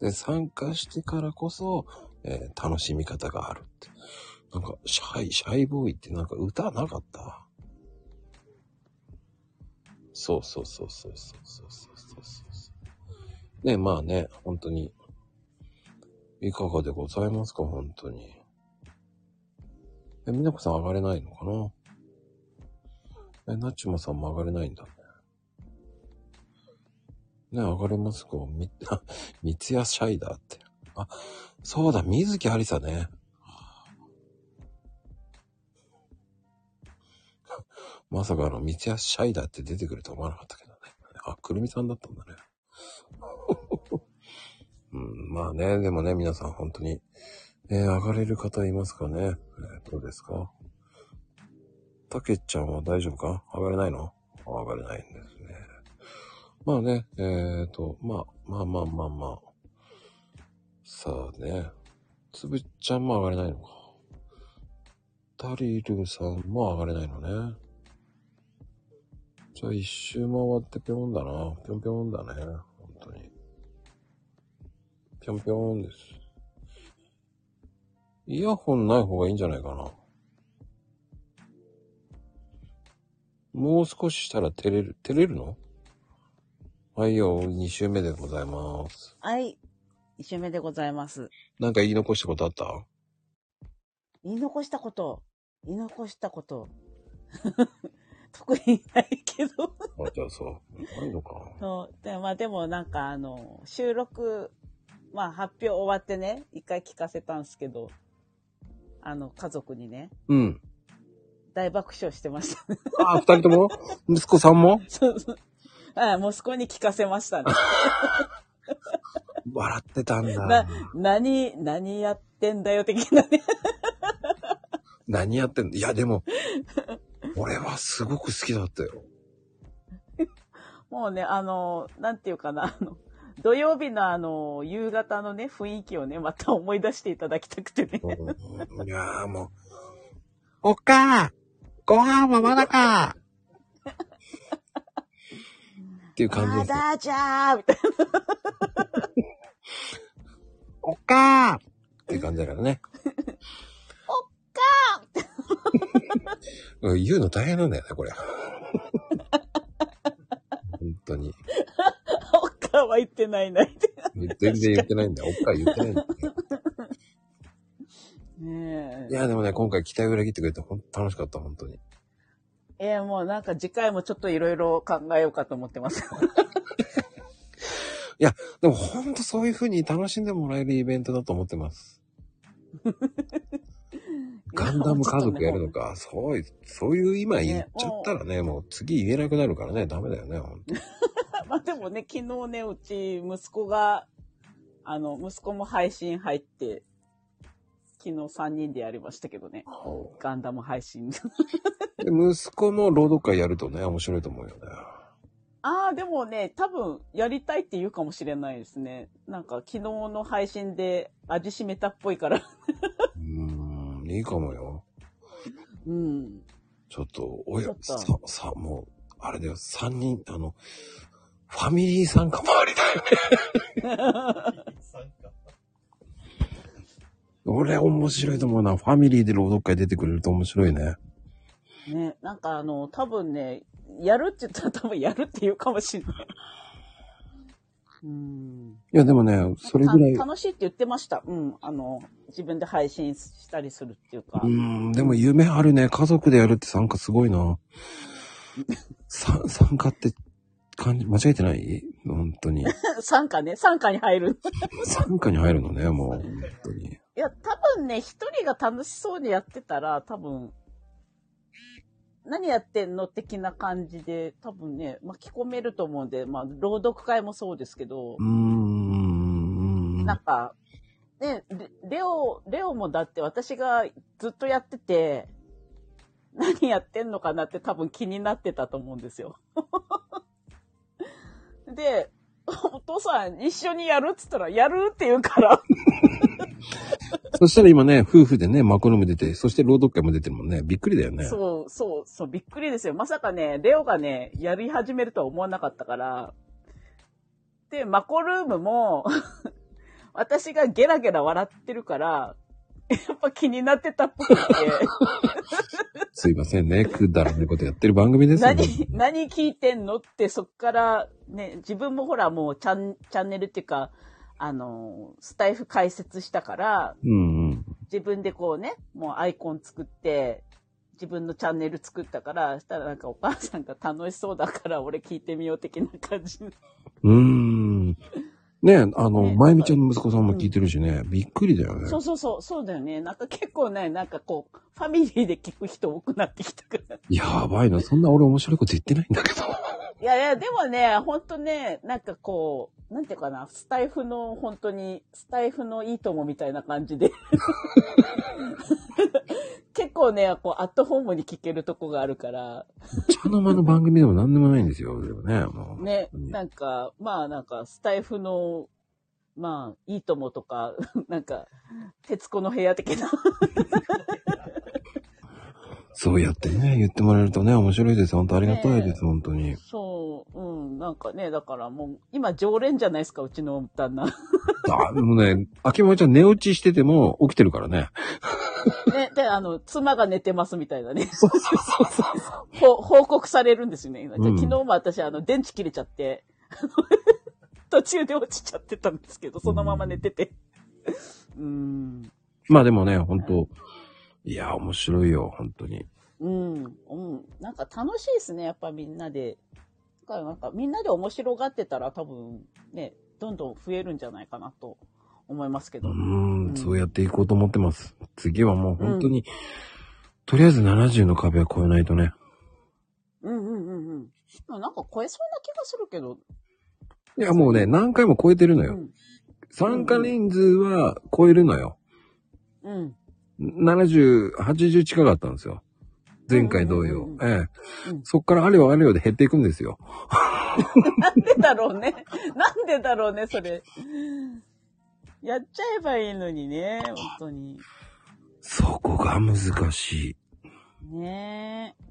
S2: で、参加してからこそ、えー楽しみ方があるって。なんか、シャイ、シャイボーイってなんか歌なかったそうそうそうそうそうそうそうそうそう。ね、まあね、本当に、いかがでございますか、本当に。え、みなこさん上がれないのかなえ、なっちまさんも上がれないんだね。ね、上がれますかみ、 あ、三ツ矢シャイだって。あ、そうだ、水木ありさね。まさかあの、三ツ矢シャイだって出てくると思わなかったけどね。あ、くるみさんだったんだね。 うん、まあね、でもね、皆さん本当に、えー上がれる方いますかね、えーどうですかたけちゃんは大丈夫か上がれないのあ上がれないんですね。まあね、えーと、まあ、まあまあまあまあ。さあね、つぶちゃんも上がれないのか。タリルさんも上がれないのね。じゃあ一周回ってぴょんだな。ぴょんぴょんだね。本当に。ぴょんぴょんです。イヤホンない方がいいんじゃないかな。もう少ししたら照れる、照れるのはいよ、2周目でございます。
S3: はい。一周目でございます。
S2: なんか言い残したことあった
S3: 言い残したこと。言い残したこと。特にないけど。
S2: あ、じゃあそう。ないのか。
S3: そう。でまあでもなんかあの、収録、まあ発表終わってね、一回聞かせたんですけど、あの、家族にね、
S2: うん。
S3: 大爆笑してました。
S2: あ、二人とも息子さんも
S3: そうそう。あ息子に聞かせまし たね。
S2: 笑ってたんだ
S3: な。、何、何やってんだよ的なね。
S2: 何やってんのいや、でも、俺はすごく好きだったよ。
S3: もうね、あの、なんていうかな、あの、土曜日のあの、夕方のね、雰囲気をね、また思い出していただきたくてね。
S2: いやーもう。おっかーご飯はまだかっていう感じ
S3: ま
S2: です。
S3: だじゃーみたい
S2: おっかーっていう感じだからね。
S3: な。
S2: うん言うの大変なんだよね、これ。本当に。
S3: おっかは言ってないな、って。
S2: 全然言ってないんだよ。おっかー言ってないんだよ。
S3: ねえ。
S2: いや、でもね、今回期待を裏切ってくれて、ほんと楽しかった、本当に。
S3: ええもうなんか次回もちょっといろいろ考えようかと思ってます。
S2: いや、でもほんとそういう風に楽しんでもらえるイベントだと思って ます。ガンダム家族やるのか、そういう、そういう今言っちゃったらね、もう次言えなくなるからね、ダメだよね、ほんと。
S3: まあでもね、昨日ね、うち息子が、あの、息子も配信入って、昨日3人でやりましたけどね。ガンダム配信。
S2: で息子も朗読会やるとね、面白いと思うよね。
S3: ああ、でもね、多分やりたいって言うかもしれないですね。なんか昨日の配信で味しめたっぽ いから。
S2: うん、いいかもよ。
S3: うん。
S2: ちょっと、おや
S3: ちょっ、と
S2: さ、さ、もう、あれだよ、三人、あの、ファミリー参加もありだよね。 俺面白いと思うな。ファミリーで朗読会出てくれると面白いね。
S3: ね、なんかあの、多分ね、やるって言ったら 多分やるって言うかもしれない。うん。
S2: いや、でもね、それぐらい
S3: た。楽しいって言ってました。うん。あの、自分で配信したりするっていうか。
S2: うん、でも夢あるね。家族でやるって参加すごい な。さ参加って感じ、間違えてない本当に。
S3: 参加ね、参加に入る。
S2: 参加に入るのね、もう。本当に。
S3: いや、多分ね、一人が楽しそうにやってたら、多分、何やってんの的な感じで、多分ね、巻き込めると思うんで、まあ、朗読会もそうですけど、なんか、ね、レレオ、レオもだって私がずっとやってて、何やってんのかなって多分気になってたと思うんですよ。 で、お父さん一緒にやるっつったら、やるって言うから、
S2: そしたら今ね、夫婦でね、マコルーム出て、そして朗読会も出てるもんね。びっくりだよね。
S3: そう、そう、そう、びっくりですよ。まさかね、レオがね、やり始めるとは思わなかったから。で、マコルームも、 私がゲラゲラ笑ってるから、やっぱ気になってたっぽく
S2: すいませんね。くだらないことやってる番組 で
S3: て、
S2: すよ。
S3: 何、何聞いてんのって、そっから、ね、自分もほらもうチャン、チャンネルっていうか、あの、スタイフ解説したから、
S2: うんうん。
S3: 自分でこうね、もうアイコン作って、自分のチャンネル作ったから、したらなんかお母さんが楽しそうだから俺聞いてみよう的な感じ。
S2: うーん。ねあの、まゆみちゃんの息子さんも聞いてるしね。びっくりだよね。
S3: そうそうそう、そうだよね。なんか結構ね、なんかこう、ファミリーで聞く人多くなってきたから。
S2: やばいな。そんな俺面白いこと言ってないんだけど。
S3: いやいや、でもね、ほんとね、なんかこう、なんていうかな、スタイフの、本当に、スタイフのいいともみたいな感じで。結構ね、こう、アットホームに聞けるとこがあるから、
S2: 茶の間の番組でも何でもないんですよ。でもね、も
S3: ね、なんか、まあなんか、スタイフの、まあ、いいともとか、 なんか、徹子の部屋的な。
S2: う、そうやってね、言ってもらえるとね、面白いです。本当ありがたいです、本当に。
S3: そう、うん、なんかね、だからもう、今常連じゃないですか、うちの旦那。
S2: あ、でもね、秋山ちゃん寝落ちしてても起きてるからね。
S3: ね、で、あの、妻が寝てますみたいなね。 そうそうそう そう。報告されるんですよね。
S2: うん
S3: 昨日も私、あの、電池切れちゃって、 途中で落ちちゃってたんですけど、そのまま寝てて。うん。
S2: まあでもね、本当いや、面白いよ、本当に。
S3: うん、うん。なんか楽しいですね、やっぱみんなで。だからなんかみんなで面白がってたら多分ね、どんどん増えるんじゃないかなと思いますけど。
S2: うん、そうやっていこうと思ってます。次はもう本当に、とりあえず70の壁は越えないとね。
S3: うんうんうんうん。でもなんか超えそうな気がするけど。
S2: いや、もうね、何回も超えてるのよ。
S3: うん
S2: 参加人数は超えるのよ。
S3: うん。
S2: 70、80近かったんですよ。前回同様。ええ。そっからあれよあれよで減っていくんですよ。
S3: なんでだろうね。なんでだろうね、それ。やっちゃえばいいのにね、本当に。
S2: そこが難し
S3: ねえ。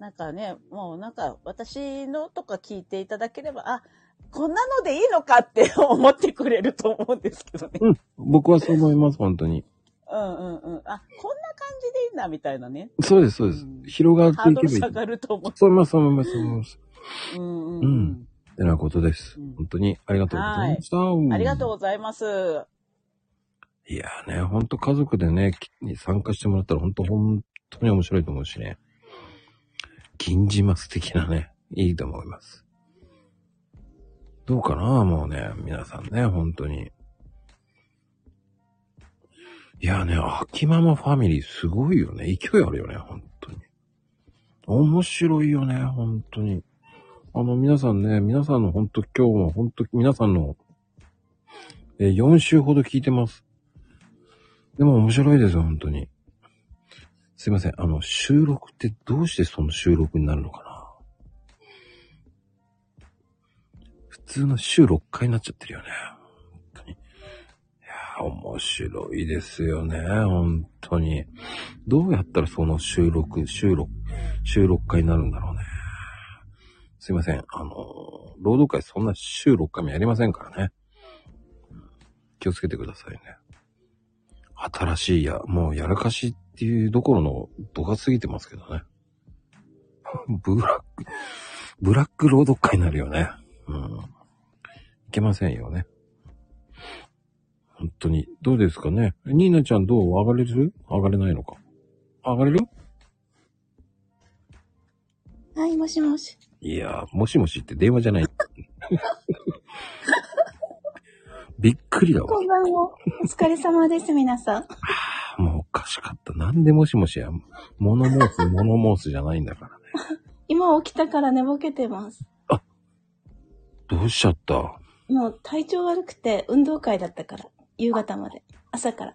S3: なんかね、もうなんか私のとか聞いていただければ、あ、こんなのでいいのかって思ってくれると思うんですけどね。
S2: い。うん。僕はそう思います、本当に。
S3: うんうんうん。あ、こんな感じでいいんだみたいなね。
S2: そうです、そうです。広がって
S3: ハー
S2: い
S3: ド
S2: け
S3: ル
S2: ばいい
S3: 下。がると思う。
S2: そう思います、そう思います、そう思います。
S3: うんうん
S2: う。ん。ってなことです。本当にありがとうございました。
S3: ありがとうございます。
S2: いやーね、ほんと家族でね、き参加してもらったらほんと本当に面白いと思うしね。銀じます的なね、いいと思います。どうかなもうね、皆さんね、本当に。いやーね、秋ママファミリーすごいよね。勢いあるよね、本当に。面白いよね、本当に。あの、皆さんね、皆さんの本当今日も本当皆さんの、えー4週ほど聞いてます。でも面白いですよ、本当に。すいません。あの、収録ってどうしてその収録になるのかな普通の週6回になっちゃってるよね。本当に。いや面白いですよね、本当に。どうやったらその収録、収録、収録会になるんだろうね。すいません。あの、労働会そんな収録会もやりませんからね。気をつけてくださいね。新しいや、もうやらかしっていうどころの度が過ぎてますけどね。 ブラック、ブラック労働会になるよね。うん。いけませんよね。本当に。どうですかねニーナちゃんどう上がれる上がれないのか。上がれる
S13: はい、もしもし。
S2: いやー、もしもしって電話じゃない。びっくりだわ。
S13: こんばんは。お疲れ様です、皆さん。
S2: もうおかしかった。なんでもしもしや。物申す、物申すじゃないんだから。
S13: 今起きたから寝ぼけてます。
S2: どうしちゃった
S13: もう体調悪くて運動会だったから、夕方まで。朝から。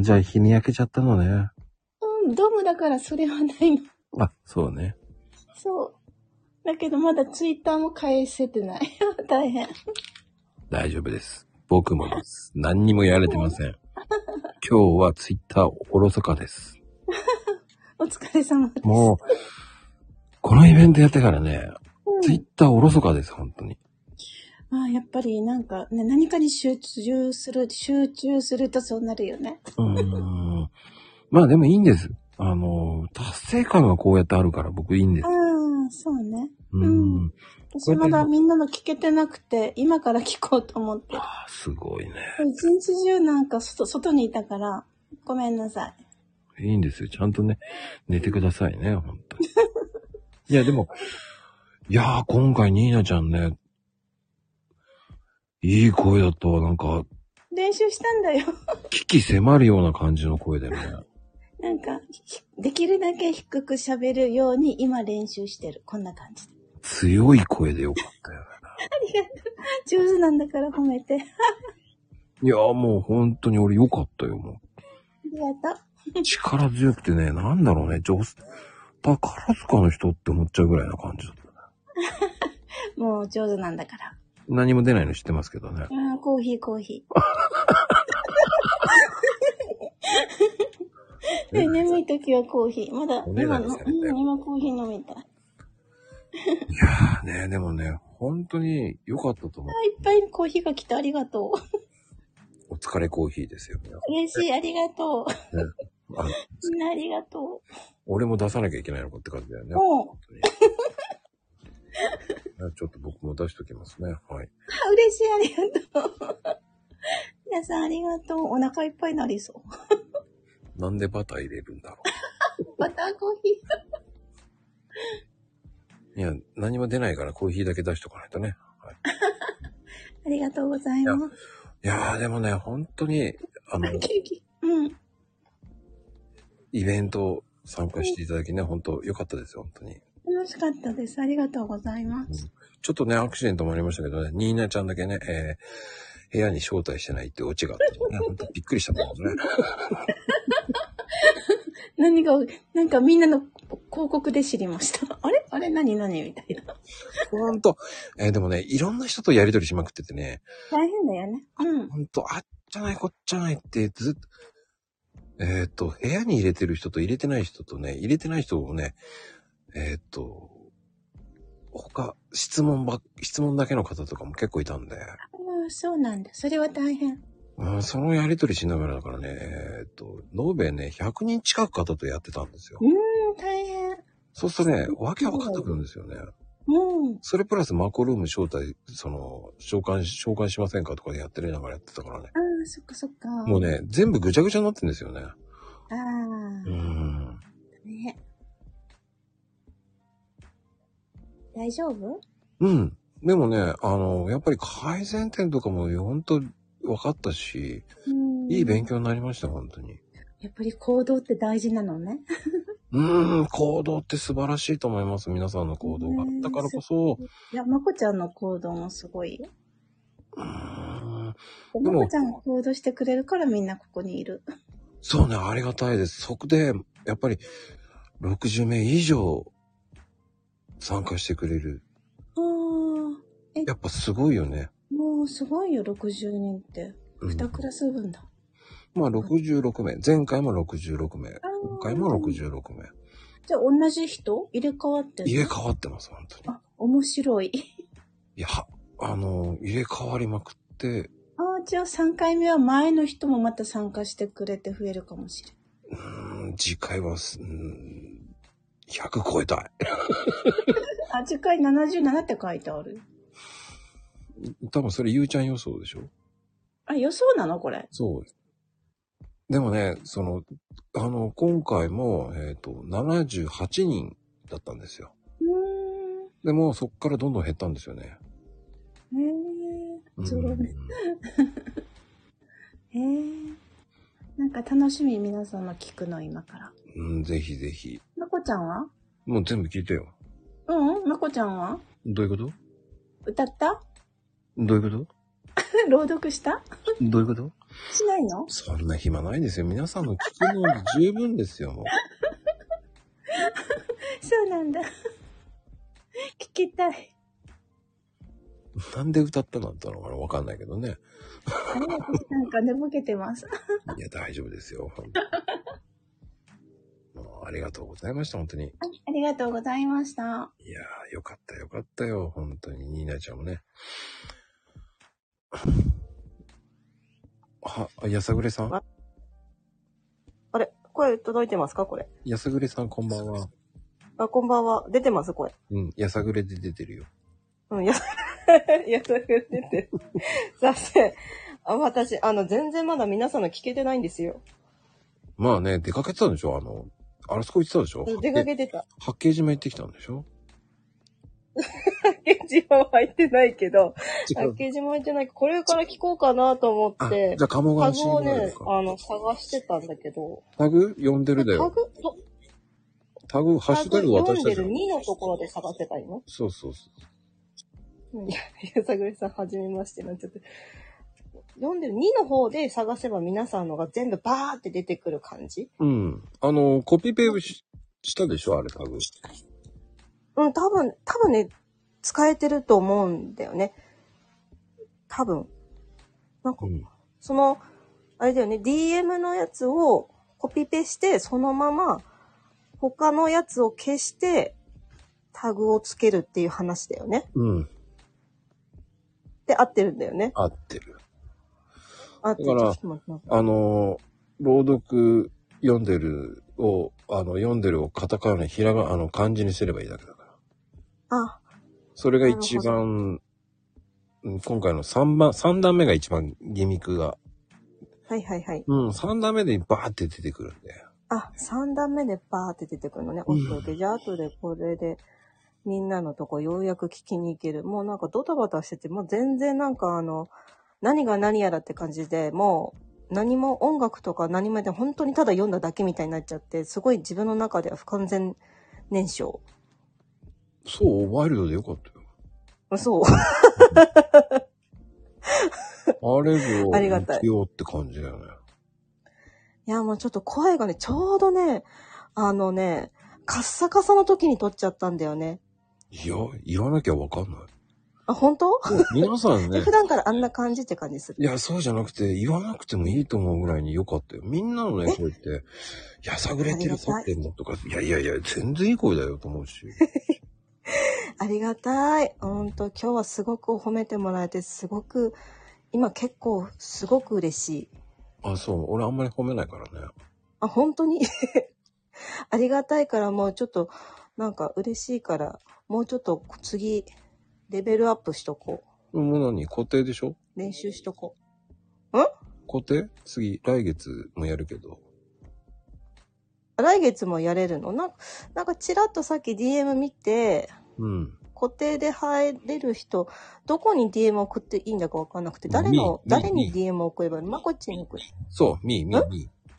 S2: じゃあ日に焼けちゃったのね。
S13: うん、ドームだからそれはないの。
S2: あ、そうね。
S13: そう。だけどまだツイッターも返せてない。 大変。
S2: 大丈夫です。僕もです。何にもやられてません。今日はツイッターおろそかです。
S13: お疲れ様です。
S2: もう、このイベントやってからね、ツイッターおろそかです、本当に。
S13: まあ、やっぱりなんかね、何かに集中する、集中するとそうなるよね。
S2: うーん。まあでもいいんです。あの、達成感がこうやってあるから僕いいんです。
S13: うん、そうね。
S2: うーん。
S13: 私まだみんなの聞けてなくて、今から聞こうと思って。
S2: すごいね。
S13: 一日中なんか外、外にいたから、ごめんなさい。
S2: いいんですよ。ちゃんとね、寝てくださいね、本当 に。いや、でも、いやー、今回ニーナちゃんね、いい声だったわ。なんか、
S13: 練習したんだよ。
S2: 危機迫るような感じの声だよね。
S13: なんか、ひできるだけ低く喋るように今練習してる。こんな感じで。
S2: 強い声でよかったよ。
S13: ありがとう。上手なんだから褒めて。あ
S2: いやー、もう本当に俺よかったよ、も
S13: りがと
S2: う。力強くてね、なんだろうね、女性、宝塚の人って思っちゃうぐらいな感じだった。
S13: う。 もう上手なんだから。
S2: 何も出ないの知ってますけどね。
S13: ああ、コーヒー、コーヒ ー。ね眠い時はコーヒー。まだ
S2: おね
S13: 今
S2: だり
S13: の、
S2: され
S13: うん、今コーヒー飲みたい。
S2: ねでもね、本当に良かったと思
S13: あいっぱいコーヒーが来てありがとう。
S2: う。お疲れコーヒーですよ、皆さ
S13: 嬉しい、ありがとう。
S2: んねあの
S13: みんなありがと
S2: 俺も出さなきゃいけないのかって感じだよ
S13: う。
S2: ね。
S13: もう。
S2: ちょっと僕も出しときますね。はい。
S13: あ嬉しい、ありがとう。皆さんありがとう。お腹いっぱいになり そう。
S2: なんでバター入れるんだろ
S13: バターコーヒー。
S2: う。いや、何も出ないからコーヒーだけ出しとかないとね。
S13: ありがとうございます。
S2: いやーでもね、本当に、あの、
S13: ケーキ。うん。
S2: イベント参加していただきね、本当良かったですよ、本当に。
S13: 楽しかったです。ありがとうございます。
S2: ちょっとね、アクシデントもありましたけどね、ニーナちゃんだけね、えー、部屋に招待してないっていうオチがあって ね、本当びっくりしたもんね。
S13: 何が、なんかみんなの広告で知りました。 あれあれ何何みたいな。
S2: ほんと、えーでもね、いろんな人とやりとりしまくっててね、
S13: 大変だよね。うん。
S2: ほんと、あっちゃないこっちゃないってずっと、えーっ、と、部屋に入れてる人と入れてない人とね、入れてない人をね、えーっ、と、他、質問ばっ、質問だけの方とかも結構いたんで、
S13: うん、そうなんだ。それは大変。
S2: うん、そのやりとりしながらだからね、えーっ、と、延べね、100人近く方とやってたんですよ。
S13: うーん、大変。
S2: そうするとね、わけわかんなくなるんですよね。
S13: うん。
S2: それプラスマコルーム招待、その、召喚し、召喚しませんかとかでやってるながらやってたからね。
S13: ああ、そっかそっか。
S2: もう。ね、全部ぐちゃぐちゃになってんですよね。
S13: ああ、
S2: うん。
S13: ね。大丈夫
S2: うん。でもね、あの、やっぱり改善点とかも本当分かったし、
S13: うん。
S2: いい勉強になりました、本当に。
S13: やっぱり行動って大事なのね。
S2: うーん、行動って素晴らしいと思います、皆さんの行動が。だからこそ、
S13: いや、まこちゃんの行動もすごいよ。
S2: うんで
S13: ま
S2: も
S13: こちゃんが行動してくれるからみんなここにいる。
S2: そうね、ありがたいです。そこで、やっぱり、60名以上参加してくれる。
S13: ああ、
S2: やっぱすごいよね。
S13: もうすごいよ、60人って。二クラス分だ。
S2: まあ66名。前回も66名。今回も66名。
S13: じゃあ同じ人入れ替わってんの
S2: 入れ替わってます、本当に。
S13: 面白い。
S2: いや、あの、入れ替わりまくって、
S13: ああ、じゃあ3回目は前の人もまた参加してくれて増えるかもしれない。
S2: うん次回はす、うん100超えたい。
S13: あ、次回77って書いてある。
S2: 多分それゆうちゃん予想でしょ
S13: あ、予想なのこれ。
S2: そう。でもね、その、あの、今回も、えっ、と、78人だったんですよ。でも、そっからどんどん減ったんですよね。
S13: へえ、ゾロ目。 へえ。なんか楽しみ、皆さんの聞くの、今から。
S2: うん、ぜひぜひ。
S13: まこちゃんは
S2: もう全部聞いてよ。
S13: うんうんまこちゃんは
S2: どういうこと
S13: 歌った
S2: どういうこと
S13: 朗読した
S2: どういうこと
S13: しないの
S2: そんな暇ないですよ。皆さんの聞くのに十分ですよ。もう
S13: そうなんだ。聞きたい。
S2: なんで歌ったなんだろうかなわかんないけどね。
S13: ありがとう。なんか寝ぼけて ます。
S2: いや、大丈夫ですよ。本当に もうありがとうございました、本当に。
S13: ありがとうございました。
S2: いやー、よかった、よかったよ。本当に、ニーナちゃんもね。は、あやさぐれさん
S21: あれ声届いてますかこれ。
S2: やさぐれさん、こんばんは。
S21: あ、こんばんは。出てます声。
S2: うん、やさぐれで出てるよ。
S21: うん、や、 やさぐれ出て る。させん。あ、私、あの、全然まだ皆さんの聞けてないんですよ。
S2: まあね、出かけてたんでしょあの、あそこ行ってたでしょ
S21: 出かけてた。
S2: 八景島行ってきたんでしょ
S21: 八景島は行ってないけど、
S2: 違う
S21: 八景島は行ってない。これから聞こうかなと思って、
S2: じゃあ鴨川
S21: タ
S2: のシー
S21: グ
S2: ン
S21: を
S2: ぐらいで
S21: ね
S2: すか、
S21: あの、探してたんだけど、
S2: タグ読んでる
S21: タ
S2: だよ。
S21: グ、と
S2: タグ、ハッシュタグ
S21: 読
S2: 渡し
S21: ん
S2: た
S21: で
S2: じゃ
S21: る
S2: ん。
S21: 2のところで探せばいいの
S2: そうそうそ
S21: いや、いやさぐれさん、はじめましてなんちゃって。読んでる2の方で探せば皆さんのが全部バーって出てくる感じ
S2: う。うん。あの、コピペししたでしょあれタグ。
S21: うん、多分、多分ね、使えてると思うんだよね。多分。なん
S2: か、
S21: その、あれだよね、DM のやつをコピペして、そのまま、他のやつを消して、タグをつけるっていう話だよね。
S2: うん。
S21: で、合ってるんだよね。
S2: 合ってる。
S21: 合っ
S2: だ
S21: て
S2: か
S21: る。ちょ
S2: ら
S21: っと待って待って、
S2: あの、朗読読んでるを、あの、読んでるをカタカナにひらが、あの、漢字にすればいいだけだから。
S21: あ、
S2: それが一番、うん今回の3番、三段目が一番ギミックが。
S21: はいはいはい。
S2: うん、3段目でバーって出てくるんで。
S21: あ、3段目でバーって出てくるのね。オッケーオッケー。じゃあ、後でこれで、みんなのとこようやく聞きに行ける。もうなんかドタバタしてて、もう全然なんかあの、何が何やらって感じで、もう何も音楽とか何もやって、本当にただ読んだだけみたいになっちゃって、すごい自分の中では不完全燃焼。
S2: そう、ワイルドでよかったよ。
S21: そう。
S2: あれぞ、
S21: ありがたい
S2: 日曜って感じだよね。
S21: いや、もうちょっと声がね、ちょうどね、あのね、カッサカサの時に撮っちゃったんだよね。
S2: いや、言わなきゃわかんない。
S21: あ、本当
S2: 皆さんね
S21: 普、段からあんな感じって感じする。
S2: いや、そうじゃなくて、言わなくてもいいと思うぐらいに良かったよ。みんなのね、そう言って、いやさぐれてる、さってんのとか、いやいやいや、全然いい声だよと思う し。
S21: ありがたい。ほんと、今日はすごく褒めてもらえて、すごく、今結構、すごく嬉しい。
S2: あ、そう、俺あんまり褒めないからね。
S21: あ、本当に ありがたいから、もうちょっと、なんか嬉しいから、もうちょっと次、レベルアップしとこ
S2: もう何固定でしょ
S21: う。練習しとこ
S2: 固定次、来月もやるけど。
S21: う。来月もやれるのなんか、なんかちらっとさっき DM 見て、
S2: うん。
S21: 固定で入れる人、どこに DM 送っていいんだかわかんなくて、誰の、
S2: み
S21: 誰に DM 送ればいいのまこっちに送る。
S2: そう、みー、みー、みー。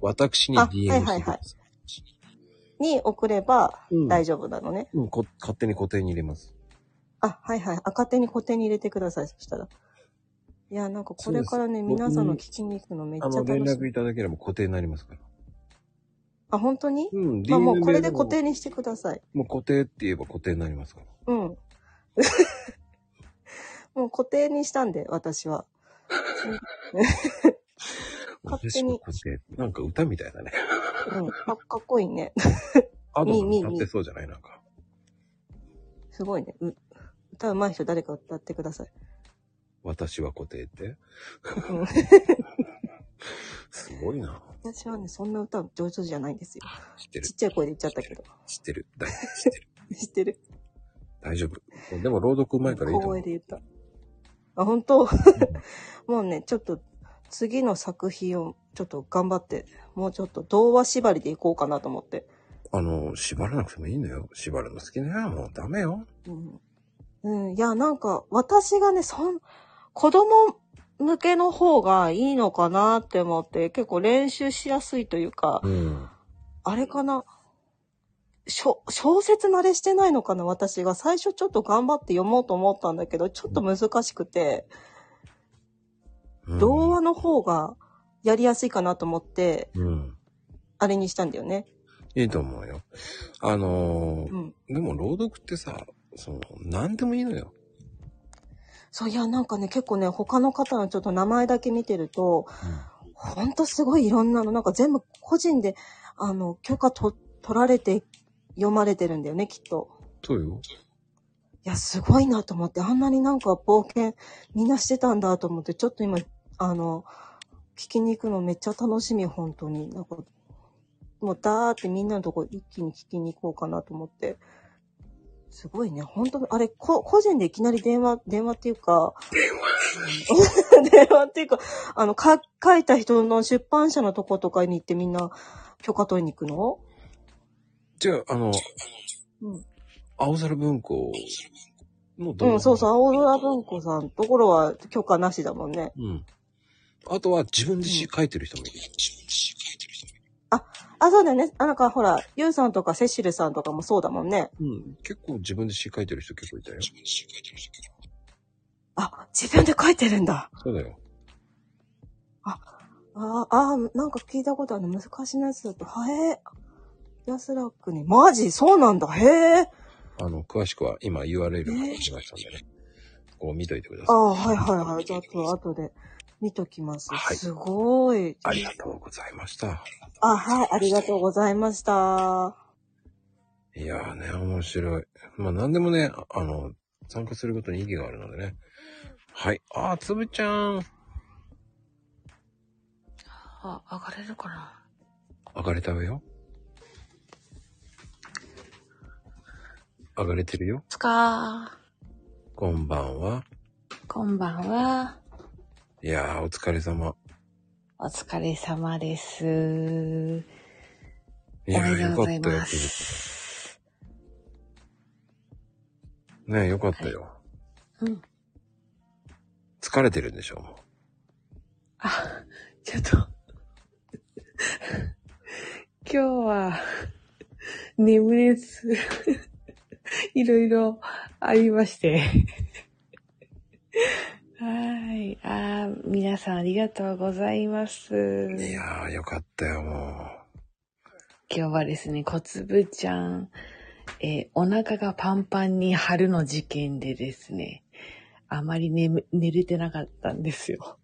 S2: 私に DM
S21: はいはい
S2: して
S21: は
S2: く
S21: い。に送れば
S2: うん
S21: 大丈夫なのね。
S2: うん、こ勝手に固定に入れます。
S21: あ、はいはい。あ、勝手に固定に入れてください。そしたら。いや、なんかこれからね、
S2: そうです
S21: 皆さんの聞きに行くのめっちゃ
S2: あの、
S21: 楽
S2: 連
S21: し
S2: 絡
S21: み。
S2: いただければ固定になりますから。
S21: あ、本当に
S2: うん
S21: まあ、
S2: DM
S21: もうこれ
S2: で
S21: で
S2: も
S21: 固定にしてください。
S2: もう固定って言えば固定にな りますから。
S21: う ん。もう固定にしたんで、私は。
S2: 勝手に。って、なんか歌みたいだね。
S21: うん、かかっこいいね。
S2: アド
S21: み
S2: バ
S21: ーみー
S2: ン歌っ
S21: み
S2: て
S21: ー。
S2: そうじゃないなんか。
S21: すごいね。う歌うまい人誰か歌ってください。
S2: 私は固定って。
S21: うん
S2: すごいな。
S21: 私はね、そんな歌上手じゃないんですよ。
S2: 知ってる
S21: ちっちゃい声で言っちゃったけど。
S2: 知ってる。大
S21: 知ってる。
S2: 大丈夫。でも朗読うまいからいいと
S21: 大
S2: 思う。
S21: 声で言った。あ、本当もうね、ちょっと、次の作品をちょっと頑張って、もうちょっと童話縛りでいこうかなと思って。
S2: あの、縛らなくてもいいのよ。縛るの好きならもうダメよ。
S21: うん。うん、いや、なんか、私がね、そん、子供向けの方がいいのかなって思って、結構練習しやすいというか、あれかな、小、小説慣れしてないのかな、私が。最初ちょっと頑張って読もうと思ったんだけど、ちょっと難しくて、童話の方がやりやすいかなと思って、
S2: うん。
S21: あれにしたんだよね。
S2: いいと思うよ。あのーでも朗読ってさ、その、何でもいいのよ。
S21: そういや、なんかね、結構ね、他の方のちょっと名前だけ見てると、ほんとすごいいろんなの、なんか全部個人で、あの、許可と取られて読まれてるんだよね、きっと。
S2: そうよ。
S21: いや、すごいなと思って、あんなになんか冒険みんなしてたんだと思って、ちょっと今、あの、聞きに行くのめっちゃ楽しみ、本当に。なんか、もうだーってみんなのとこ一気に聞きに行こうかなと思って。すごいね。本当に、あれ、こ、個人でいきなり電話、電話っていうか、 電話っていうか、あの、か、書いた人の出版社のとことかに行ってみんな許可取りに行くの
S2: じゃあ、あの、
S21: うん
S2: 青空文庫の動
S21: う
S2: 画
S21: ん、そうそう、青空文庫さんところは許可なしだもんね。
S2: うん。あとは自分自身書いてる人もいる。
S21: あ、そうだよね。あ、なんかほら、ユウさんとかセシルさんとかもそうだもんね。
S2: うん。結構自分自身書いてる人結構いたよ。
S21: あ、自分で書いてるんだ。
S2: そうだよ。
S21: ああ、なんか聞いたことある難しいやつだと。はえー。安らくに。マジそうなんだ。へえ。
S2: あの、詳しくは今 URL が出ましたんでね。こう見といてくだ
S21: あ
S2: さ
S21: あ、はいはいはい。じゃあ、ちょっと後で見ときます。すごい。
S2: い。ありがとうございました。
S21: あ、はい。ありがとうございました。
S2: いやーね、面白い。まあ何でもね、あの、参加することに意義があるのでね。はい。あー、つぶちゃん。
S22: あ、上がれるかな
S2: 上がれたわよ。上がれてるよ。
S22: つか
S2: こんばん
S22: ー。
S2: は。
S22: こんばんは。
S2: いやー、お疲れ様。
S22: お疲れ様です。お
S2: いや
S22: め
S2: ー、
S22: でと
S2: よ
S22: う
S2: か
S22: ご
S2: っ
S22: ざい
S2: たよ
S22: ま、す。
S2: つぶちゃんねえ、よかったよ。
S22: うん。
S2: 疲れてるんでしょ、も
S22: あ、ちょっと。今日は、眠れず、 いろいろありまして。 はーい。あー皆さんありがとうございます。
S2: いやー、よかったよ、も
S22: 今日はですね、小粒ちゃん、えーお腹がパンパンに張るの事件でですね、あまり眠寝れてなかったんですよ。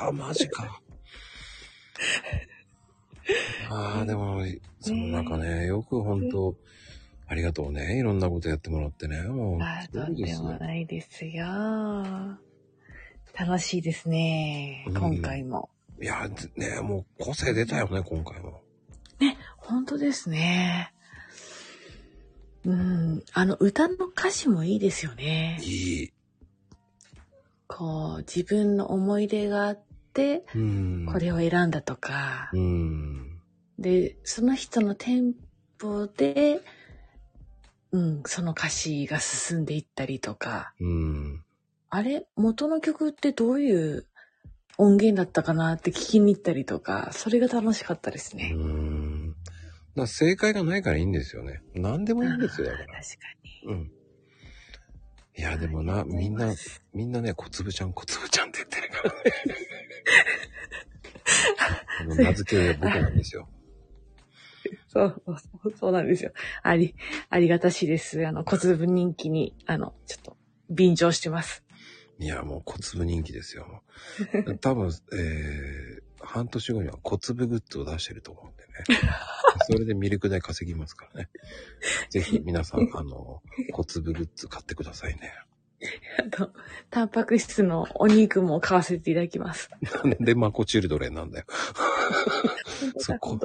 S2: あ、マジか。う。あー、でも、その中ね、よく本当、ありがとうね。いろんなことやってもらってね。もう、
S22: あー
S2: す
S22: と
S2: ごい
S22: んで
S2: よ
S22: もないですよ。楽しいですね。今回も。
S2: いや、ね、もう個性出たよね、今回も。
S22: 本当ですね。うん。あの、歌の歌詞もいいですよね。
S2: いい。
S22: こう、自分の思い出があって、これを選んだとか、で、その人のテンポで、うん、その歌詞が進んでいったりとか、
S2: うん。
S22: あれ、元の曲ってどういう音源だったかなって聞きに行ったりとか、それが楽しかったですね。
S2: だから正解がないからいいんですよね。何でもいいんですよ、だから。確
S22: か
S2: に。うん。いや、でもな、みんな、みんなね、小粒ちゃん、小粒ちゃんって言ってる からね。あの、名付け僕なんですよ。
S22: そうそうそう、そうなんですよ。あり、ありがたしいです。あの、小粒人気に、あの、ちょっと、便乗してます。
S2: いや、もう小粒人気ですよ。多分、えー、半年後には小粒グッズを出してると思うんでね。それでミルク代稼ぎますからね。ぜひ皆 さん、あの、小粒グッズ買ってくださいね。
S22: あと、タンパク質のお肉も買わせていただきます。
S2: なんでマコチルドレンなんだよ。そこ。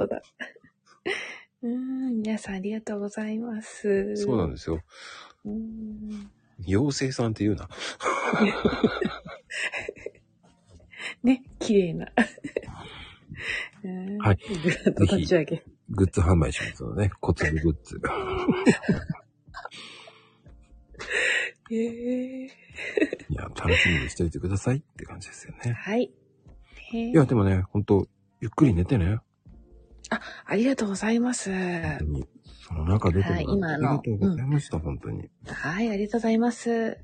S22: うーん、皆さんありがとうございます。
S2: そうなんですよ。
S22: うーん
S2: 妖精さんって言うな。
S22: ね、綺麗な。
S2: はい。
S22: グラッと立ち上げ。
S2: グッズ販売しますのでね。小粒グッ ズ。
S22: ええ
S2: いや、楽しみにしておいてくださいって感じですよね。
S22: はい。
S2: い
S22: い
S2: や、でもね、ほんと、ゆっくり寝てね。
S22: あ、ありがとうございます。
S2: その中出てもら
S22: は
S2: っ
S22: い
S2: て、
S22: 今
S2: あり
S22: の
S2: がとうございました、本当に。
S22: はい、ありがとうございます。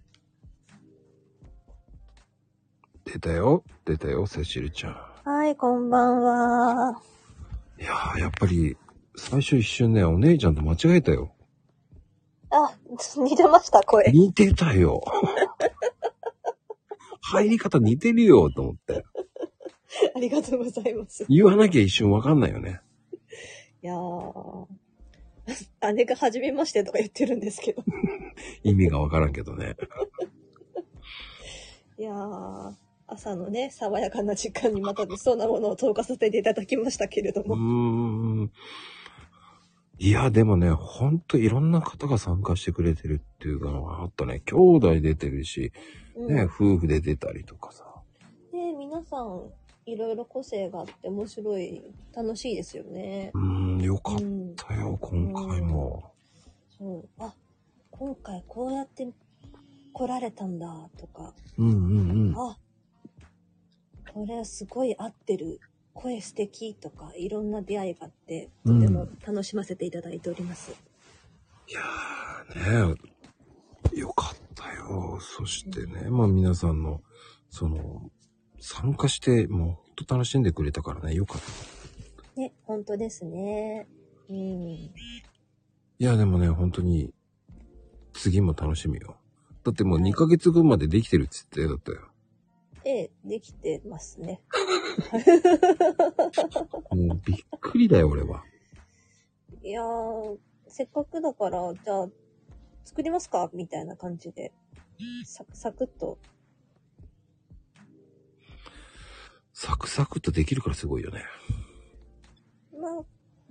S2: 出たよ、出たよ、セシルちゃん。
S23: はい、こんばんは。
S2: いやー、やっぱり、最初一瞬ね、お姉ちゃんと間違えたよ。
S23: あ、似てました、声。
S2: 似てた よ。入り方似てるよ、と思って。
S23: ありがとうございます。
S2: 言わなきゃ一瞬わかんないよね。
S23: いやー。姉が初めましてとか言ってるんですけ ど。
S2: 意味がわからんけどね。
S23: いやー。朝のね、爽やかな時間にまた物騒なものを投下させていただきましたけれど
S2: う
S23: も。
S2: ーん。いや、でもね、ほんといろんな方が参加してくれてるっていうのがあったね。兄弟出てるし、ね、
S23: うん
S2: 夫婦で出たりとかさ。
S23: ね皆さん、いろいろ個性があって面白い、楽しいですよね。
S2: うん、よか
S23: った
S2: よ、今回も。
S23: そう。あ、今回こうやって来られたんだ、とか。
S2: うんうんうん。
S23: あ、これすごい合ってる。声素敵とか、いろんな出会いがあって、とても楽しませていただいております。
S2: ねえ、よかったよ。そしてね、まあ皆さんの、その、参加して、もうほんと楽しんでくれたからね、よかった。
S23: ね、本当ですね。うん。
S2: いや、でもね、本当に、次も楽しみよ。だってもう2ヶ月分までできてるっつって、だったよ。
S23: ええ、できてます ね。
S2: もうびっくりだよ、俺は。
S23: いやー、せっかくだから、じゃあ、作りますかみたいな感じで。サクサクっと。
S2: サクサクっとできるからすごいよね。
S23: まあ、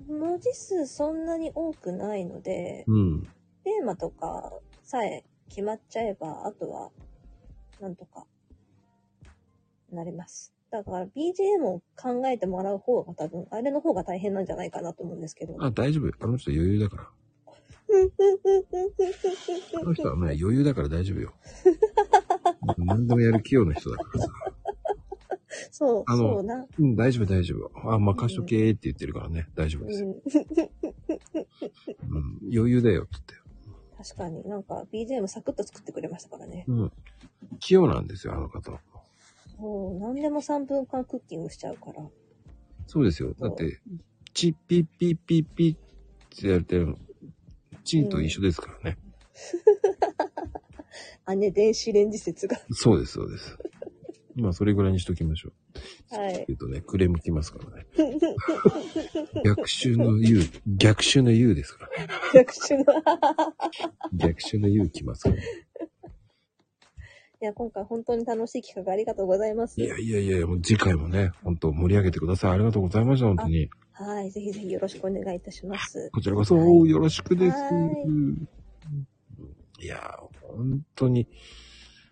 S23: 文字数そんなに多くないので、
S2: うん。
S23: テーマとかさえ決まっちゃえば、あとは、なんとか、なります。だから BGM を考えてもらう方が多分、あれの方が大変なんじゃないかなと思うんですけど。
S2: あ、大丈夫。あの人余裕だから。あの人はね、余裕だから大丈夫 よ。何でもやる器用な人だからさ。
S23: そう、
S2: あの、
S23: そうな。
S2: うん、大丈夫、大丈夫。あ、任しとけーって言ってるからね、大丈夫です。
S23: うん、
S2: うん、余裕だよ、つって。
S23: 確かになんか BGM サクッと作ってくれましたからね。
S2: うん。器用なんですよ、あの方。
S23: もう何でも3分間クッキングしちゃうから。
S2: そうですよ。だって、チッピッピッピッピッってやってるの、チンと一緒ですからね。
S23: 姉電子レンジ説が。
S2: そうです、そうです。今、それぐらいにしときましょう。
S23: はい。
S2: 言うとね、クレームきますからね。逆襲の U、逆襲の U ですからね。
S23: 逆襲の。
S2: 逆襲の U きますから、ね。
S23: いや、今回本当に楽しい企画ありがとうございます。
S2: いやいやいやいや、もう次回もね、本当盛り上げてください。ありがとうございました、本当に。
S23: はい。ぜひぜひよろしくお願いいたします。
S2: こちらこそ、よろしくです。いやー、本当に、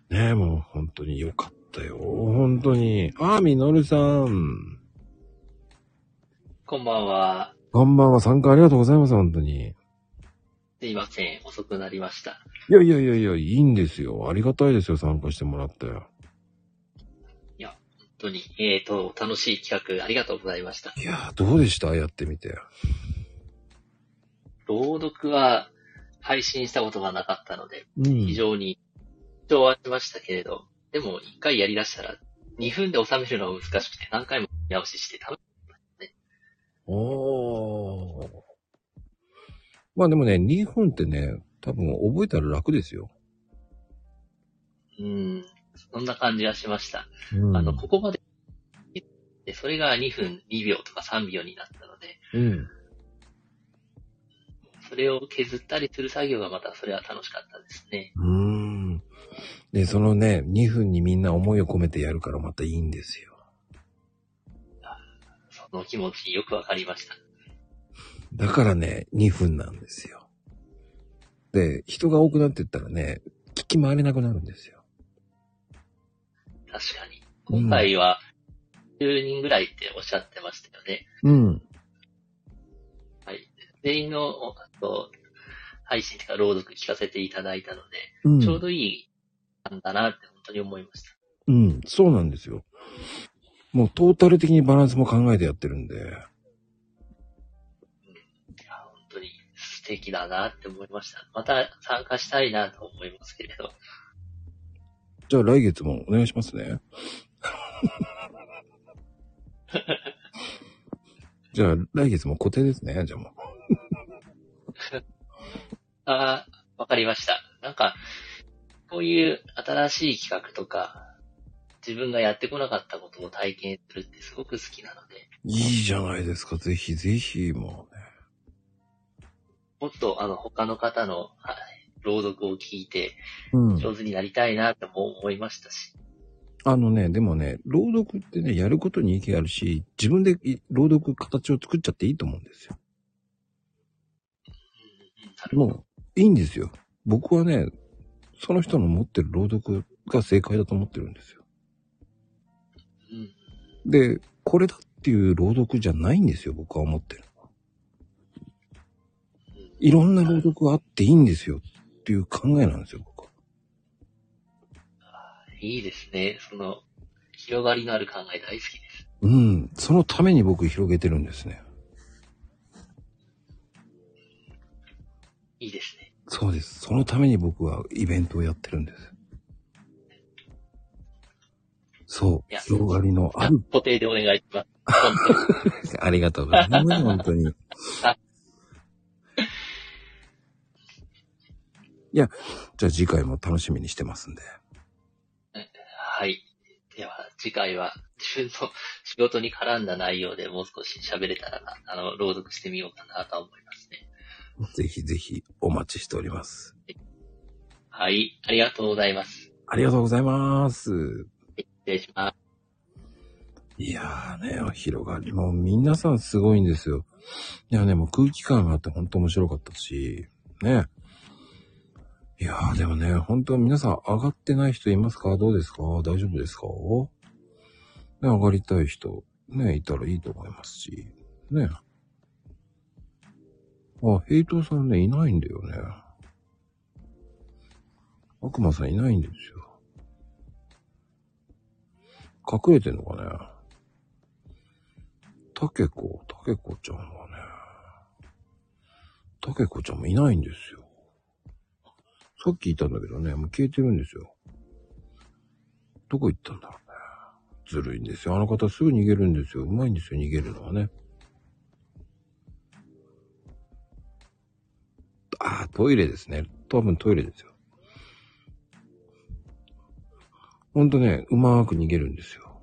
S2: ねえ、もう本当に良かったよ。本当に。あー、みのるさん。
S17: こんばんは。
S2: こんばんは、参加ありがとうございます、本当に。
S17: すいません。遅くなりました。
S2: いやいやいやいや、いいんですよ。ありがたいですよ、参加してもらって。
S17: いや、本当に、えっ、と、楽しい企画ありがとうございました。
S2: いや、どうでしたやってみて。
S17: 朗読は配信したことがなかったので、
S2: うん
S17: 非常に緊張はしましたけれど、でも一回やり出したら、2分で収めるのが難しくて何回も見直ししてた。
S2: おー。まあでもね、2分ってね、多分覚えたら楽ですよ。
S17: うん、そんな感じがしました。
S2: うん
S17: あの、ここまで、でそれが2分2秒とか3秒になったので、
S2: うん。
S17: それを削ったりする作業がまたそれは楽しかったですね。
S2: うーん。で、そのね、2分にみんな思いを込めてやるからまたいいんですよ。
S17: その気持ちよくわかりました。
S2: だからね、2分なんですよ。で、人が多くなってったらね、聞き回れなくなるんですよ。
S17: 確かに。今回は、10人ぐらいっておっしゃってましたよね。
S2: うん。
S17: はい。全員の、おあと配信とか朗読聞かせていただいたので、
S2: うん
S17: ちょうどいいなんだなって本当に思いました。
S2: うん、そうなんですよ。もうトータル的にバランスも考えてやってるんで。
S17: 本当に素敵だなって思いました。また参加したいなと思いますけれど。
S2: じゃあ来月もお願いします ね。じゃあ来月も固定ですね、じゃあもう。
S17: ああ、わかりました。なんか、こういう新しい企画とか、自分がやってこなかったことを体験するってすごく好きなので、
S2: いいじゃないですか、ぜひぜひ、も
S17: もっとあの他の方のあ朗読を聞いて、
S2: う。うん。
S17: 上手になりたいなとも思いましたし、
S2: あのね、でもね、朗読ってね、やることに意義あるし、自分でい朗読形を作っちゃっていいと思うんですよ。もう、いいんですよ。僕はね、その人の持ってる朗読が正解だと思ってるんですよ。で、これだっていう朗読じゃないんですよ、僕は思ってる。いろんな朗読があっていいんですよっていう考えなんですよ。
S17: いいですね。その、広がりのある考え大好きです。
S2: うん。そのために僕広げてるんですね。
S17: いいですね。
S2: そうです。そのために僕はイベントをやってるんです。そう。広がりのある。
S17: 固定でお願いします。本当に
S2: ありがとうございます。本当に。いや、じゃあ次回も楽しみにしてますんで。
S17: はい。では、次回は自分の 仕事に絡んだ内容でもう少し喋れたらな、あの、朗読してみようかなと思いますね。
S2: ぜひぜひお待ちしております。
S17: はい。ありがとうございます。
S2: ありがとうございます。
S17: 失礼します。
S2: いやーね、広がり、もう皆さんすごいんですよ。いやね、もう空気感があって本当面白かったし、ね。いやーでもね、本当皆さん上がってない人いますかどうですか大丈夫ですかね、上がりたい人、ね、いたらいいと思いますし、ね。あ、ヘイトさんね、いないんだよね。悪魔さんいないんですよ。隠れてんのかねたけこ、たけこちゃんはね、たけこちゃんもいないんですよ。さっきいたんだけどね、もう消えてるんですよ。どこ行ったんだろうね。ずるいんですよ。あの方すぐ逃げるんですよ。うまいんですよ、逃げるのはね。ああ、トイレですね。多分トイレですよ。ほんとね、うまーく逃げるんですよ。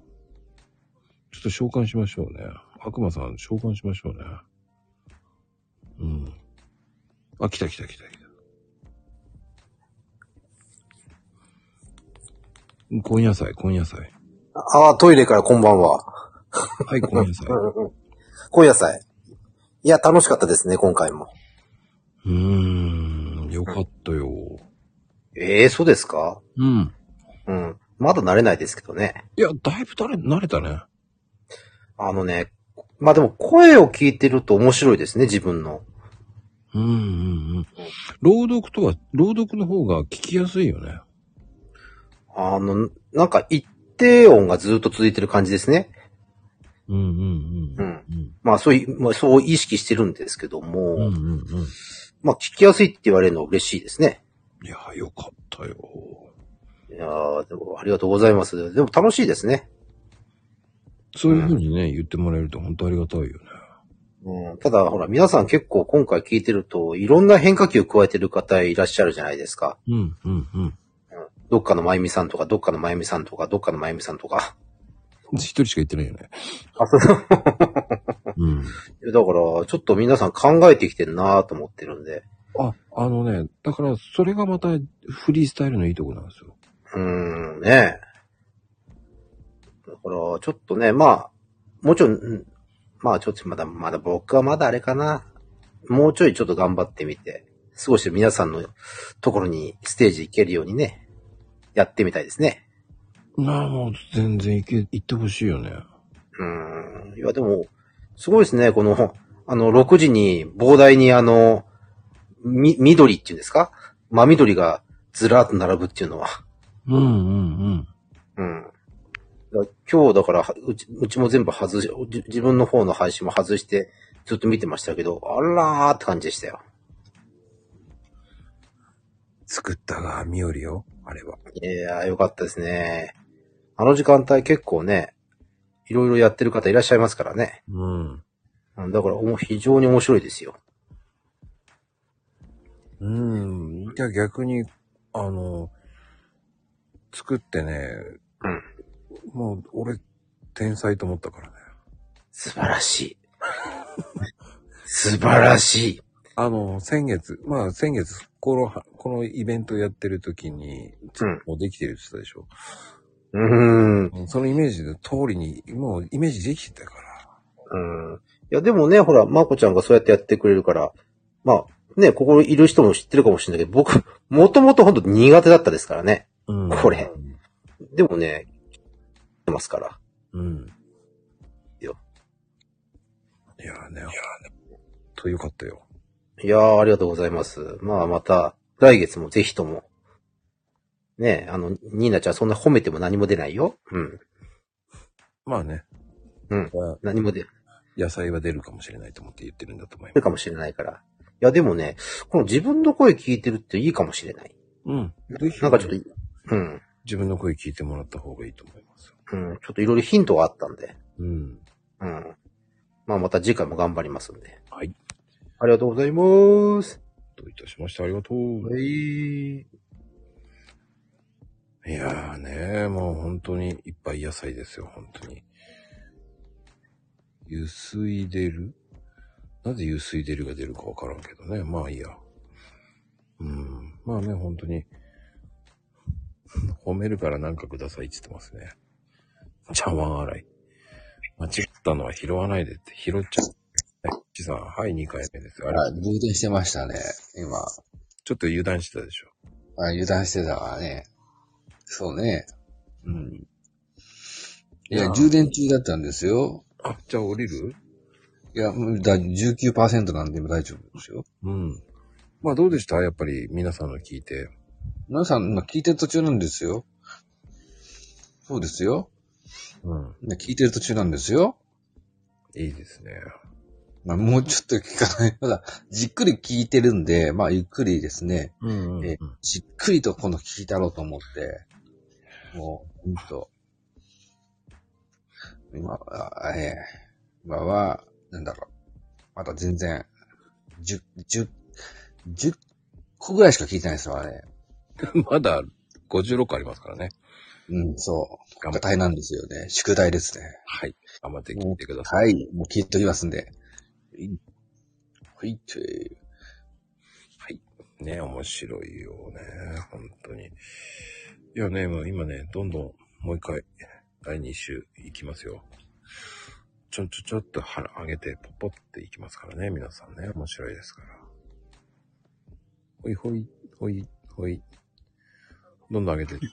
S2: ちょっと召喚しましょうね。悪魔さん、召喚しましょうね。うん。あ、来た来た来た来た。今野菜、今野菜。
S7: ああ、トイレからこんばんは。
S2: はい、今野菜。
S7: 今夜さえ。いや、楽しかったですね、今回も。
S2: うーん、よかったよ。
S7: ええそうですか
S2: うん。
S7: うん。まだ慣れないですけどね。
S2: いや、だいぶ慣れ、慣れたね。
S7: あのね、まあでも声を聞いてると面白いですね、自分の。
S2: うんうんうん。朗読とは、朗読の方が聞きやすいよね。
S7: あの、なんか一定音がずっと続いてる感じですね。
S2: うんうん
S7: うん。まあそうい、まあそう意識してるんですけど
S2: う
S7: も、
S2: んうんうん。
S7: まあ聞きやすいって言われるのは嬉しいですね。
S2: いやー、よかったよ。
S7: いやーでもありがとうございます。でも楽しいですね。
S2: そういうふうにね、言ってもらえると本当ありがたいよね。
S7: うん、ただ、ほら、皆さん結構今回聞いてると、いろんな変化球を加えてる方いらっしゃるじゃないですか。
S2: うんうんうん。
S7: どっかのまゆみさんとか、どっかのまゆみさんとか、どっかのまゆみさんとか。
S2: 一人しか言ってないよね。
S7: あ、そうそう。うん。だから、ちょっと皆さん考えてきてんなぁと思ってるんで。
S2: あ、あのね、だからそれがまたフリースタイルのいいとこなんですよ。
S7: うーん、ねえ。だから、ちょっとね、まあ、もちろんうん、まあちょっとまだ、まだ僕はまだあれかな。もうちょいちょっと頑張ってみて、少し皆さんのところにステージ行けるようにね、やってみたいですね。
S2: まあもう全然いけ、行ってほしいよね。
S7: うーん。いや、でも、すごいですね。この、あの、6時に、膨大にあの、み、緑っていうんですか真緑がずらーっと並ぶっていうのは。
S2: うんうん
S7: うん。だ今日だから、はうち、うちも全部外し、じ自分の方の配信も外して、ずっと見てましたけど、あらーって感じでしたよ。
S2: 作ったが、みよりよ、あれは。
S7: いやー、よかったですね。あの時間帯結構ね、いろいろやってる方いらっしゃいますからね。
S2: うん。
S7: うんだから、おも非常に面白いですよ。
S2: うん。じゃあ逆に、あの、作ってね、もう俺、天才と思ったからね。
S7: 素晴らしい。素晴らしい。
S2: あの、先月、まあ先月、この、このイベントやってる時に、もうできてるって言ってたでしょ。
S7: うん。
S2: そのイメージの通りに、もうイメージできてたから。
S7: うん。いや、でもね、ほら、まこちゃんがそうやってやってくれるから、まあ、ね、ここいる人も知ってるかもしれないけど、僕、 もともとほんと苦手だったですからね。これ。でもね、来てますから。
S2: うん。
S7: よ。
S2: いやーね。とよかったよ。
S7: いやー、ありがとうございます。まあ、また、来月もぜひとも。ねあの、ニーナちゃんそんな褒めても何も出ないよ。うん。
S2: まあね。
S7: うん。何も出る。
S2: 野菜は出るかもしれないと思って言ってるんだと思います。
S7: るかもしれないから。いや、でもね、この自分の声聞いてるっていいかもしれない。
S2: うん。
S7: なんかちょっと、うん。
S2: 自分の声聞いてもらった方がいいと思います。
S7: うん。ちょっといろいろヒントがあったんで。
S2: うん。
S7: うん。まあ、また次回も頑張りますんで。
S2: はい。
S7: ありがとうございます。
S2: どういたしまして、ありがとう。
S7: はい。い
S2: やーね、もう本当にいっぱい野菜ですよ、本当に。ゆすいでるなぜゆすいでるが出るかわからんけどね。まあいいや。うん。まあね、本当に。褒めるからなんかくださいって言ってますね。茶碗洗い。間違ったのは拾わないでって、拾っちゃう。はいちさん、はい、2回目です。あれ
S4: 充電してましたね、今。
S2: ちょっと油断してたでしょ。
S4: あ油断してたからね。そうね。
S2: うん。
S4: いや、充電中だったんですよ。
S2: あ、じゃあ降りる
S4: いや、もうだ19%なんで大丈夫ですよ。
S2: うん。まあどうでしたやっぱり皆さんの聞いて。
S4: 皆さん、今聞いてる途中なんですよ。そうですよ。
S2: うん。
S4: ね聞いてる途中なんですよ。
S2: いいですね。
S4: まあ、もうちょっと聞かない。まだ、じっくり聞いてるんで、まあ、ゆっくりですね。
S2: うんうん
S4: えじっくりと今度聞いたろうと思って、もう、ほんと。今は、えー今は、なんだろう。まだ全然、10、10、10個ぐらいしか聞いてないですわね。
S2: まだ56個ありますからね。
S4: うん、そう。課題なんですよね。宿題ですね。
S2: はい。頑張って聞いてくだ
S4: さい。はい。もう聞いておきますんで。はい、という。
S2: ね、面白いよね。本当に。いやね、もう今ね、どんどんもう一回、第2週いきますよ。ちょんちょちょっと腹上げて、ポッポっていきますからね、皆さんね。面白いですから。ほいほい、ほい、ほい。どんどん上げて、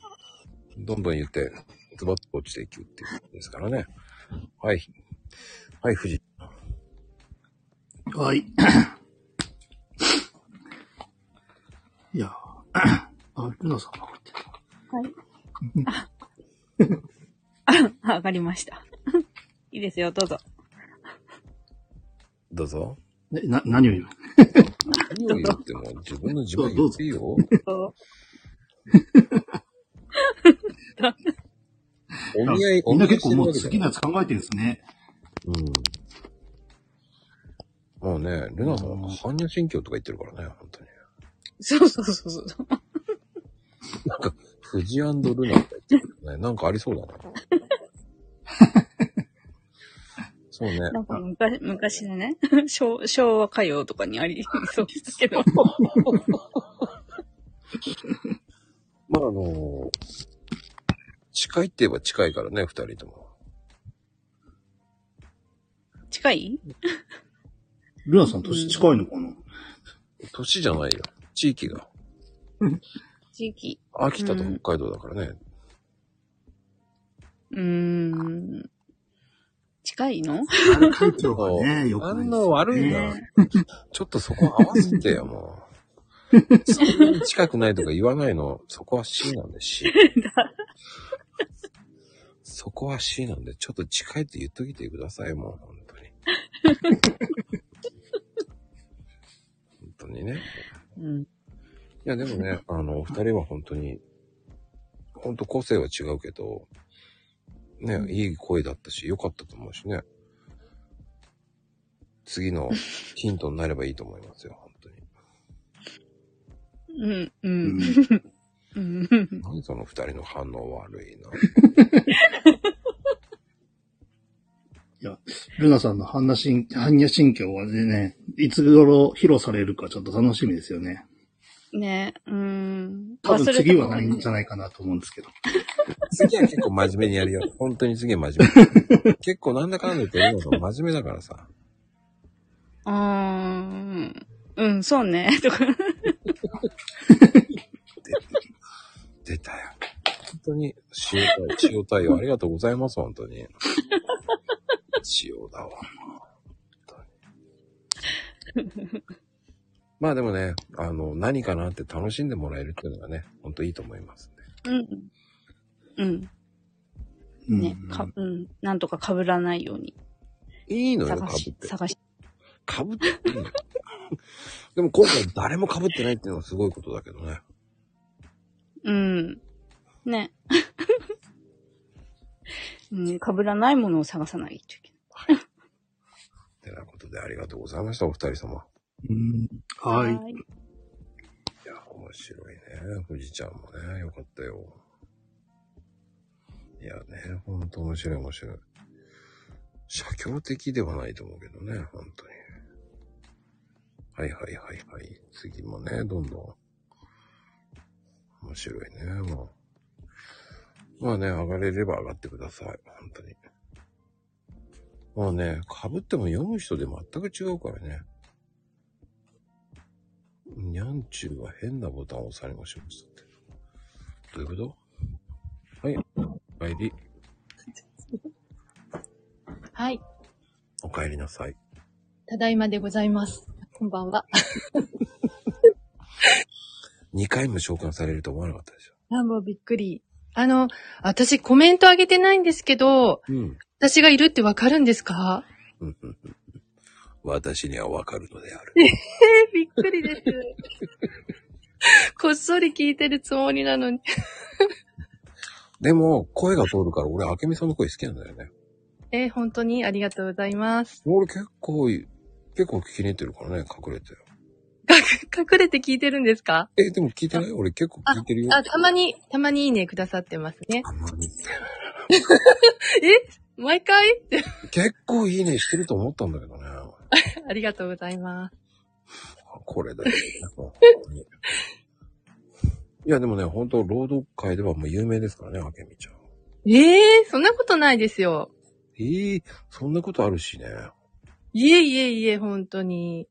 S2: どんどん言って、ズバッと落ちていくっていうことですからね。はい。はい、藤井。
S10: はい。いや、あ、ルナさんが入って
S13: はい。あ、あわかりました。いいですよ、どうぞ。
S2: どうぞ。
S10: る。ね、な、何を言う
S2: 何を言っても自分の自分言っていいよ。
S13: お
S2: お見合い、
S10: み
S2: お
S10: ん
S2: 見合
S10: ない結構もう
S2: して
S10: 好き
S2: る
S10: な
S2: わ
S10: やつ考えてるんですね。
S2: けだ。もうね、ルナさん、般若心経とか言ってるからね、本当に。
S13: そうそうそうそう。
S2: なんか、フジルナみたいな、ね。なんかありそうだな。 そうね。
S11: なんか昔昔のね昭、昭和歌謡とかにありそうですけ ど。
S2: まあ、あの近いって言えば近いからね、二人とも。
S11: 近い
S5: ルナさん年近いのかな
S2: 年じゃないよ。地域が。
S11: 地域。
S2: 秋田と北海道だからね。
S11: うん。うーん近いの
S2: 環境がね、よく反応悪いな。ちょっとそこ合わせてよ、も う。そんなに近くないとか言わないの、そこは C なんで C。そこは C なんで、ちょっと近いって言っときてください、もう、本 当にね。
S11: うん。
S2: いや、でも ね、あの、お二人は本当に、本当個性は違うけど、ね、いい声だったし、良かったと思うしね。次のヒントになればいいと思いますよ、本当に。
S11: うん、うん。うん。
S2: 何その二人の反応悪いな。
S5: いや、ルナさんの般若心般若心経はね、いつ頃披露されるかちょっと楽しみですよね。
S11: ねえ、うーん。
S5: 多分次は
S11: 忘れた
S5: ないんじゃないかなと思うんですけど。
S2: 次は結構真面目にやるよ。本当に次は真面 目。結構なんだかんだ言ってるのと真面目だからさ。
S11: うーん。うん、そうね。とか。
S2: 出たよ。本当に、塩対、塩対応ありがとうございます、本当 に。塩だわ。まあでもね、あの、何かなって楽しんでもらえるっていうのがね、本当いいと思います。
S11: うん。うん。ね、か、うん。なんとか被らないように。
S2: いいのよ、
S11: 探
S2: 被っ
S11: し、
S2: て。
S11: 探し。
S2: 被っていいのよ。でも今回誰も被ってないっていうのはすごいことだけどね。
S11: うん。 ね。うん、被らないものを探さないといけ
S2: てなことでありがとうございました、お二人様。
S5: はい。
S11: ない。
S2: いや、面白いね。富士ちゃんもね、よかったよ。いやね、ほんと面白い面白い。社協的ではないと思うけどね、本当に。はいはいはいはい。次もね、どんどん。面白いね、もう。まあね、上がれれば上がってください、本当に。もうね、被っても読む人で全く違うからね。にゃんちゅうは変なボタンを押されましょうしたって。どういうことはい。お帰り。
S9: はい。
S2: お帰りなさい。
S9: ただいまでございます。こんばんは。
S2: 2回も召喚されると思わなかったでしょ。
S9: あ、もうびっくり。あの、私コメントあげてないんですけど、
S2: うん。
S9: 私がいるってわかるんですか
S2: 私にはわかるのである。
S9: えーびっくりです。こっそり聞いてるつもりなのに。
S2: でも、声が通るから俺、明美さんの声好きなんだよね。
S9: えー本当にありがとうございます。
S2: 俺結構い、結構聞きに入ってるからね、隠れて。
S9: 隠れて聞いてるんですか
S2: え、でも聞いてない俺結構聞いてるよ。
S9: あ、たまに、たまにいいねくださってますね。 え毎回 って
S2: 結構いいねしてると思ったんだけどね。
S9: ありがとうございます。
S2: これだよね。もういや、でもね、本当朗読会ではもう有名ですからね、明美ちゃん。
S9: ええそんなことないですよ。
S2: ええそんなことあるしね。
S9: いえいえいえ、本当に。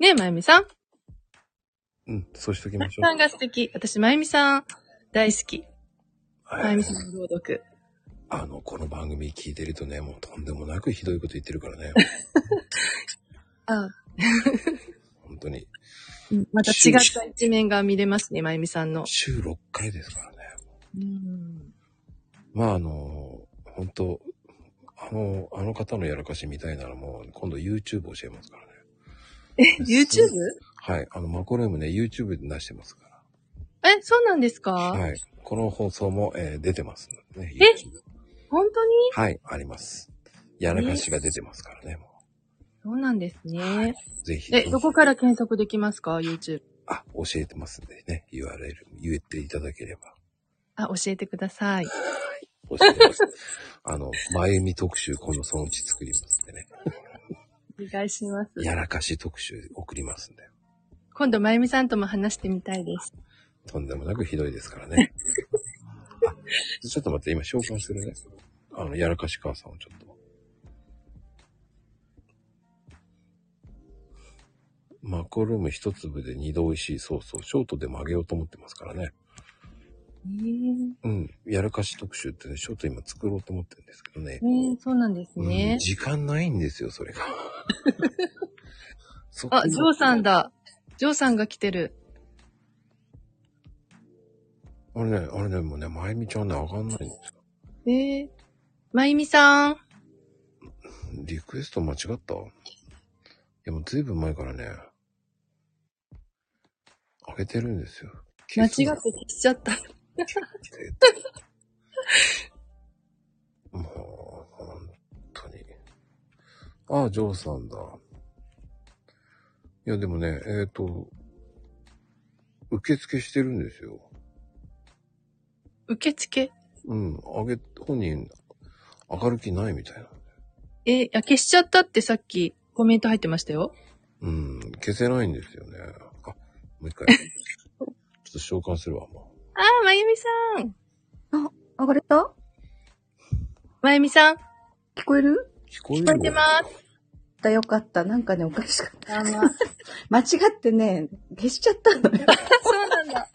S9: ねえ、まゆみさん。
S2: うん、そうしとき
S9: ま
S2: ま
S9: ゆ
S2: し
S9: み
S2: ょ
S9: さんが素敵。私、まゆみさん大好き。まゆみさんの朗読。
S2: う。あの、この番組聞いてるとね、もうとんでもなくひどいこと言ってるから ね。
S9: あ
S2: 本当に。
S9: うんまた違った一面が見れますね、まゆみさんの。
S2: 週6回ですからね。
S9: うん
S2: まあ、あの、本当あの、あの方のやらかし見たいならもう、今度 YouTube 教えますからね。
S9: え、YouTube?
S2: はい。あの、マコルームね、YouTube で出してますか
S9: え、そうなんですか、
S2: ら。はい。この放送も、えー出てますのでね。
S9: え、本当に
S2: はい、あります。やらかしが出てますからね。も
S9: そうなんですね。
S2: うぜひ。
S9: え、どこから検索できますか ?YouTube。
S2: あ、教えてますんでね、URL 言っていただければ。
S9: あ、教えてください。
S2: 教えてます。あの、前見特集、このそのうち作りますんでね。
S9: お願いします。
S2: やらかし特集送りますんで。
S9: 今度、まゆみさんとも話してみたいです。
S2: とんでもなくひどいですからね。あちょっと待って、今召喚するね。あの、やらかし母さんをちょっと。マコルーム一粒で二度美味しいソースをショートでもあげようと思ってますからね。うん。やらかし特集ってね、ショート今作ろうと思ってるんですけどね。
S9: ねそうなんです
S2: う
S9: ね
S2: ん。時間ないんですよ、そ れが。そこ
S9: あ、ジョーさんだ。ジョーさんが来てる。
S2: あれね、あれね、もうね、まゆみちゃんね、上がんないんですよ。
S9: えー、まゆみさん。
S2: リクエスト間違ったいや、もうずいぶん前からね、あげてるんですよ。
S9: 間違って消しちゃった。
S2: もう、本当に。ああ、ジョーさんだ。いや、でもね、えっ、と、受付してるんですよ。
S9: 受付
S2: うん、あげ、本人、上がる気ないみたいな。
S9: えーいや消しちゃったってさっきコメント入ってましたよ。
S2: うん、消せないんですよね。あ、もう一回。 ちょっと召喚するわ、も
S9: あー、まゆみさん。
S13: 上がれた
S9: まゆみさん。
S13: 聞こえる
S2: 聞こえ
S13: る
S9: 聞こえてます。
S13: だ、よかった。なんかね、おかしかった。 間違ってね、消しちゃったのよ。
S9: そうな んだ。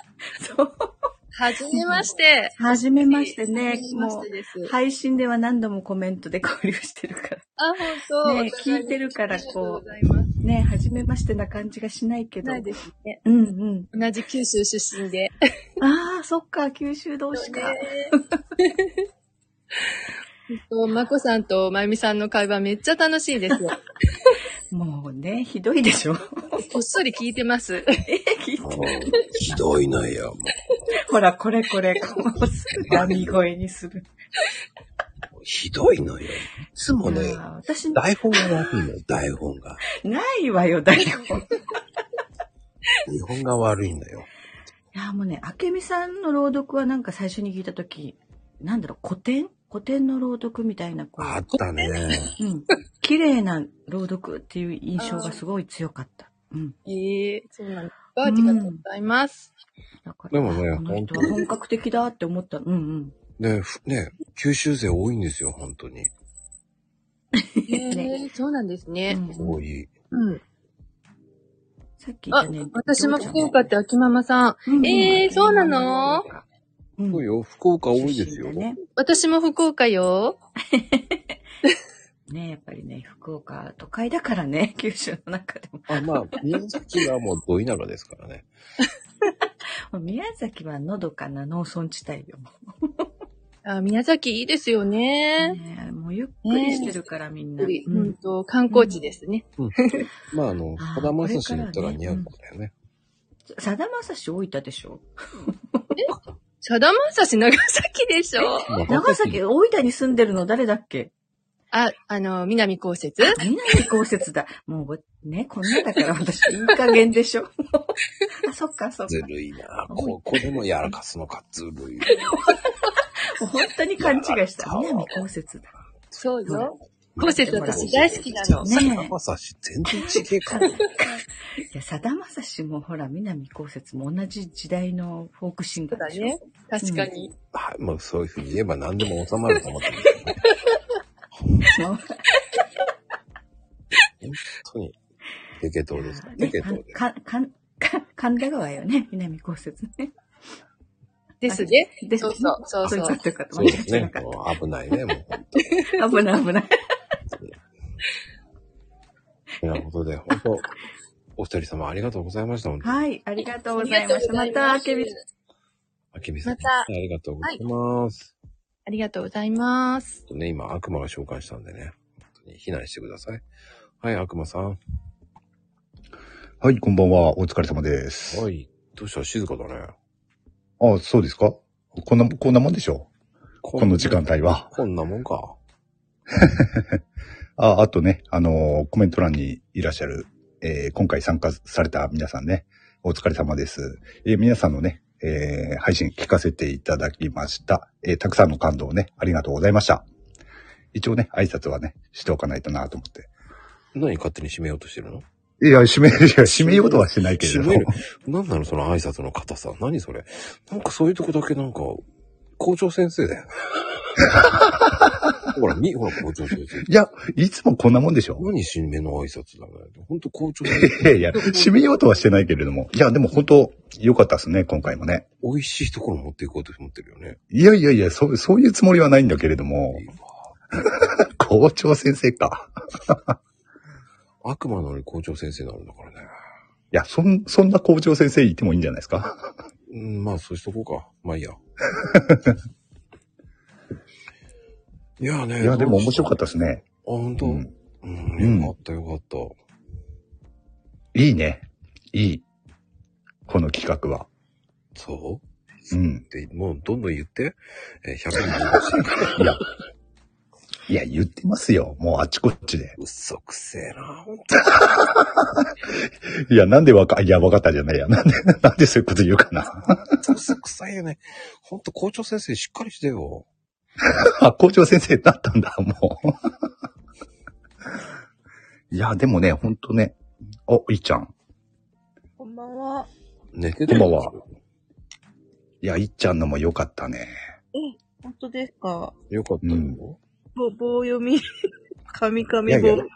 S9: はじめまして。
S13: はじめましてね。
S9: はじめましてです
S13: もう、配信では何度もコメントで交流してるから。
S9: あ、本当。
S13: ね、
S9: お互
S13: 聞
S9: に
S13: いてるから、
S9: あ
S13: こ
S9: りがとうございます
S13: う、ね、はじめましてな感じがしないけど。
S9: ないですね。
S13: うんうん。
S9: 同じ九州出身で。
S13: ああ、そっか、九州同士か。
S9: そうまこさんとまゆみさんの会話めっちゃ楽しいで すよ。
S13: もうね、ひどいでしょ。
S9: こっそり聞い てます。
S2: う。ひどいなよ、も
S13: ほら、これこれ、こう、すぐ網声にする。
S2: う。ひどいのよ。いつもね、
S13: 私
S2: 台本が悪い のよ、台本が。
S13: ないわよ、台本。い
S2: 日本が悪いんだよ。
S13: や、もうね、あけみさんの朗読はなんか最初に聞いたとき、なんだろう、古典古典の朗読みたいな、こう。あった
S2: ね。
S13: うん。綺麗な朗読っていう印象がすごい強かった。
S9: ええそうなんですか。ありがとうございます。
S2: でもね、本当に。
S13: 本格的だって思った。うんうん。
S2: ね、ふね、九州勢多いんですよ、本当に。
S9: ねそうなんですね。
S2: 多い。
S9: うん。
S13: さっ
S9: き言ったね。私も福岡って秋ママさん。ええそうなの
S2: そうよ、福岡多いですよ。
S9: 私も福岡よ。
S13: ねやっぱりね、福岡都会だからね、 九州の中でも。
S2: あ、まあ、宮崎はもうど田舎ですから ね。
S13: 宮崎はのどかな農村地帯よ。
S9: あ宮崎いいですよね。
S13: もうゆっくりしてるからみんな。
S9: 本当観光地ですね。
S2: うん。まあ、あの、
S13: あー
S2: さだまさしに言ったら似合う子だよね。
S13: さだまさし大分でしょ
S9: さだまさし長崎でしょ
S13: 長崎、大分に住んでるの誰だっけ
S9: あ、あの、南こうせつ
S13: 南こうせつだ。もう、ね、こんなだ から私、いい加減でしょ。 あ、そっか、そっか。
S2: ずるいな。ここでもやらかすのか、ずるい。
S13: もう本当に勘違いした。南こうせつだ。
S9: そうよ。こうせつ私大好きなの。
S13: ねえ
S2: さだまさし全然違 えから。
S13: いや、さだまさしもほら、南こうせつも同じ時代のフォークシンガーでしょ。ね、
S9: 確かに。
S2: はい、もうそういうふうに言えば何でも収まると思ってる。
S13: も
S2: 本当に。テケトーです。
S13: う
S2: テ
S13: ね
S2: ケトー。、
S13: か、か、 か、神田川よね、 南こうせつね。
S9: ですね。
S13: ですね。そう
S9: そうそう
S13: だったよかった
S2: そうですね。もう危ないね、もう。
S13: 危ない危ない。
S2: てなことで、本当、お二人様ありがとうございました。本当に
S13: はい、ありがとうございました。また、あけび
S2: あけみさん、
S9: また
S2: ありがとうございます。
S9: ありがとうございます。
S2: ちょっとね、今、悪魔が召喚したんでね、本当に避難してください。はい、悪魔さん。
S24: はい、こんばんは。お疲れ様です。
S2: はい、どうした静かだね。
S24: あ、そうですかこんな、こんなもんでしょう
S2: こ
S24: この時間帯は。
S2: こんなもんか。
S24: あ、あとね、あのーコメント欄にいらっしゃる、えー今回参加された皆さんね、お疲れ様です。えー皆さんのね、えー配信聞かせていただきました。えーたくさんの感動をね、ありがとうございました。一応ね、挨拶はね、しておかないとなと思って。
S2: 何勝手に締めようとしてるの
S24: いや、締め、いや、締めようとはしてないけれど。
S2: 締める。なんなのその挨拶の硬さ。何それ。なんかそういうとこだけなんか、校長先 生だよ。ほら、み、ほら、校長先生。
S24: いや、いつもこんなもんでしょ
S2: 何締めの挨拶だね。本当校長
S24: いやいや、締めようとはしてないけれども。いや、でも本当良かったですね、今回もね。
S2: 美味しいところ持っていこうと思ってるよね。
S24: いやいやいや、そう、そういうつもりはないんだけれども。校長先生か。
S2: 悪魔なのに校長先生なんだからね。
S24: いや、そん、そんな校長先生言ってもいいんじゃないですか。
S2: うん、まあ、そうしとこうか。まあいいや。いやね。
S24: いや、でも面白かったですね。
S2: あ、本当。うん、うん、よかったよかった。
S24: いいね。いい。この企画は。
S2: そううん。で、もうどんどん 言って、えー100人
S24: いや。いや、言ってますよ。もうあっちこっちで。
S2: 嘘くせえな。
S24: いや、なんでわか、いや、わかったじゃないや。なんで、なんでそういうこと言うかな。
S2: 嘘くさいよね。ほんと校長先生しっかりしてよ。
S24: あ、校長先生だったんだ、もう。いや、でもね、ほんとね。お、いっちゃん。
S12: こんばんは。
S2: 寝て
S24: こんばんは。いや、いっちゃんのも良かったね。
S12: え、本当ですか。
S2: よかったよ。
S12: ぼ棒 読み。カミカ
S24: い
S12: ミ
S24: やい
S12: 棒
S24: や。い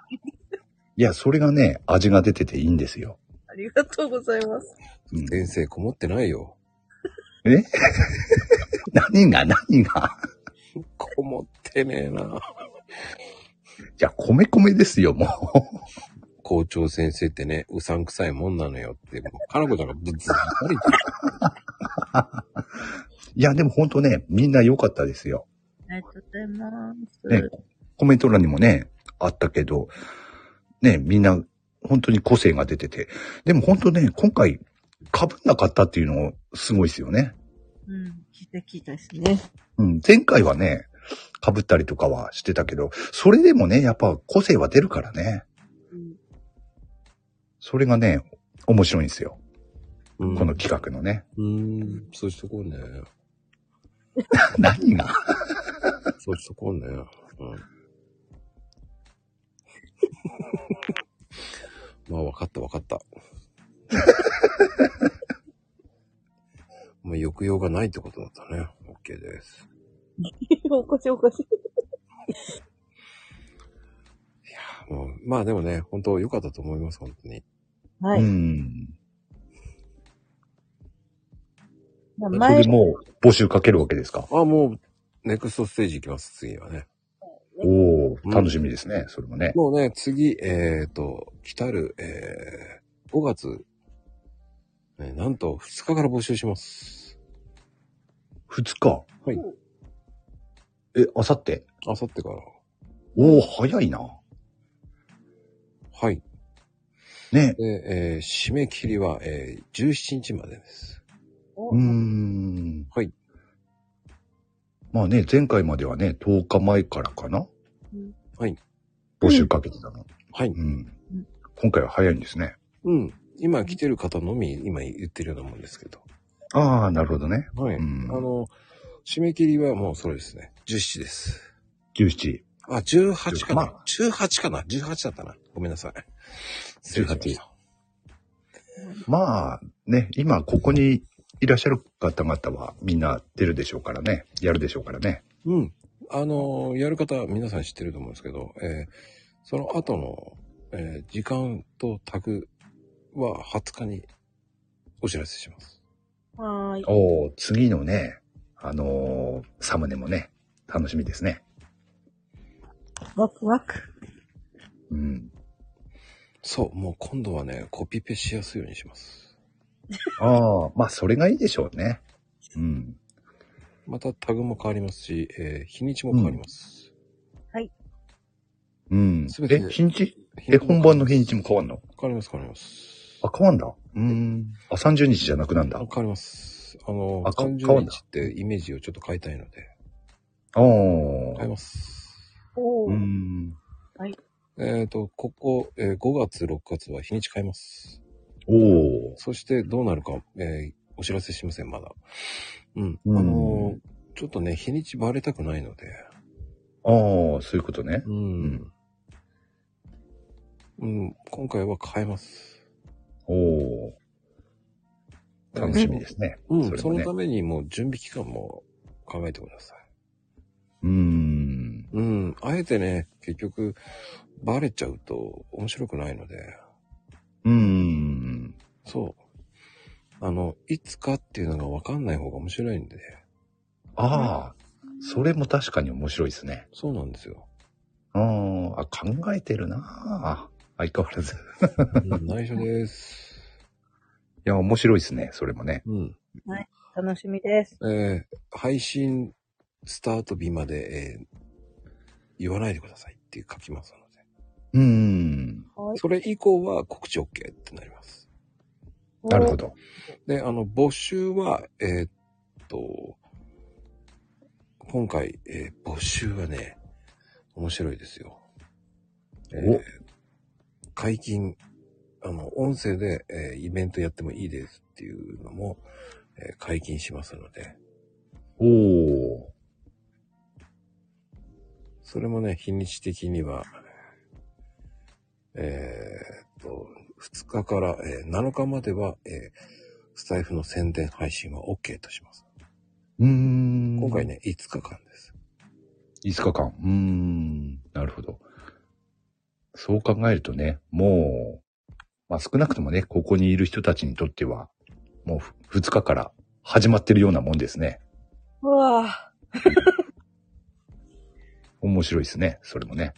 S24: や、それがね、味が出てていいんですよ。
S12: ありがとうございます。
S2: 先生こもってないよ。
S24: え何が何が
S2: こもってねえな。
S24: いや、米米ですよ、も
S2: 校長先生ってね、うさんくさいもんなのよって、もう、かなこちゃんがぶっずっぱり言って
S24: う。いや、でもほんとね、みんな良かったですよ。
S12: ありがとうございます。
S24: ね、コメント欄にもね、あったけど、ね、みんな、本当に個性が出てて。でも本当ね、今回、被んなかったっていうのすごいですよね。
S12: うん、聞いた聞いたです ね。
S24: うん、前回はね、被ったりとかはしてたけど、それでもね、やっぱ個性は出るからね。それがね、面白いんですよ。この企画のね。
S2: うーん、そうしとこうね。
S24: 何が
S2: そうしとこうね。うん。まあ、わかったわかった。まあ、抑揚がないってことだったね。OK です。
S12: おかしいおかしい。
S2: うん、まあ、でもね、本当良かったと思います、本当に。
S12: はい。
S24: うん。
S12: ま
S24: そ
S12: あ
S24: れ
S12: 前
S24: でもう募集かけるわけですか。
S2: あ、もう、ネクストステージ行きます、次はね。
S24: おお楽しみですね、それもね。
S2: もうね、次、えっ、と、来たる、えー、5月、ね、なんと2日から募集します。
S24: 2日
S2: はい。
S24: え、あさって
S2: あさってから。
S24: おお早いな。
S2: はい。
S24: ね。
S2: で、えー締め切りは、えー17日までです。
S24: うーん。
S2: はい。
S24: まあね、前回まではね、10日前からかな
S2: はい。
S24: 募集かけてたの。
S2: はい。
S24: うん。今回は早いんですね。
S2: うん。今来てる方のみ、今言ってるようなもんですけど。
S24: ああ、なるほどね。
S2: はい。あの、締め切りはもうそれですね。17です。
S24: 17。
S2: あ、18かな、?18 かな ?18 だったな。ごめんなさい。
S24: 18。まあね、今ここにいらっしゃる方々はみんな出るでしょうからね。やるでしょうからね。
S2: うん。あのーやる方は皆さん知ってると思うんですけど、えーその後の、えー時間とタグは20日にお知らせします。
S12: はーい。
S24: おお次のね、あのーサムネもね、楽しみですね。
S12: ワクワク。
S24: うん。
S2: そう、もう今度はね、コピペしやすいようにします。
S24: ああ、まあそれがいいでしょうね。うん。
S2: またタグも変わりますし、えー日にちも変わります。
S24: うん。え、日にちえ、本番の日にちも変わんの
S2: 変わります、変わります。
S24: あ、変わんだ。うん。あ、30日じゃなくなんだ。
S2: 変わります。あのー、
S24: あか変わ
S2: 30
S24: んだ
S2: 日ってイメージをちょっと変えたいので、
S24: ああ。
S2: 変えます。
S12: お
S24: う
S12: ー。
S24: ん。
S12: はい。
S2: えっ、と、ここ、えー5月、6月は日にち変えます。おお。そしてどうなるか、えーお知らせしません、まだ。うん。あのーちょっとね、日にちバレたくないので。
S24: ああ、そういうことね。
S2: うん。うん、今回は変えます。
S24: おお。楽しみですね。
S2: うん、
S24: それ
S2: そ
S24: もね
S2: のためにもう準備期間も考えてください。
S24: うーん。
S2: うん、あえてね、結局、バレちゃうと面白くないので。
S24: うん。
S2: そう。あの、いつかっていうのが分かんない方が面白いんで。
S24: ああ、それも確かに面白いですね。
S2: そうなんですよ。
S24: あーあ、考えてるなあ。相変わらず。
S2: 内緒です。
S24: いや、面白いですね、それもね。
S2: うん。
S12: はい。楽しみです。
S2: えー配信スタート日まで、えー言わないでくださいって書きますので。
S24: うん。
S2: それ以降は告知 OK ってなります。
S24: なるほど。
S2: で、あの、募集は、えーっと、今回、えー募集はね、面白いですよ。えー解禁、あの、音声で、えーイベントやってもいいですっていうのも、えー解禁しますので、
S24: おお。
S2: それもね、日にち的には、えーっと、2日から、えー7日までは、えースタイフの宣伝配信は OK とします。
S24: うん。
S2: 今回ね、5日間です。
S24: 5日間。うーん。なるほど。そう考えるとね、もう、まあ少なくともね、ここにいる人たちにとっては、もうふ2日から始まってるようなもんですね。
S12: うわあ
S24: 面白いですね、それもね。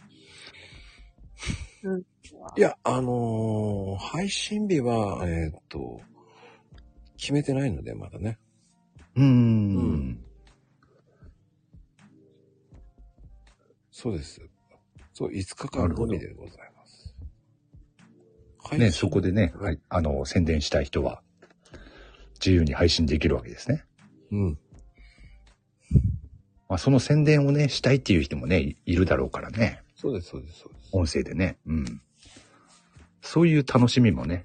S2: いや、あのー配信日は、えーっと、決めてないので、まだね。
S24: うーん。
S2: そうです。そう、5日間のみでございます。
S24: ね、そこでね、はい、あの、宣伝したい人は、自由に配信できるわけですね。
S2: うん。
S24: まあ、その宣伝をね、したいっていう人もね、いいるだろうからね。
S2: そうです、そうです、そうです。
S24: 音声でね。うん。そういう楽しみもね、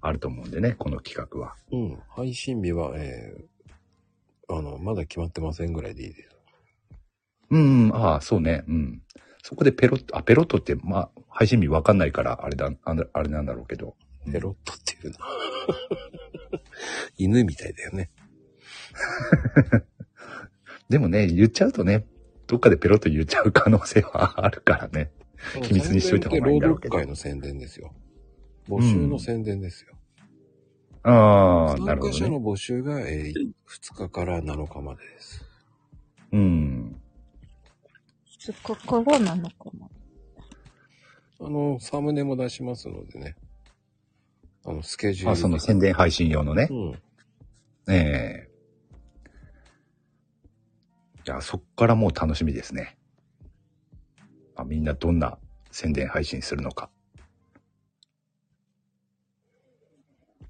S24: あると思うんでね、この企画は。
S2: うん、配信日は、えーあの、まだ決まってませんぐらいでいいです。
S24: うん、ああ、そうね。うん。そこでペロッと、あ、ペロッとって、まあ、配信日わかんないから、あれだ、あのあれなんだろうけど。
S2: ペロッとっていうの。 犬みたいだよね。
S24: でもね、言っちゃうとね、どっかでペロッと言っちゃう可能性はあるからね。秘密にしといた方がいいんだろうけど。
S2: 労働会の宣伝ですよ。募集の宣伝ですよ。
S24: ああ、な
S2: 参
S24: るほど
S2: 加者
S24: ね。
S2: の募集が、え2日から7日までです。
S24: うん。
S12: そこからなのかな。
S2: あの、サムネも出しますのでね。あの、スケジュール。
S24: あ、その宣伝配信用のね。
S2: うん。
S24: ええいや、そっからもう楽しみですね。あ、みんなどんな宣伝配信するのか。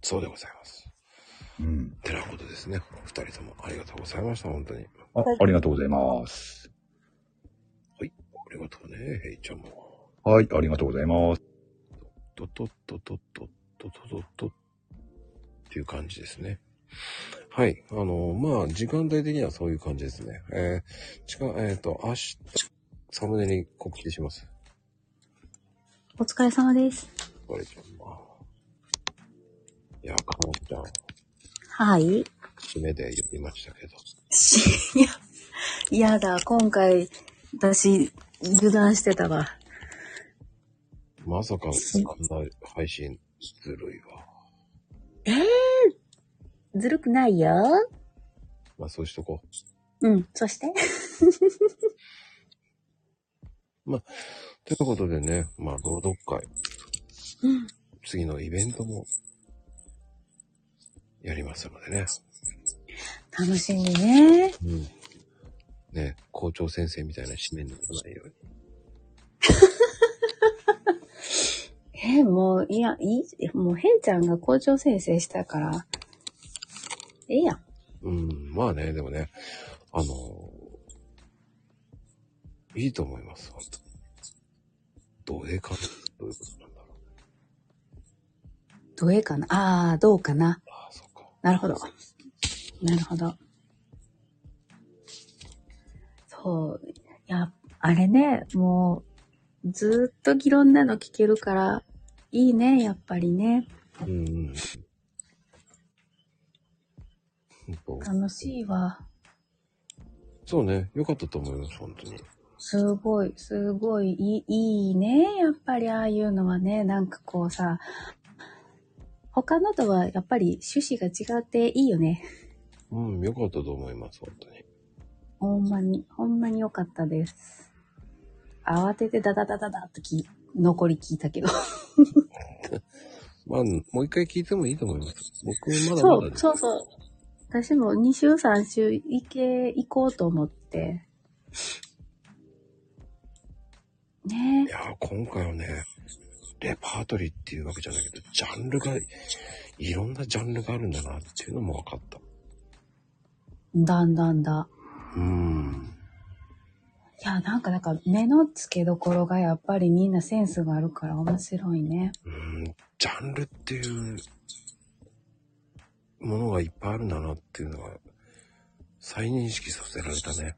S2: そうでございます。
S24: うん。
S2: てなことですね。お二人ともありがとうございました、本当に。
S24: あ、ありがとうございます。
S2: ありがとうね、ヘイちゃんも。
S24: はい、ありがとうございます。
S2: ドドッドドッドッドドドッドッっていう感じですね。はい。あの、まあ、時間帯的にはそういう感じですね。えー、時間、えっ、と、明日、サムネに告知します。
S1: お疲れ様です。
S2: バレちゃう。あーいや、かもちゃん、
S1: はい。
S2: 締めで言いましたけど。
S1: いや、い やだ、今回、私、油断してたわ。
S2: まさか、こんな配信ずるいわ。
S1: ええずるくないよ。
S2: まあ、そうしとこ
S1: うん、そして
S2: う。まあ、ということでね、まあ、朗読会、
S1: うん
S2: 次のイベントも、やりますのでね。
S1: 楽しみね。
S2: うん。ね、校長先生みたいな締めにならないように。
S1: えーもう、いや、いい、もう、ヘイちゃんが校長先生したから、ええやん。
S2: うん、まあね、でもね、あのいいと思います、本当に。どうええか、どういうことなんだろ
S1: どえかなああ、どうかななるほど。なるほど。そう。いや、あれね、もう、ずーっといろんなの聞けるから、いいね、やっぱりね。
S2: うん。
S1: 楽しいわ。
S2: そうね。よかったと思います、本当に。
S1: すごい、すごい、いいいいね。やっぱりああいうのはね、なんかこうさ、他のとはやっぱり趣旨が違っていいよね。
S2: うん、よかったと思います、本当に。
S1: ほんまに、ほんまに良かったです。慌ててダダダダダっとき残り聞いたけど。
S2: まあ、もう一回聞いてもいいと思います。僕、まだ
S1: そ
S2: まだ
S1: う、
S2: です。
S1: そうそう。私も2週3週行け、行こうと思って。ね
S2: いやー、今回はね、レパートリーっていうわけじゃないけど、ジャンルが、いろんなジャンルがあるんだなっていうのも分かった。
S1: だんだんだ。
S2: うん。
S1: いや、なんか、なんか、目の付けどころがやっぱりみんなセンスがあるから面白いね。
S2: うん、ジャンルっていうものがいっぱいあるんだなっていうのが、再認識させられたね。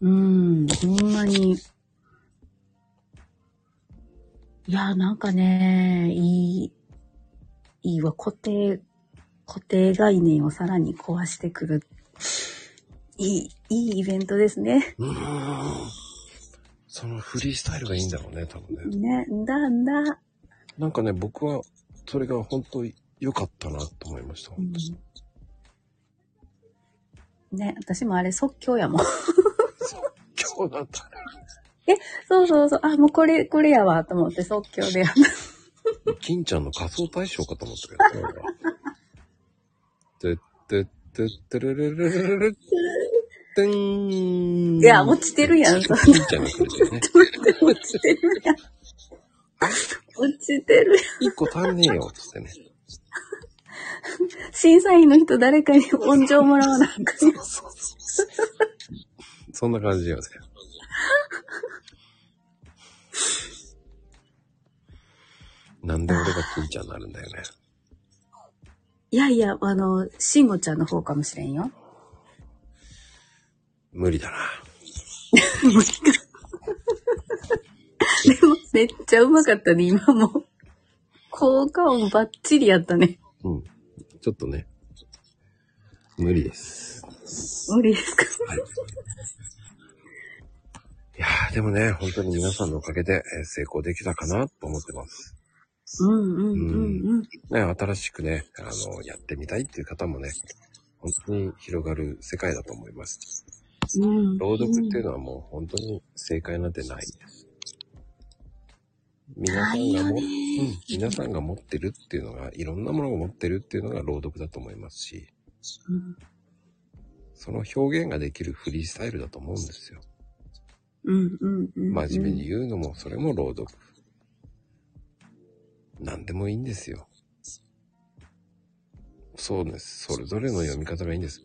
S1: うん、ほんまに。いや、なんかね、いい、いいわ、固定、固定概念をさらに壊してくる。いい、いいイベントですね。
S2: うーん。そのフリースタイルがいいんだろうね、多分ね。
S1: ね、だんだ。
S2: なんかね、僕は、それが本当良かったなと思いました。
S1: ね、私もあれ即興やもん。
S2: 今日なんだ。
S1: え、そうそうそう、あ、もうこれ、これやわ、と思って即興でやった。
S2: 金ちゃんの仮装大賞かと思ったけどね。てってってってれれれれれれてん。
S1: い や、落ちてるやん、そんな。
S2: 金ちゃんがくれてるね。
S1: 落ちてるやん。落ちてるやん。
S2: 一個足んねえよ、つってね。
S1: 審査員の人誰かに音情もらわなあかんよ。
S2: そんな感じよね。なんで俺が金ちゃんになるんだよね。
S1: いやいや、あの、慎吾ちゃんの方かもしれんよ。
S2: 無理だな。
S1: でも、めっちゃうまかったね、今も。効果音バッチリやったね。
S2: ちょっとね。無理です。
S1: 無理ですか
S2: いやーでもね、本当に皆さんのおかげでえー成功できたかなと思ってます。
S1: うんうんうんうん。
S2: ね、新しくね、あの、やってみたいっていう方もね、本当に広がる世界だと思います。
S1: うん。
S2: 朗読っていうのはもう本当に正解なんてないです。皆さんがも、うん皆さんが持ってるっていうのが、いろんなものを持ってるっていうのが朗読だと思いますし、
S1: うん
S2: その表現ができるフリースタイルだと思うんですよ。
S1: うんうんうん。
S2: 真面目に言うのも、それも朗読。何でもいいんですよ。そうです。それぞれの読み方がいいんです。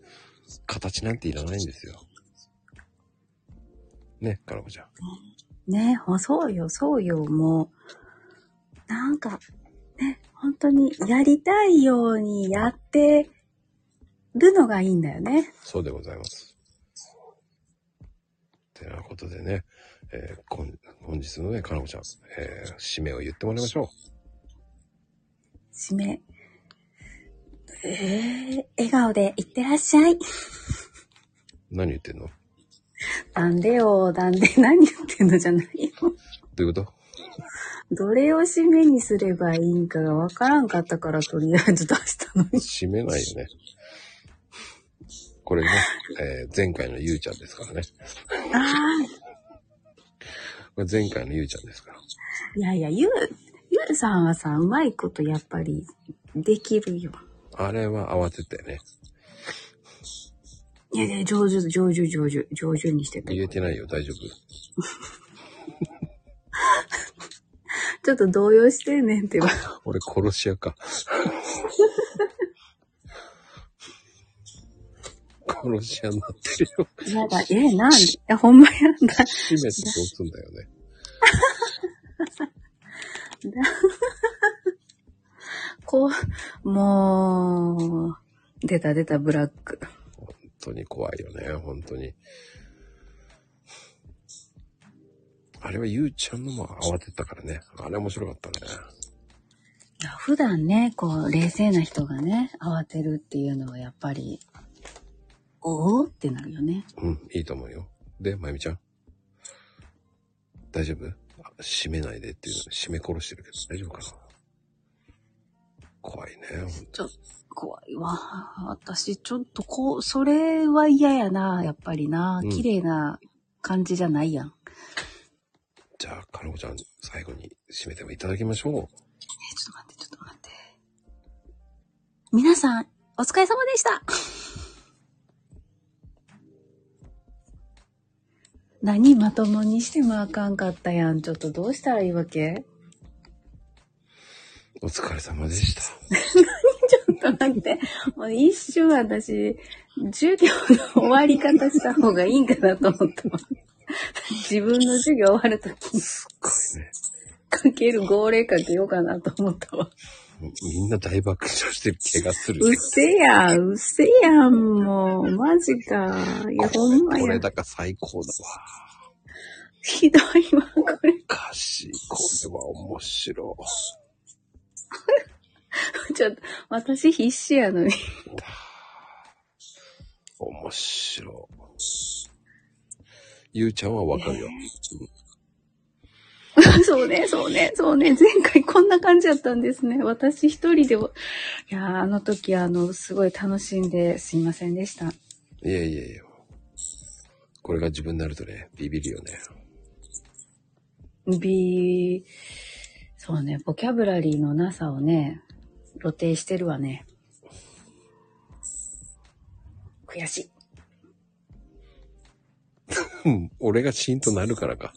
S2: 形なんていらないんですよ。ね、かなこちゃん。
S1: ね、ほそうよ、そうよ、もう。なんか、ね、本当にやりたいようにやってるのがいいんだよね。
S2: そうでございます。てなことでね、えーこん本日のね、かなこちゃん、えー締めを言ってもらいましょう。
S1: 締め。えー、笑顔でいってらっしゃい。
S2: 何言ってんのど
S1: なんでよ、なんで、何言ってんのじゃないよ。
S2: ういうこと
S1: どれを締めにすればいいんかがわからんかったから、とりあえず出したのに。
S2: 締めないよね。これね、えー前回のゆうちゃんですからね。
S1: ああ、
S2: これ前回のゆうちゃんですから。
S1: いやいや、ゆう、ゆうさんはさ、うまいことやっぱりできるよ。
S2: あれは慌ててね、
S1: いやいや、上手、上手、上手、上手にしてた。
S2: 言えてないよ、大丈夫。
S1: ちょっと動揺してんねんってば。
S2: 俺殺し屋か。 殺し屋になってるよ。
S1: やだ、ええなんで、 いやほんまやんだ。
S2: 締めってどうすんだよね。
S1: こう、もう、出た出たブラック。
S2: 本当に怖いよね、本当に。あれはゆうちゃんのも慌てたからね。あれ面白かったね。
S1: いや普段ね、こう、冷静な人がね、慌てるっていうのはやっぱり、おおってなるよね。
S2: うん、いいと思うよ。で、まゆみちゃん。大丈夫あ締めないでっていうの締め殺してるけど、大丈夫かな怖いね。
S1: ちょっと怖いわ。私、ちょっとこう、それは嫌やな、やっぱりな。
S2: うん
S1: 綺麗な感じじゃないやん。
S2: じゃあ、かのこちゃん、最後に締めてもいただきましょう。
S1: えちょっと待って、ちょっと待って。皆さん、お疲れ様でした。 何まともにしてもあかんかったやん。ちょっとどうしたらいいわけ
S2: お疲れ様でした。
S1: 何ちょっと待って。 もう一瞬私、授業の終わり方した方がいいんかなと思 ったわ。自分の授業終わるときに、かける号令かけようかなと思ったわ。
S2: みんな大爆笑して怪我する。
S1: うっせやん、うっせやん、もう。マジか。いや、ほんま
S2: こ
S1: や
S2: れ。だから最高だわ。
S1: ひどいわ、これ。
S2: おかしい。これは面白
S1: ちょっと、私必死やのに。
S2: い。面白い。ゆうちゃんはわかるよ。
S1: そうね、そうね、そうね。前回こんな感じやったんですね。私一人でも。いやー、あの時、あの、すごい楽しんですいませんでした。
S2: いやいやいや。これが自分になるとね、ビビるよね。
S1: ビー、そうね、ボキャブラリーのなさをね、露呈してるわね。悔しい。
S2: うん俺がシーンとなるからか。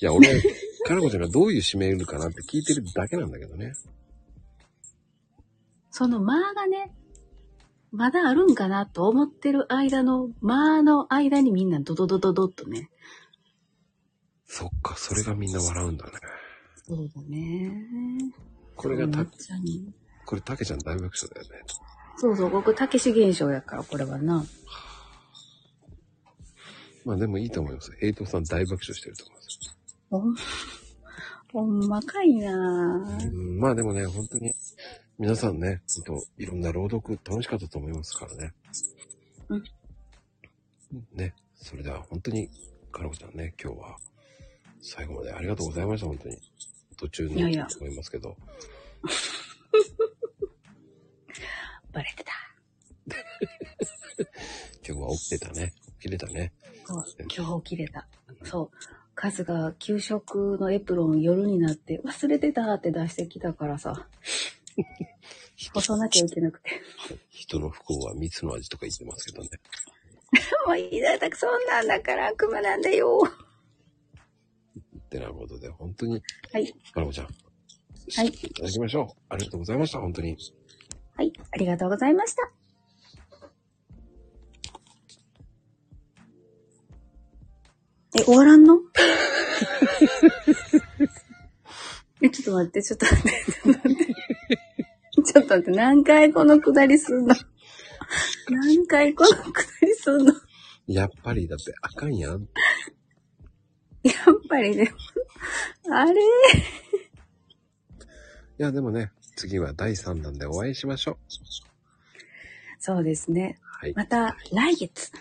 S2: いや、俺、かなこちゃんがどういう締めるかなって聞いてるだけなんだけどね。
S1: その間がね、まだあるんかなと思ってる間の間の間にみんなドドドドドッとね。
S2: そっか、それがみんな笑うんだね。
S1: そうだね。
S2: これがた
S1: めっちゃに
S2: これ、たけちゃん大爆笑だよね。
S1: そうそう、僕、たけし現象やから、これはな。
S2: まあでもいいと思います。エイトさん大爆笑してると思います。
S1: ほん、ほんまかいなぁ。
S2: うんまあでもね、本当に、皆さんね、ちょっといろんな朗読楽しかったと思いますからね。
S1: うん
S2: ね、それでは本当に、かのこちゃんね、今日は、最後までありがとうございました、本当に。途中
S1: いやい
S2: に
S1: や
S2: 思いますけど。
S1: バレてた。
S2: 今日は起きてたね。起きれたね。
S1: そう、今日切れた。そう。カズが給食のエプロン夜になって忘れてたって出してきたから さ。干さなきゃいけなくて。
S2: 人の不幸は蜜の味とか言ってますけどね。
S1: もういただく、そんなんだから悪魔なんだよ。
S2: ってなことで、本当に、
S1: はい。
S2: かのこちゃん、
S1: はい。
S2: いただきましょう。ありがとうございました、本当に。
S1: はい。ありがとうございました。え、終わらんのえ、ちょっと待って、ちょっと待って、ちょっと待って。 ちょっと待って、何回このくだりすんの何回このくだりすんの
S2: やっぱり、だってあかんやん。
S1: やっぱりね、あれ
S2: いや、でもね、次は第3弾でお会いしましょう。
S1: そうですね。
S2: はい。
S1: また来月。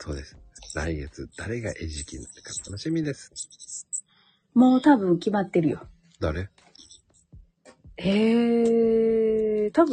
S2: そうです。来月、誰が餌食になるか楽しみです。
S1: もう多分決まってるよ。
S2: 誰
S1: へえー、多分